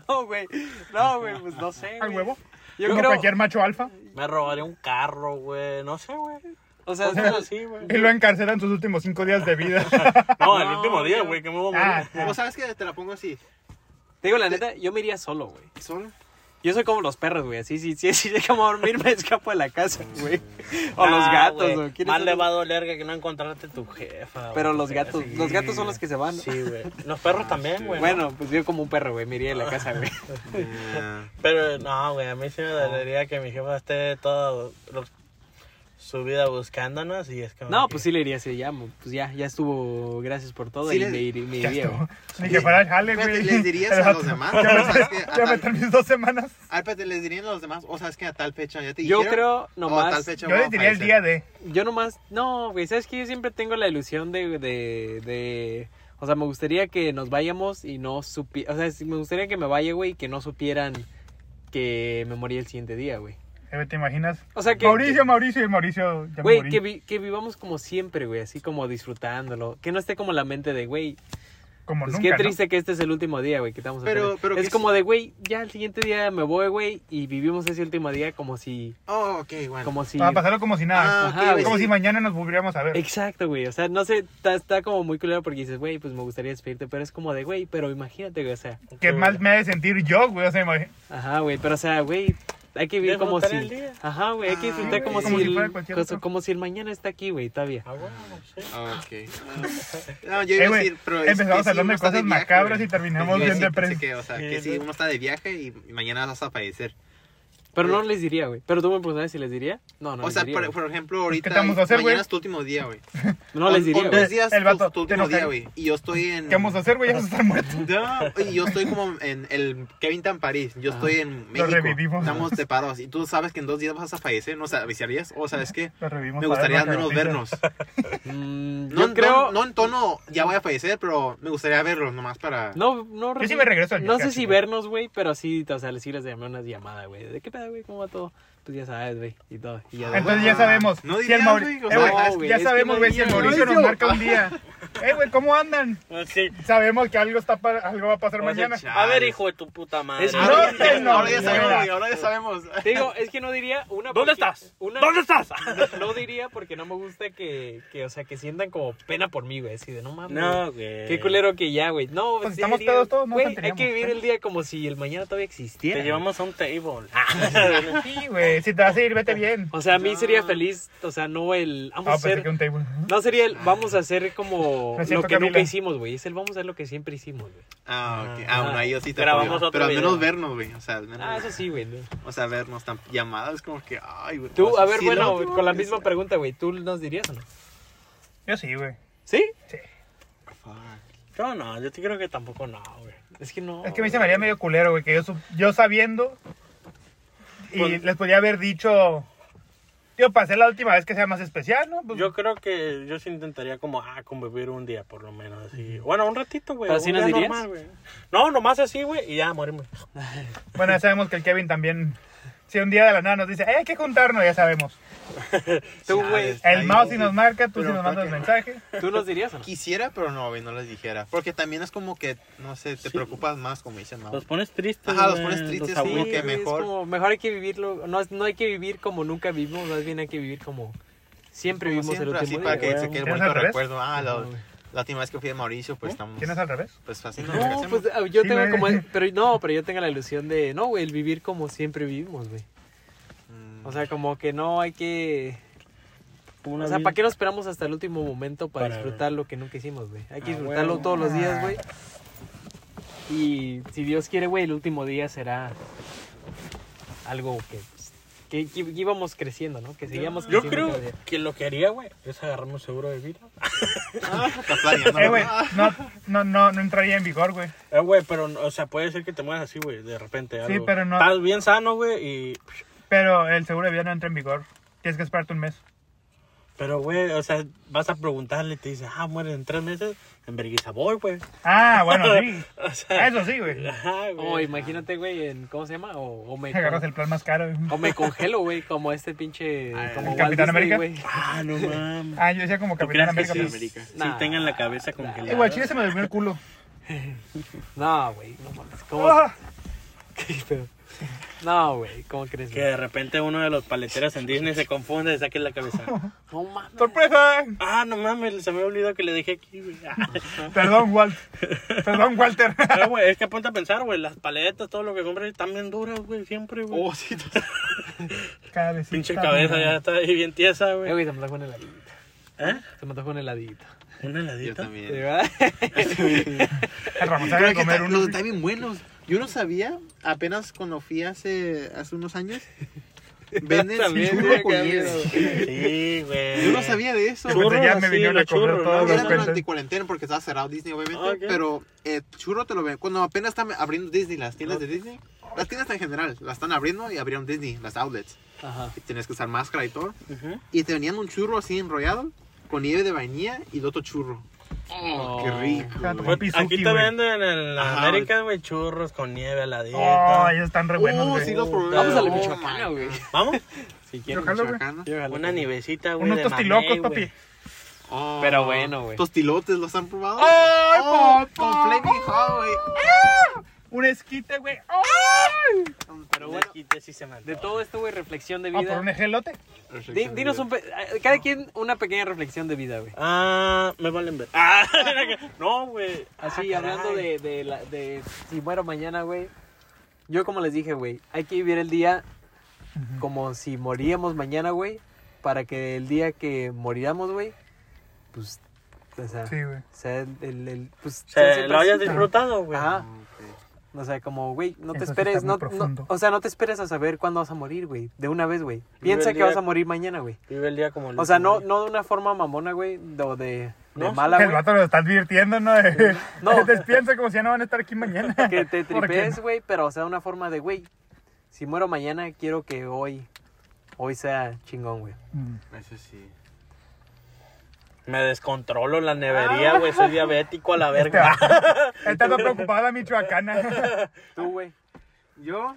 [SPEAKER 1] no, güey. No, güey, pues no sé.
[SPEAKER 4] Al
[SPEAKER 1] güey.
[SPEAKER 4] huevo.
[SPEAKER 1] Yo
[SPEAKER 4] Como
[SPEAKER 1] creo.
[SPEAKER 4] cualquier macho alfa.
[SPEAKER 3] Me robaré un carro, güey. No sé, güey.
[SPEAKER 1] O sea,
[SPEAKER 3] Cosas así, güey.
[SPEAKER 4] Y lo encarcelan sus últimos cinco días de
[SPEAKER 1] <laughs>
[SPEAKER 4] vida. <laughs>
[SPEAKER 3] No, el
[SPEAKER 1] No,
[SPEAKER 3] último día,
[SPEAKER 1] yo-
[SPEAKER 3] güey, que me voy a
[SPEAKER 4] Ah,
[SPEAKER 3] morir.
[SPEAKER 2] ¿O sabes que te la pongo así?
[SPEAKER 1] te digo la neta, yo me iría solo, güey.
[SPEAKER 2] ¿Solo?
[SPEAKER 1] Yo soy como los perros, güey. Así, si, si, si llegamos a dormir, me <laughs> escapo de la casa, güey. O los
[SPEAKER 3] Ah,
[SPEAKER 1] gatos,
[SPEAKER 3] güey,
[SPEAKER 1] güey. ¿Quién
[SPEAKER 3] Más
[SPEAKER 1] es
[SPEAKER 3] le
[SPEAKER 1] el-
[SPEAKER 3] va a doler que no encontrarte tu jefa.
[SPEAKER 1] Pero
[SPEAKER 3] güey,
[SPEAKER 1] los
[SPEAKER 3] tu
[SPEAKER 1] gatos,
[SPEAKER 3] jefe.
[SPEAKER 1] los gatos son los que se van.
[SPEAKER 3] Sí, güey. Los perros también, güey. ¿no?
[SPEAKER 1] Bueno, pues yo como un perro, güey. Me iría de la casa, güey.
[SPEAKER 2] Eh,
[SPEAKER 3] Pero no, güey, a mí sí me dolería que mi jefa esté toda los- su vida buscándonos y es que...
[SPEAKER 1] No, pues sí le iría así, ya, mo- pues ya, ya estuvo, gracias por todo
[SPEAKER 2] Sí
[SPEAKER 1] y
[SPEAKER 2] le-
[SPEAKER 1] me, ir- me
[SPEAKER 4] Ya
[SPEAKER 1] iría, güey.
[SPEAKER 4] estuvo. Ni que fuera el jale,
[SPEAKER 2] Espérate,
[SPEAKER 4] güey.
[SPEAKER 2] ¿les dirías
[SPEAKER 4] El
[SPEAKER 2] a los
[SPEAKER 4] vato,
[SPEAKER 2] demás?
[SPEAKER 4] <laughs>
[SPEAKER 2] <laughs>
[SPEAKER 4] Ya
[SPEAKER 2] Pero
[SPEAKER 4] me,
[SPEAKER 2] sabes que a
[SPEAKER 4] ya
[SPEAKER 2] tal-
[SPEAKER 4] me terminé dos semanas.
[SPEAKER 2] Ah, pero te les dirían a los demás, o sabes que a tal fecha ya te
[SPEAKER 1] Yo
[SPEAKER 2] dijeron. oh,
[SPEAKER 1] creo
[SPEAKER 2] o a tal
[SPEAKER 1] nomás,
[SPEAKER 2] fecha
[SPEAKER 4] Yo
[SPEAKER 2] vamos
[SPEAKER 4] le
[SPEAKER 2] a
[SPEAKER 4] diría el
[SPEAKER 2] fallecer.
[SPEAKER 4] día de.
[SPEAKER 1] yo nomás, no, güey, sabes que yo siempre tengo la ilusión de, de, de, o sea, me gustaría que nos vayamos y no supiera, o sea, sí, me gustaría que me vaya, güey, y que no supieran que me moría el siguiente día, güey.
[SPEAKER 4] Eh, ¿Te imaginas?
[SPEAKER 1] O sea, que...
[SPEAKER 4] Mauricio, Mauricio y Mauricio. Ya me
[SPEAKER 1] Güey,
[SPEAKER 4] morí.
[SPEAKER 1] que, vi- que vivamos como siempre, güey, así como disfrutándolo. Que no esté como la mente de, güey,
[SPEAKER 4] Como
[SPEAKER 1] Pues
[SPEAKER 4] nunca.
[SPEAKER 1] qué
[SPEAKER 4] ¿no?
[SPEAKER 1] triste que este es el último día, güey, que estamos a
[SPEAKER 2] Pero-
[SPEAKER 1] perder.
[SPEAKER 2] pero
[SPEAKER 1] Es
[SPEAKER 2] que
[SPEAKER 1] como de, güey, ya el siguiente día me voy, güey, y vivimos ese último día como si...
[SPEAKER 2] Oh, ok, bueno.
[SPEAKER 1] Como si...
[SPEAKER 4] Para pasarlo como si nada.
[SPEAKER 2] Ah, ok,
[SPEAKER 1] Ajá,
[SPEAKER 2] güey,
[SPEAKER 4] como
[SPEAKER 2] sí.
[SPEAKER 4] si mañana nos volviéramos a ver.
[SPEAKER 1] Exacto, güey. O sea, no sé, está, está como muy culero porque dices, güey, pues me gustaría despedirte, pero es como de, güey, pero imagínate, güey, o sea...
[SPEAKER 4] Qué mal me ha de sentir yo, güey. O sea, imagi-
[SPEAKER 1] Ajá, güey, pero o sea, güey, hay que vivir como
[SPEAKER 3] Disfrutar el
[SPEAKER 1] si...
[SPEAKER 3] día.
[SPEAKER 1] Ajá, güey, hay que
[SPEAKER 2] Ah,
[SPEAKER 1] disfrutar
[SPEAKER 2] güey,
[SPEAKER 1] como,
[SPEAKER 4] como
[SPEAKER 1] si
[SPEAKER 4] si fuera
[SPEAKER 1] el,
[SPEAKER 4] cualquier
[SPEAKER 1] cosa-
[SPEAKER 4] otro.
[SPEAKER 1] como si el mañana está aquí, güey, todavía.
[SPEAKER 3] Ah, bueno, sí.
[SPEAKER 2] <laughs> Ok. No, yo iba
[SPEAKER 4] Eh,
[SPEAKER 2] a
[SPEAKER 4] güey,
[SPEAKER 2] decir, pero. es
[SPEAKER 4] empezamos
[SPEAKER 2] que sí,
[SPEAKER 4] hablando
[SPEAKER 2] uno
[SPEAKER 4] de
[SPEAKER 2] está
[SPEAKER 4] cosas
[SPEAKER 2] viaje,
[SPEAKER 4] macabras
[SPEAKER 2] güey.
[SPEAKER 4] y terminamos
[SPEAKER 2] Yo
[SPEAKER 4] bien
[SPEAKER 2] sí pensé
[SPEAKER 4] depresos.
[SPEAKER 2] que, O sea, que si uno está de viaje y mañana vas a fallecer.
[SPEAKER 1] Pero no les diría, güey. Pero tú me preguntabas si les diría. No, no
[SPEAKER 2] o
[SPEAKER 1] les
[SPEAKER 2] sea,
[SPEAKER 1] diría,
[SPEAKER 2] por,
[SPEAKER 1] güey.
[SPEAKER 2] por ejemplo,
[SPEAKER 4] te
[SPEAKER 2] ahorita.
[SPEAKER 4] Pues, vamos a hacer,
[SPEAKER 2] mañana
[SPEAKER 4] güey?
[SPEAKER 2] es tu último día, güey.
[SPEAKER 1] No les
[SPEAKER 2] O-
[SPEAKER 1] diría,
[SPEAKER 2] o
[SPEAKER 1] güey.
[SPEAKER 2] tres días
[SPEAKER 4] El
[SPEAKER 2] tu-
[SPEAKER 4] vato,
[SPEAKER 2] tu, último
[SPEAKER 4] te enojas.
[SPEAKER 2] día, güey. Y yo estoy en.
[SPEAKER 4] ¿Qué vamos a hacer, güey? Ya vas a estar muerto.
[SPEAKER 2] <laughs> No, y yo estoy como en el Kevin está en París, yo estoy en México.
[SPEAKER 4] revivimos.
[SPEAKER 2] Estamos separados y tú sabes que en dos días vas a fallecer, ¿no? O sea, avisarías, o sabes que
[SPEAKER 4] Lo revivimos
[SPEAKER 2] me
[SPEAKER 4] para
[SPEAKER 2] gustaría
[SPEAKER 4] ver
[SPEAKER 2] al
[SPEAKER 4] la
[SPEAKER 2] menos
[SPEAKER 4] noticia.
[SPEAKER 2] vernos.
[SPEAKER 4] <laughs>
[SPEAKER 1] Mm,
[SPEAKER 2] No,
[SPEAKER 1] yo
[SPEAKER 2] no-
[SPEAKER 1] creo...
[SPEAKER 2] no, en tono, ya voy a fallecer, pero me gustaría verlos nomás para.
[SPEAKER 1] No, no.
[SPEAKER 4] Yo sí me regreso al
[SPEAKER 1] No sé
[SPEAKER 4] Necaxa,
[SPEAKER 1] si
[SPEAKER 4] güey.
[SPEAKER 1] vernos, güey, pero sí, o sea, sí les llamé unas llamadas, güey. ¿De qué pedo, güey? ¿Cómo va todo? Pues ya sabes, güey, y todo. Y
[SPEAKER 4] <laughs>
[SPEAKER 1] ya,
[SPEAKER 4] Entonces
[SPEAKER 2] Ah,
[SPEAKER 4] ya sabemos.
[SPEAKER 2] no
[SPEAKER 4] si el
[SPEAKER 2] dirías,
[SPEAKER 4] Mauri-
[SPEAKER 2] güey, o
[SPEAKER 4] eh,
[SPEAKER 2] sea,
[SPEAKER 4] güey,
[SPEAKER 1] no, güey,
[SPEAKER 4] ya
[SPEAKER 1] es que
[SPEAKER 4] sabemos,
[SPEAKER 1] no
[SPEAKER 4] güey, si el
[SPEAKER 1] diría,
[SPEAKER 4] Mauricio nos
[SPEAKER 1] Mauricio.
[SPEAKER 4] marca un día. Eh, güey, ¿cómo andan?
[SPEAKER 3] Pues Sí.
[SPEAKER 4] Sabemos que algo está pa- algo va a pasar mañana.
[SPEAKER 2] chao.
[SPEAKER 3] A ver, hijo de tu puta madre.
[SPEAKER 1] Es-
[SPEAKER 2] Ahora, ya,
[SPEAKER 4] no,
[SPEAKER 2] ahora ya
[SPEAKER 4] no,
[SPEAKER 2] sabemos,
[SPEAKER 4] no.
[SPEAKER 2] güey, ahora ya sabemos.
[SPEAKER 1] Te digo, es que no diría una. porque-
[SPEAKER 3] ¿Dónde estás?
[SPEAKER 1] Una,
[SPEAKER 3] ¿Dónde estás?
[SPEAKER 1] <laughs> No, no diría porque no me gusta que, que, o sea, que sientan como pena por mí, güey. Así de, no mames. güey.
[SPEAKER 3] <laughs> No, eh. güey.
[SPEAKER 1] Qué culero que ya, güey. No,
[SPEAKER 4] Pues
[SPEAKER 1] sí
[SPEAKER 4] estamos
[SPEAKER 1] diría,
[SPEAKER 4] pedos todos, no
[SPEAKER 1] Güey, hay
[SPEAKER 4] tonteríamos,
[SPEAKER 1] que vivir
[SPEAKER 4] ¿eh?
[SPEAKER 1] el día como si el mañana todavía existiera.
[SPEAKER 3] Te
[SPEAKER 1] güey.
[SPEAKER 3] llevamos a un table.
[SPEAKER 4] Sí, güey, si te vas a ir, vete bien.
[SPEAKER 1] O sea, a mí sería feliz, o sea, no el. Vamos
[SPEAKER 4] Ah,
[SPEAKER 1] a
[SPEAKER 4] pensé
[SPEAKER 1] ser.
[SPEAKER 4] que un table.
[SPEAKER 1] No sería el. Vamos a hacer como
[SPEAKER 4] Me siento
[SPEAKER 1] lo que nunca
[SPEAKER 4] Camila.
[SPEAKER 1] hicimos, güey. Es el vamos a hacer lo que siempre hicimos, güey.
[SPEAKER 2] Ah, ok. Ah, bueno, ahí yo sí te
[SPEAKER 3] Grabamos
[SPEAKER 2] apoyo.
[SPEAKER 3] otro
[SPEAKER 2] Pero al menos
[SPEAKER 3] video.
[SPEAKER 2] vernos, güey. O sea, al menos.
[SPEAKER 1] Ah, eso sí, güey. no.
[SPEAKER 2] O sea, vernos tan llamadas como que. Ay, güey. o
[SPEAKER 1] Tú,
[SPEAKER 2] sea,
[SPEAKER 1] a ver,
[SPEAKER 2] sí,
[SPEAKER 1] bueno,
[SPEAKER 2] lo último
[SPEAKER 1] con la
[SPEAKER 2] que
[SPEAKER 1] misma
[SPEAKER 2] sea.
[SPEAKER 1] pregunta, güey, ¿tú nos dirías o no?
[SPEAKER 4] Yo sí, güey.
[SPEAKER 1] ¿Sí?
[SPEAKER 2] Fuck.
[SPEAKER 3] Yo no, yo te creo que tampoco no, güey.
[SPEAKER 1] Es que no.
[SPEAKER 4] Es que a mí se me haría medio culero, güey, que yo, su- yo sabiendo y
[SPEAKER 3] Pues-
[SPEAKER 4] les podía haber dicho, tío, pasé la última vez que sea más especial, ¿no? Pues,
[SPEAKER 3] Yo creo que yo sí intentaría como, ah, convivir un día por lo menos así. Bueno, un ratito, güey.
[SPEAKER 1] ¿Pero
[SPEAKER 3] un
[SPEAKER 1] sí nos
[SPEAKER 3] día
[SPEAKER 1] dirías?
[SPEAKER 3] normal, güey. no, nomás así, güey, y ya morirme.
[SPEAKER 4] Bueno, ya sabemos que el Kevin también Si un día de la nada nos dice, "Eh, hay que juntarnos, ya sabemos.
[SPEAKER 1] Tú, güey,
[SPEAKER 4] El Mao si
[SPEAKER 2] sí
[SPEAKER 4] nos marca, tú
[SPEAKER 2] Pero
[SPEAKER 4] si nos mandas
[SPEAKER 2] creo
[SPEAKER 4] mensaje.
[SPEAKER 1] ¿tú los dirías o no?
[SPEAKER 2] Quisiera, pero no, güey, no les dijera. Porque también es como que, no sé, te preocupas más, como dicen, ¿no?
[SPEAKER 1] Pues,
[SPEAKER 3] Los pones tristes.
[SPEAKER 2] Ajá, los
[SPEAKER 3] güey,
[SPEAKER 2] pones tristes,
[SPEAKER 3] los
[SPEAKER 2] sí,
[SPEAKER 1] güey,
[SPEAKER 3] aburres.
[SPEAKER 2] que mejor.
[SPEAKER 1] Es como, mejor hay que vivirlo. No, es- no hay que vivir como nunca vivimos, más bien hay que vivir como siempre
[SPEAKER 2] Como
[SPEAKER 1] vivimos el
[SPEAKER 2] siempre,
[SPEAKER 1] último
[SPEAKER 2] así
[SPEAKER 1] día,
[SPEAKER 2] para
[SPEAKER 1] güey.
[SPEAKER 2] que se quede
[SPEAKER 4] ¿Tienes
[SPEAKER 2] bonito
[SPEAKER 4] al revés?
[SPEAKER 2] recuerdo. Ah, la,
[SPEAKER 1] No, güey.
[SPEAKER 2] la última vez que fui a Mauricio, pues estamos.
[SPEAKER 4] ¿Quién es al revés?
[SPEAKER 2] Pues así nos
[SPEAKER 1] No,
[SPEAKER 2] regresamos.
[SPEAKER 1] pues ah, yo
[SPEAKER 4] Sí,
[SPEAKER 1] tengo
[SPEAKER 4] güey.
[SPEAKER 1] como. Pero, no, pero yo tengo la ilusión de. No, güey, el vivir como siempre vivimos, güey.
[SPEAKER 2] Mm, <laughs>
[SPEAKER 1] O sea, como que no hay que.
[SPEAKER 3] Una
[SPEAKER 1] O sea,
[SPEAKER 3] vida-
[SPEAKER 1] ¿para qué nos esperamos hasta el último momento para,
[SPEAKER 3] Para-
[SPEAKER 1] disfrutar lo que nunca hicimos, güey? Hay que
[SPEAKER 3] Ah,
[SPEAKER 1] disfrutarlo
[SPEAKER 3] huevo.
[SPEAKER 1] todos los días, güey. Y si Dios quiere, güey, el último día será algo que, pues, que, que íbamos creciendo, ¿no? Que seguíamos
[SPEAKER 3] Yo
[SPEAKER 1] creciendo
[SPEAKER 3] creo
[SPEAKER 1] cada día.
[SPEAKER 3] que lo que haría, güey, es agarrarme un seguro de vida.
[SPEAKER 2] está planeando,
[SPEAKER 4] Eh, güey,
[SPEAKER 2] ¿verdad?
[SPEAKER 4] no, no, no, no entraría en vigor, güey.
[SPEAKER 3] Eh, güey, pero, o sea, puede ser que te mueras así, güey, de repente.
[SPEAKER 4] Sí,
[SPEAKER 3] algo.
[SPEAKER 4] pero no-
[SPEAKER 3] Estás bien sano, güey, y...
[SPEAKER 4] Pero el seguro de vida no entra en vigor. Tienes que esperarte un mes.
[SPEAKER 3] Pero, güey, o sea, vas a preguntarle, te dice, ah, mueres en tres meses, en Berguisa voy, güey.
[SPEAKER 4] Ah, bueno, sí.
[SPEAKER 3] <laughs> O sea,
[SPEAKER 4] Eso sí, güey.
[SPEAKER 3] ajá, güey.
[SPEAKER 1] O Oh, imagínate, güey, en. ¿Cómo se llama? O, o me.
[SPEAKER 4] Agarras el plan más caro. güey.
[SPEAKER 1] O me congelo, güey, como este pinche.
[SPEAKER 2] Ah,
[SPEAKER 1] como Walt
[SPEAKER 4] ¿el Capitán
[SPEAKER 1] Disney,
[SPEAKER 4] América?
[SPEAKER 1] güey.
[SPEAKER 3] Ah, <laughs> no mames.
[SPEAKER 4] Ah, yo decía como
[SPEAKER 3] ¿Tú
[SPEAKER 4] Capitán
[SPEAKER 3] crees
[SPEAKER 4] América.
[SPEAKER 3] que
[SPEAKER 4] pero-
[SPEAKER 3] sí,
[SPEAKER 2] América.
[SPEAKER 3] sí
[SPEAKER 1] Nah.
[SPEAKER 3] tengan la cabeza
[SPEAKER 4] Eh,
[SPEAKER 3] congelada?
[SPEAKER 4] güey, al chile se me durmió el culo.
[SPEAKER 1] No, güey, no mames. ¿Cómo? <laughs>
[SPEAKER 4] Ah,
[SPEAKER 1] ¿Qué pedo? No, güey, ¿cómo crees?
[SPEAKER 3] Que
[SPEAKER 1] güey?
[SPEAKER 3] de repente uno de los paleteros en Disney se confunde y saque la cabeza.
[SPEAKER 1] No mames.
[SPEAKER 4] ¡Sorpresa!
[SPEAKER 3] Ah, no mames, se me olvidó que le dejé aquí, güey. Ah, <laughs>
[SPEAKER 4] Perdón, Walt. Perdón, Walter. <laughs>
[SPEAKER 3] pero, güey, es que apunta a pensar, güey, las paletas, todo lo que compras están bien duras, güey, siempre, güey.
[SPEAKER 2] Oh, sí,
[SPEAKER 4] Cabecita,
[SPEAKER 3] Pinche cabeza ya está ahí bien tiesa,
[SPEAKER 1] Eh,
[SPEAKER 3] güey.
[SPEAKER 1] güey, se me antojó un heladito.
[SPEAKER 3] ¿Eh?
[SPEAKER 1] Se me antojó un heladito.
[SPEAKER 3] ¿Un
[SPEAKER 2] yo
[SPEAKER 3] heladito?
[SPEAKER 1] ¿Sí,
[SPEAKER 2] también.
[SPEAKER 1] verdad? <laughs>
[SPEAKER 4] El Ramón se
[SPEAKER 2] Pero
[SPEAKER 4] va a
[SPEAKER 2] que
[SPEAKER 4] comer
[SPEAKER 2] está-
[SPEAKER 4] uno.
[SPEAKER 2] los están bien buenos. Yo no sabía, apenas cuando fui hace, hace unos años, venden
[SPEAKER 1] También,
[SPEAKER 2] churro
[SPEAKER 1] güey,
[SPEAKER 2] con
[SPEAKER 1] qué
[SPEAKER 2] nieve.
[SPEAKER 3] Sí, güey.
[SPEAKER 2] Yo no sabía de eso.
[SPEAKER 4] Yo pensé, ya
[SPEAKER 3] Churros,
[SPEAKER 4] me
[SPEAKER 3] sí,
[SPEAKER 4] vinieron a
[SPEAKER 3] los
[SPEAKER 4] cobrar
[SPEAKER 3] churros,
[SPEAKER 4] todas
[SPEAKER 3] ¿no?
[SPEAKER 4] las
[SPEAKER 2] Era
[SPEAKER 4] cuentas.
[SPEAKER 2] durante cuarentena porque estaba cerrado Disney, obviamente.
[SPEAKER 3] Ah, ok.
[SPEAKER 2] Pero eh, churro te lo ven. Cuando apenas están abriendo Disney, las tiendas de Disney, las tiendas en general, las están abriendo y abrieron Disney, las outlets.
[SPEAKER 1] Ajá.
[SPEAKER 2] Y tienes que usar máscara y todo.
[SPEAKER 3] Ujú.
[SPEAKER 2] Y te venían un churro así enrollado con nieve de vainilla y el otro churro. Oh, qué
[SPEAKER 1] Oh.
[SPEAKER 2] rico.
[SPEAKER 4] Ah, te
[SPEAKER 2] güey.
[SPEAKER 4] fue Pizzuki,
[SPEAKER 3] Aquí te
[SPEAKER 4] güey.
[SPEAKER 3] venden en la
[SPEAKER 2] Ajá,
[SPEAKER 3] América, güey, churros con nieve a la
[SPEAKER 4] Oh,
[SPEAKER 3] dieta.
[SPEAKER 4] ellos están re buenos,
[SPEAKER 2] Uh,
[SPEAKER 4] güey.
[SPEAKER 2] sí los probé.
[SPEAKER 1] Vamos a la
[SPEAKER 2] Oh,
[SPEAKER 1] Michoacana,
[SPEAKER 2] my
[SPEAKER 1] güey.
[SPEAKER 3] Vamos,
[SPEAKER 1] Si quieres.
[SPEAKER 4] Yo jalo, güey.
[SPEAKER 2] Michoacana.
[SPEAKER 1] Yo jalo.
[SPEAKER 3] una nivecita, güey.
[SPEAKER 4] Unos
[SPEAKER 3] de
[SPEAKER 4] tostilocos,
[SPEAKER 3] mamey,
[SPEAKER 4] papi.
[SPEAKER 3] güey.
[SPEAKER 2] Oh,
[SPEAKER 1] Pero bueno, güey.
[SPEAKER 2] Tostilotes, ¿los han probado?
[SPEAKER 4] ¡Ay,
[SPEAKER 2] Oh,
[SPEAKER 4] papá!
[SPEAKER 2] Con Flaming Hot, güey.
[SPEAKER 4] ¡Ah! Un esquite, güey.
[SPEAKER 1] Pero bueno,
[SPEAKER 3] Aquí te sí se me
[SPEAKER 1] de
[SPEAKER 3] antoja.
[SPEAKER 1] todo esto, güey, reflexión de
[SPEAKER 4] Ah, por un
[SPEAKER 1] vida.
[SPEAKER 4] ejelote.
[SPEAKER 1] Di- dinos un. pe- eh, Cada quien una pequeña reflexión de vida, güey.
[SPEAKER 3] Ah, me valen ver.
[SPEAKER 1] <laughs>
[SPEAKER 3] Ah, no, güey.
[SPEAKER 1] Así,
[SPEAKER 3] Ah,
[SPEAKER 1] hablando de,
[SPEAKER 3] caray.
[SPEAKER 1] de, la- de si muero mañana, güey. Yo, como les dije, güey, hay que vivir el día como si moríamos mañana, güey. Para que el día que moriramos, güey, pues, o sea,
[SPEAKER 4] Sí, güey.
[SPEAKER 1] sea el, el- el- pues,
[SPEAKER 3] Se
[SPEAKER 1] siempre
[SPEAKER 3] lo hayas
[SPEAKER 1] así.
[SPEAKER 3] disfrutado, güey.
[SPEAKER 1] Ajá. O sea, como, güey, no te
[SPEAKER 4] Eso sí
[SPEAKER 1] esperes,
[SPEAKER 4] está
[SPEAKER 1] no,
[SPEAKER 4] muy
[SPEAKER 1] no-
[SPEAKER 4] profundo.
[SPEAKER 1] o sea, no te esperes a saber cuándo vas a morir, güey, de una vez, güey.
[SPEAKER 3] el
[SPEAKER 1] Piensa que
[SPEAKER 3] día.
[SPEAKER 1] vas a morir mañana, güey.
[SPEAKER 3] Vive el día como el
[SPEAKER 1] O sea, no,
[SPEAKER 3] último
[SPEAKER 1] no de una forma mamona, güey, de- o de, de
[SPEAKER 3] No,
[SPEAKER 1] mala,
[SPEAKER 4] el
[SPEAKER 1] güey.
[SPEAKER 4] vato lo está advirtiendo, ¿no? <laughs> De-
[SPEAKER 1] No.
[SPEAKER 4] Despiensa como si ya no van a estar aquí mañana.
[SPEAKER 1] Que te
[SPEAKER 4] ¿Por qué
[SPEAKER 1] tripees,
[SPEAKER 4] no?
[SPEAKER 1] güey, pero o sea, una forma de, güey, si muero mañana, quiero que hoy, hoy sea chingón, güey.
[SPEAKER 4] Mm.
[SPEAKER 2] Eso sí.
[SPEAKER 3] día. Me descontrolo en la nevería,
[SPEAKER 1] Ah.
[SPEAKER 3] güey. Soy diabético a la
[SPEAKER 1] Este,
[SPEAKER 3] verga.
[SPEAKER 4] Este
[SPEAKER 1] <laughs>
[SPEAKER 4] Está tan preocupada la michoacana.
[SPEAKER 1] Tú, güey.
[SPEAKER 2] Yo,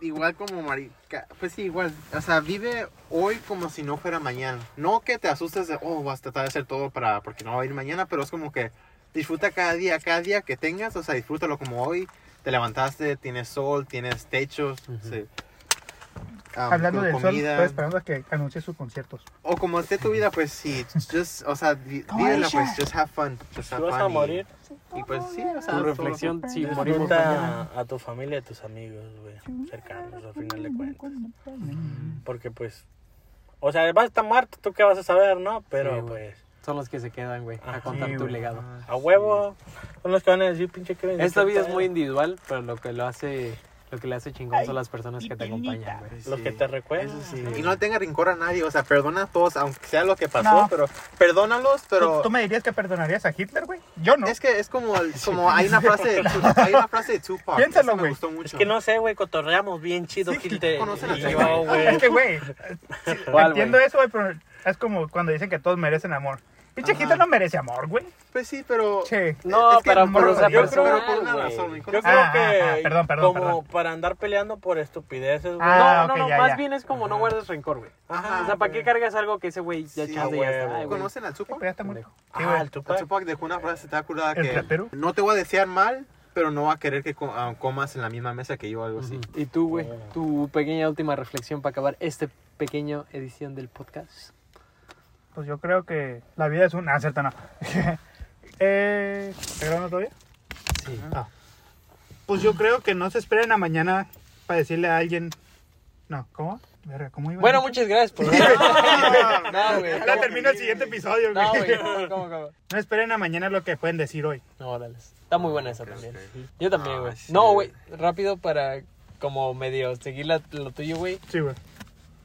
[SPEAKER 2] igual como marica, pues sí, igual. O sea, vive hoy como si no fuera mañana. No que te asustes de, oh, vas a tratar de hacer todo para, porque no va a ir mañana, pero es como que disfruta cada día, cada día que tengas, o sea, disfrútalo como hoy. Te levantaste, tienes sol, tienes techos, sí. Ah,
[SPEAKER 4] Hablando
[SPEAKER 2] con
[SPEAKER 4] del sol,
[SPEAKER 2] comida.
[SPEAKER 4] estoy esperando a que anuncie sus conciertos.
[SPEAKER 2] O como esté tu vida, pues sí, just, o
[SPEAKER 3] <laughs>
[SPEAKER 2] sea, vi-
[SPEAKER 4] Como
[SPEAKER 2] vívela,
[SPEAKER 4] ella.
[SPEAKER 2] pues, just have fun. Just
[SPEAKER 3] Si
[SPEAKER 2] have
[SPEAKER 3] vas
[SPEAKER 2] fun
[SPEAKER 3] a
[SPEAKER 2] y-
[SPEAKER 3] morir,
[SPEAKER 2] Y, pues sí, o sea,
[SPEAKER 1] Tu
[SPEAKER 2] todo-
[SPEAKER 1] reflexión, si morimos mañana.
[SPEAKER 3] disfruta a tu familia y a tus amigos, güey. Cercanos, al final de cuentas. Porque, pues. O sea, vas a estar muerto, tú qué vas a saber, ¿no? Pero,
[SPEAKER 1] Sí, güey.
[SPEAKER 3] pues.
[SPEAKER 1] Son los que se quedan, güey, a
[SPEAKER 3] Ajá,
[SPEAKER 1] contar
[SPEAKER 4] sí,
[SPEAKER 1] tu
[SPEAKER 4] güey.
[SPEAKER 1] legado.
[SPEAKER 3] A huevo. Son los que van a decir, pinche Kevin.
[SPEAKER 1] Esta
[SPEAKER 3] ¿qué
[SPEAKER 1] vida es
[SPEAKER 3] pedo?
[SPEAKER 1] muy individual, pero lo que lo hace, lo que le hace chingón son las personas que te acompañan, güey.
[SPEAKER 2] Pues,
[SPEAKER 3] Los
[SPEAKER 2] sí.
[SPEAKER 3] que te recuerdan.
[SPEAKER 2] Eso sí. Y no le tenga rincón a nadie, o sea, perdona a todos, aunque sea lo que pasó,
[SPEAKER 4] No.
[SPEAKER 2] pero perdónalos, pero...
[SPEAKER 4] ¿Tú, tú me dirías que perdonarías a Hitler, güey? Yo no.
[SPEAKER 2] Es que es como, el- como hay una frase de Tupac, hay una frase de Tupac,
[SPEAKER 4] Piénsalo,
[SPEAKER 2] esa me
[SPEAKER 4] güey.
[SPEAKER 2] gustó mucho.
[SPEAKER 3] Es que no sé, güey, cotorreamos bien chido,
[SPEAKER 4] Sí,
[SPEAKER 3] Gilte.
[SPEAKER 2] conocen a
[SPEAKER 3] y
[SPEAKER 2] Teo,
[SPEAKER 3] yo,
[SPEAKER 4] Es
[SPEAKER 3] güey.
[SPEAKER 4] que, güey,
[SPEAKER 6] <laughs>
[SPEAKER 1] ¿Cuál,
[SPEAKER 4] entiendo
[SPEAKER 1] güey?
[SPEAKER 4] eso, güey, pero es como cuando dicen que todos merecen amor.
[SPEAKER 6] Pinche
[SPEAKER 2] Ajá.
[SPEAKER 6] Hitler no merece amor, güey.
[SPEAKER 2] Pues sí, pero.
[SPEAKER 6] Che.
[SPEAKER 3] No, pero por-
[SPEAKER 2] morro,
[SPEAKER 3] o sea,
[SPEAKER 2] yo
[SPEAKER 3] por
[SPEAKER 2] creo
[SPEAKER 3] sonar,
[SPEAKER 2] que por una
[SPEAKER 1] güey.
[SPEAKER 2] razón. güey.
[SPEAKER 3] Yo creo
[SPEAKER 6] Ah,
[SPEAKER 3] que
[SPEAKER 6] ah, ah, perdón, perdón,
[SPEAKER 3] como
[SPEAKER 6] perdón.
[SPEAKER 3] para andar peleando por estupideces, güey.
[SPEAKER 6] Ah,
[SPEAKER 1] no,
[SPEAKER 6] ok,
[SPEAKER 1] no, no,
[SPEAKER 6] ya,
[SPEAKER 1] más
[SPEAKER 6] ya.
[SPEAKER 1] bien es como no guardes rencor, güey.
[SPEAKER 2] Ajá,
[SPEAKER 1] o sea, ¿para
[SPEAKER 2] güey.
[SPEAKER 1] qué cargas algo que ese güey ya
[SPEAKER 2] Sí,
[SPEAKER 1] chance
[SPEAKER 3] güey,
[SPEAKER 1] ya está?
[SPEAKER 3] güey.
[SPEAKER 1] güey?
[SPEAKER 2] ¿Conocen al
[SPEAKER 6] Pero
[SPEAKER 2] Tupac?
[SPEAKER 6] ya está muy.
[SPEAKER 1] Pendejo.
[SPEAKER 6] Sí,
[SPEAKER 3] ah,
[SPEAKER 6] güey.
[SPEAKER 3] el Tupac.
[SPEAKER 2] Al Tupac dejó una frase, está curada
[SPEAKER 6] ¿El
[SPEAKER 2] que.
[SPEAKER 6] rapero?
[SPEAKER 2] No te voy a desear mal, pero no va a querer que co- ah, comas en la misma mesa que yo, algo así.
[SPEAKER 1] Pues Y tú, güey, tu pequeña última reflexión para acabar este pequeño edición del podcast.
[SPEAKER 6] Pues yo creo que la vida es un. Ah, cierto, no. <laughs> eh, ¿Está grabando todavía?
[SPEAKER 1] Sí.
[SPEAKER 6] Ah. Pues yo creo que no se esperen a mañana para decirle a alguien. No, ¿cómo? Verga, ¿cómo iba?
[SPEAKER 1] Bueno, muchas gracias <laughs> por. no, güey.
[SPEAKER 6] Ya termina el siguiente episodio,
[SPEAKER 1] No,
[SPEAKER 6] güey.
[SPEAKER 1] güey. ¿Cómo, cómo, cómo?
[SPEAKER 6] No esperen a mañana lo que pueden decir hoy.
[SPEAKER 1] No, órale. Está muy buena esa también. Yo también, güey.
[SPEAKER 2] Ah, sí.
[SPEAKER 1] No, güey. Rápido para como medio seguir la- lo tuyo, güey.
[SPEAKER 6] Sí, güey.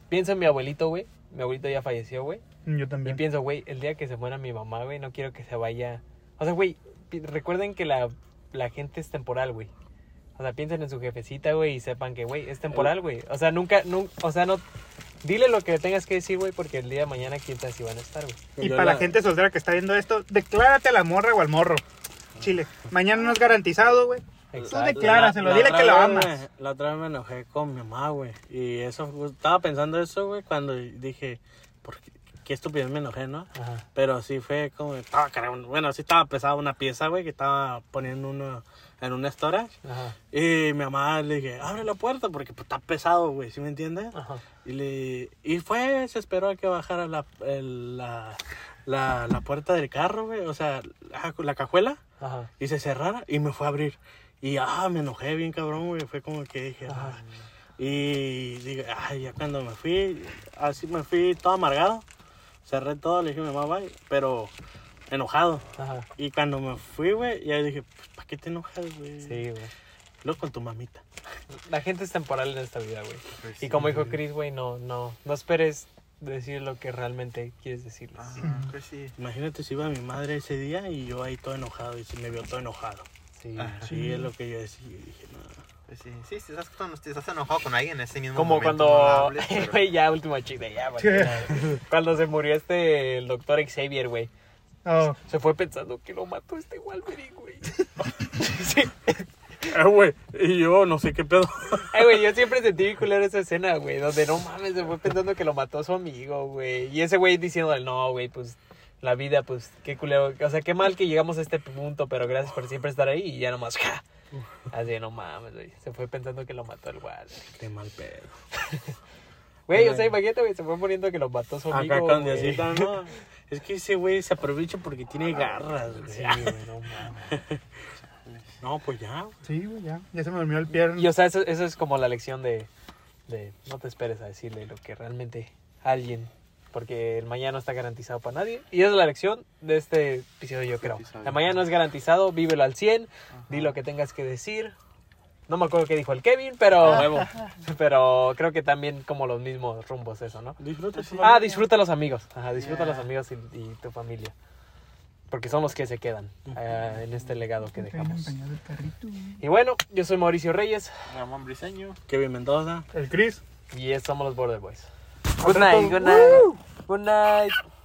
[SPEAKER 1] Pienso en mi abuelito, güey. Mi abuelito ya falleció, güey.
[SPEAKER 6] Yo
[SPEAKER 1] Y
[SPEAKER 6] también.
[SPEAKER 1] pienso, güey, el día que se muera mi mamá, güey, no quiero que se vaya. O sea, güey, pi- recuerden que la, la gente es temporal, güey. O sea, piensen en su jefecita, güey, y sepan que, güey, es temporal, güey. O sea, nunca, nunca, o sea, no. Dile lo que le tengas que decir, güey, porque el día de mañana quién sabe si van a estar, güey.
[SPEAKER 6] Y para la gente soltera que está viendo esto, declárate a la morra o al morro. Chile. Mañana no es garantizado, güey. Tú decláraselo,
[SPEAKER 3] La-
[SPEAKER 6] dile
[SPEAKER 3] la
[SPEAKER 6] que lo
[SPEAKER 3] otra vez
[SPEAKER 6] amas.
[SPEAKER 3] me- La otra vez me enojé con mi mamá, güey. Y eso, fue- estaba pensando eso, güey, cuando dije, ¿por qué, qué estupidez me enojé, no?
[SPEAKER 6] Ah.
[SPEAKER 1] Ajá.
[SPEAKER 3] Pero sí fue como, estaba cargando- bueno, sí estaba pesada una pieza, güey, que estaba poniendo uno en un storage.
[SPEAKER 1] Ajá.
[SPEAKER 3] Y mi mamá le dije, abre la puerta porque pues, está pesado, güey, ¿sí me entiendes?
[SPEAKER 1] Ajá.
[SPEAKER 3] Y, le, y fue, se esperó a que bajara la, el- la, la, la puerta del carro, güey, o sea, la, la cajuela
[SPEAKER 1] Ajá.
[SPEAKER 3] y se cerrara y me fue a abrir. Y ah, me enojé bien cabrón, güey. Fue como que dije, ah. Y digo, ay, ya cuando me fui, así me fui todo amargado. Cerré todo, le dije a mi mamá, bye, pero enojado.
[SPEAKER 1] Ajá.
[SPEAKER 3] Y cuando me fui, güey, ya dije, pues, ¿para qué te enojas, güey?
[SPEAKER 1] Sí, güey.
[SPEAKER 3] Luego con tu mamita.
[SPEAKER 1] La gente es temporal en esta vida, güey.
[SPEAKER 2] Pues
[SPEAKER 1] Y como dijo Chris, güey, no, no, no esperes decir lo que realmente quieres decirles.
[SPEAKER 2] Ah, pues sí.
[SPEAKER 3] Imagínate si iba mi madre ese día y yo ahí todo enojado y se me vio todo enojado.
[SPEAKER 1] Sí.
[SPEAKER 3] Sí, es lo que yo decía. Y dije, no.
[SPEAKER 2] <laughs> Pues sí. Sí, si estás, cuando estás enojado con alguien en ese mismo
[SPEAKER 1] Como
[SPEAKER 2] momento,
[SPEAKER 1] cuando.
[SPEAKER 2] no
[SPEAKER 1] <laughs>
[SPEAKER 2] hables, pero-
[SPEAKER 1] Güey, ya, último chiste, ya, güey. Cuando se murió este, el doctor Xavier, güey.
[SPEAKER 6] Oh,
[SPEAKER 1] Se fue pensando que lo mató este Wolverine, güey. sí.
[SPEAKER 3] Eh, güey, y yo no sé qué pedo.
[SPEAKER 1] Ay, güey, yo siempre sentí bien culero esa escena, güey. Donde no mames, se fue pensando que lo mató su amigo, güey. Y ese güey diciéndole, no, güey, pues la vida, pues qué culero. O sea, qué mal que llegamos a este punto, pero gracias por siempre estar ahí. Y ya nomás, ja. Así de, no mames, güey. Se fue pensando que lo mató el Wal.
[SPEAKER 3] <laughs> Qué mal pedo.
[SPEAKER 1] Güey, o sea, imagínate, güey, se fue poniendo que lo mató su amigo.
[SPEAKER 3] Acá con
[SPEAKER 1] güey. <laughs>
[SPEAKER 3] Diosito, no. Es que ese güey se aprovecha porque tiene garras, güey.
[SPEAKER 1] Sí, güey, no mames.
[SPEAKER 3] <laughs> No, pues ya. güey.
[SPEAKER 6] sí, güey, ya. Ya se me durmió el pierna.
[SPEAKER 1] Y o sea, eso, eso es como la lección de, de no te esperes a decirle lo que realmente alguien, porque el mañana no está garantizado para nadie. Y esa es la lección de este episodio, yo creo.
[SPEAKER 2] episodio.
[SPEAKER 1] La mañana no es garantizado, vívelo al 100, di lo que tengas que decir. No me acuerdo qué dijo el Kevin, pero, <laughs> pero creo que también como los mismos rumbos eso, ¿no?
[SPEAKER 3] Disfruta su
[SPEAKER 1] Ah,
[SPEAKER 3] familia.
[SPEAKER 1] disfruta a los amigos. Ajá, disfruta a los amigos y, y tu familia. Porque son los que se quedan ah, en este legado que dejamos. Y bueno, yo soy Mauricio Reyes.
[SPEAKER 2] Ramón Briseño.
[SPEAKER 3] Kevin Mendoza.
[SPEAKER 6] El Chris.
[SPEAKER 1] Y somos los Border Boys. Good night, good night. Good night.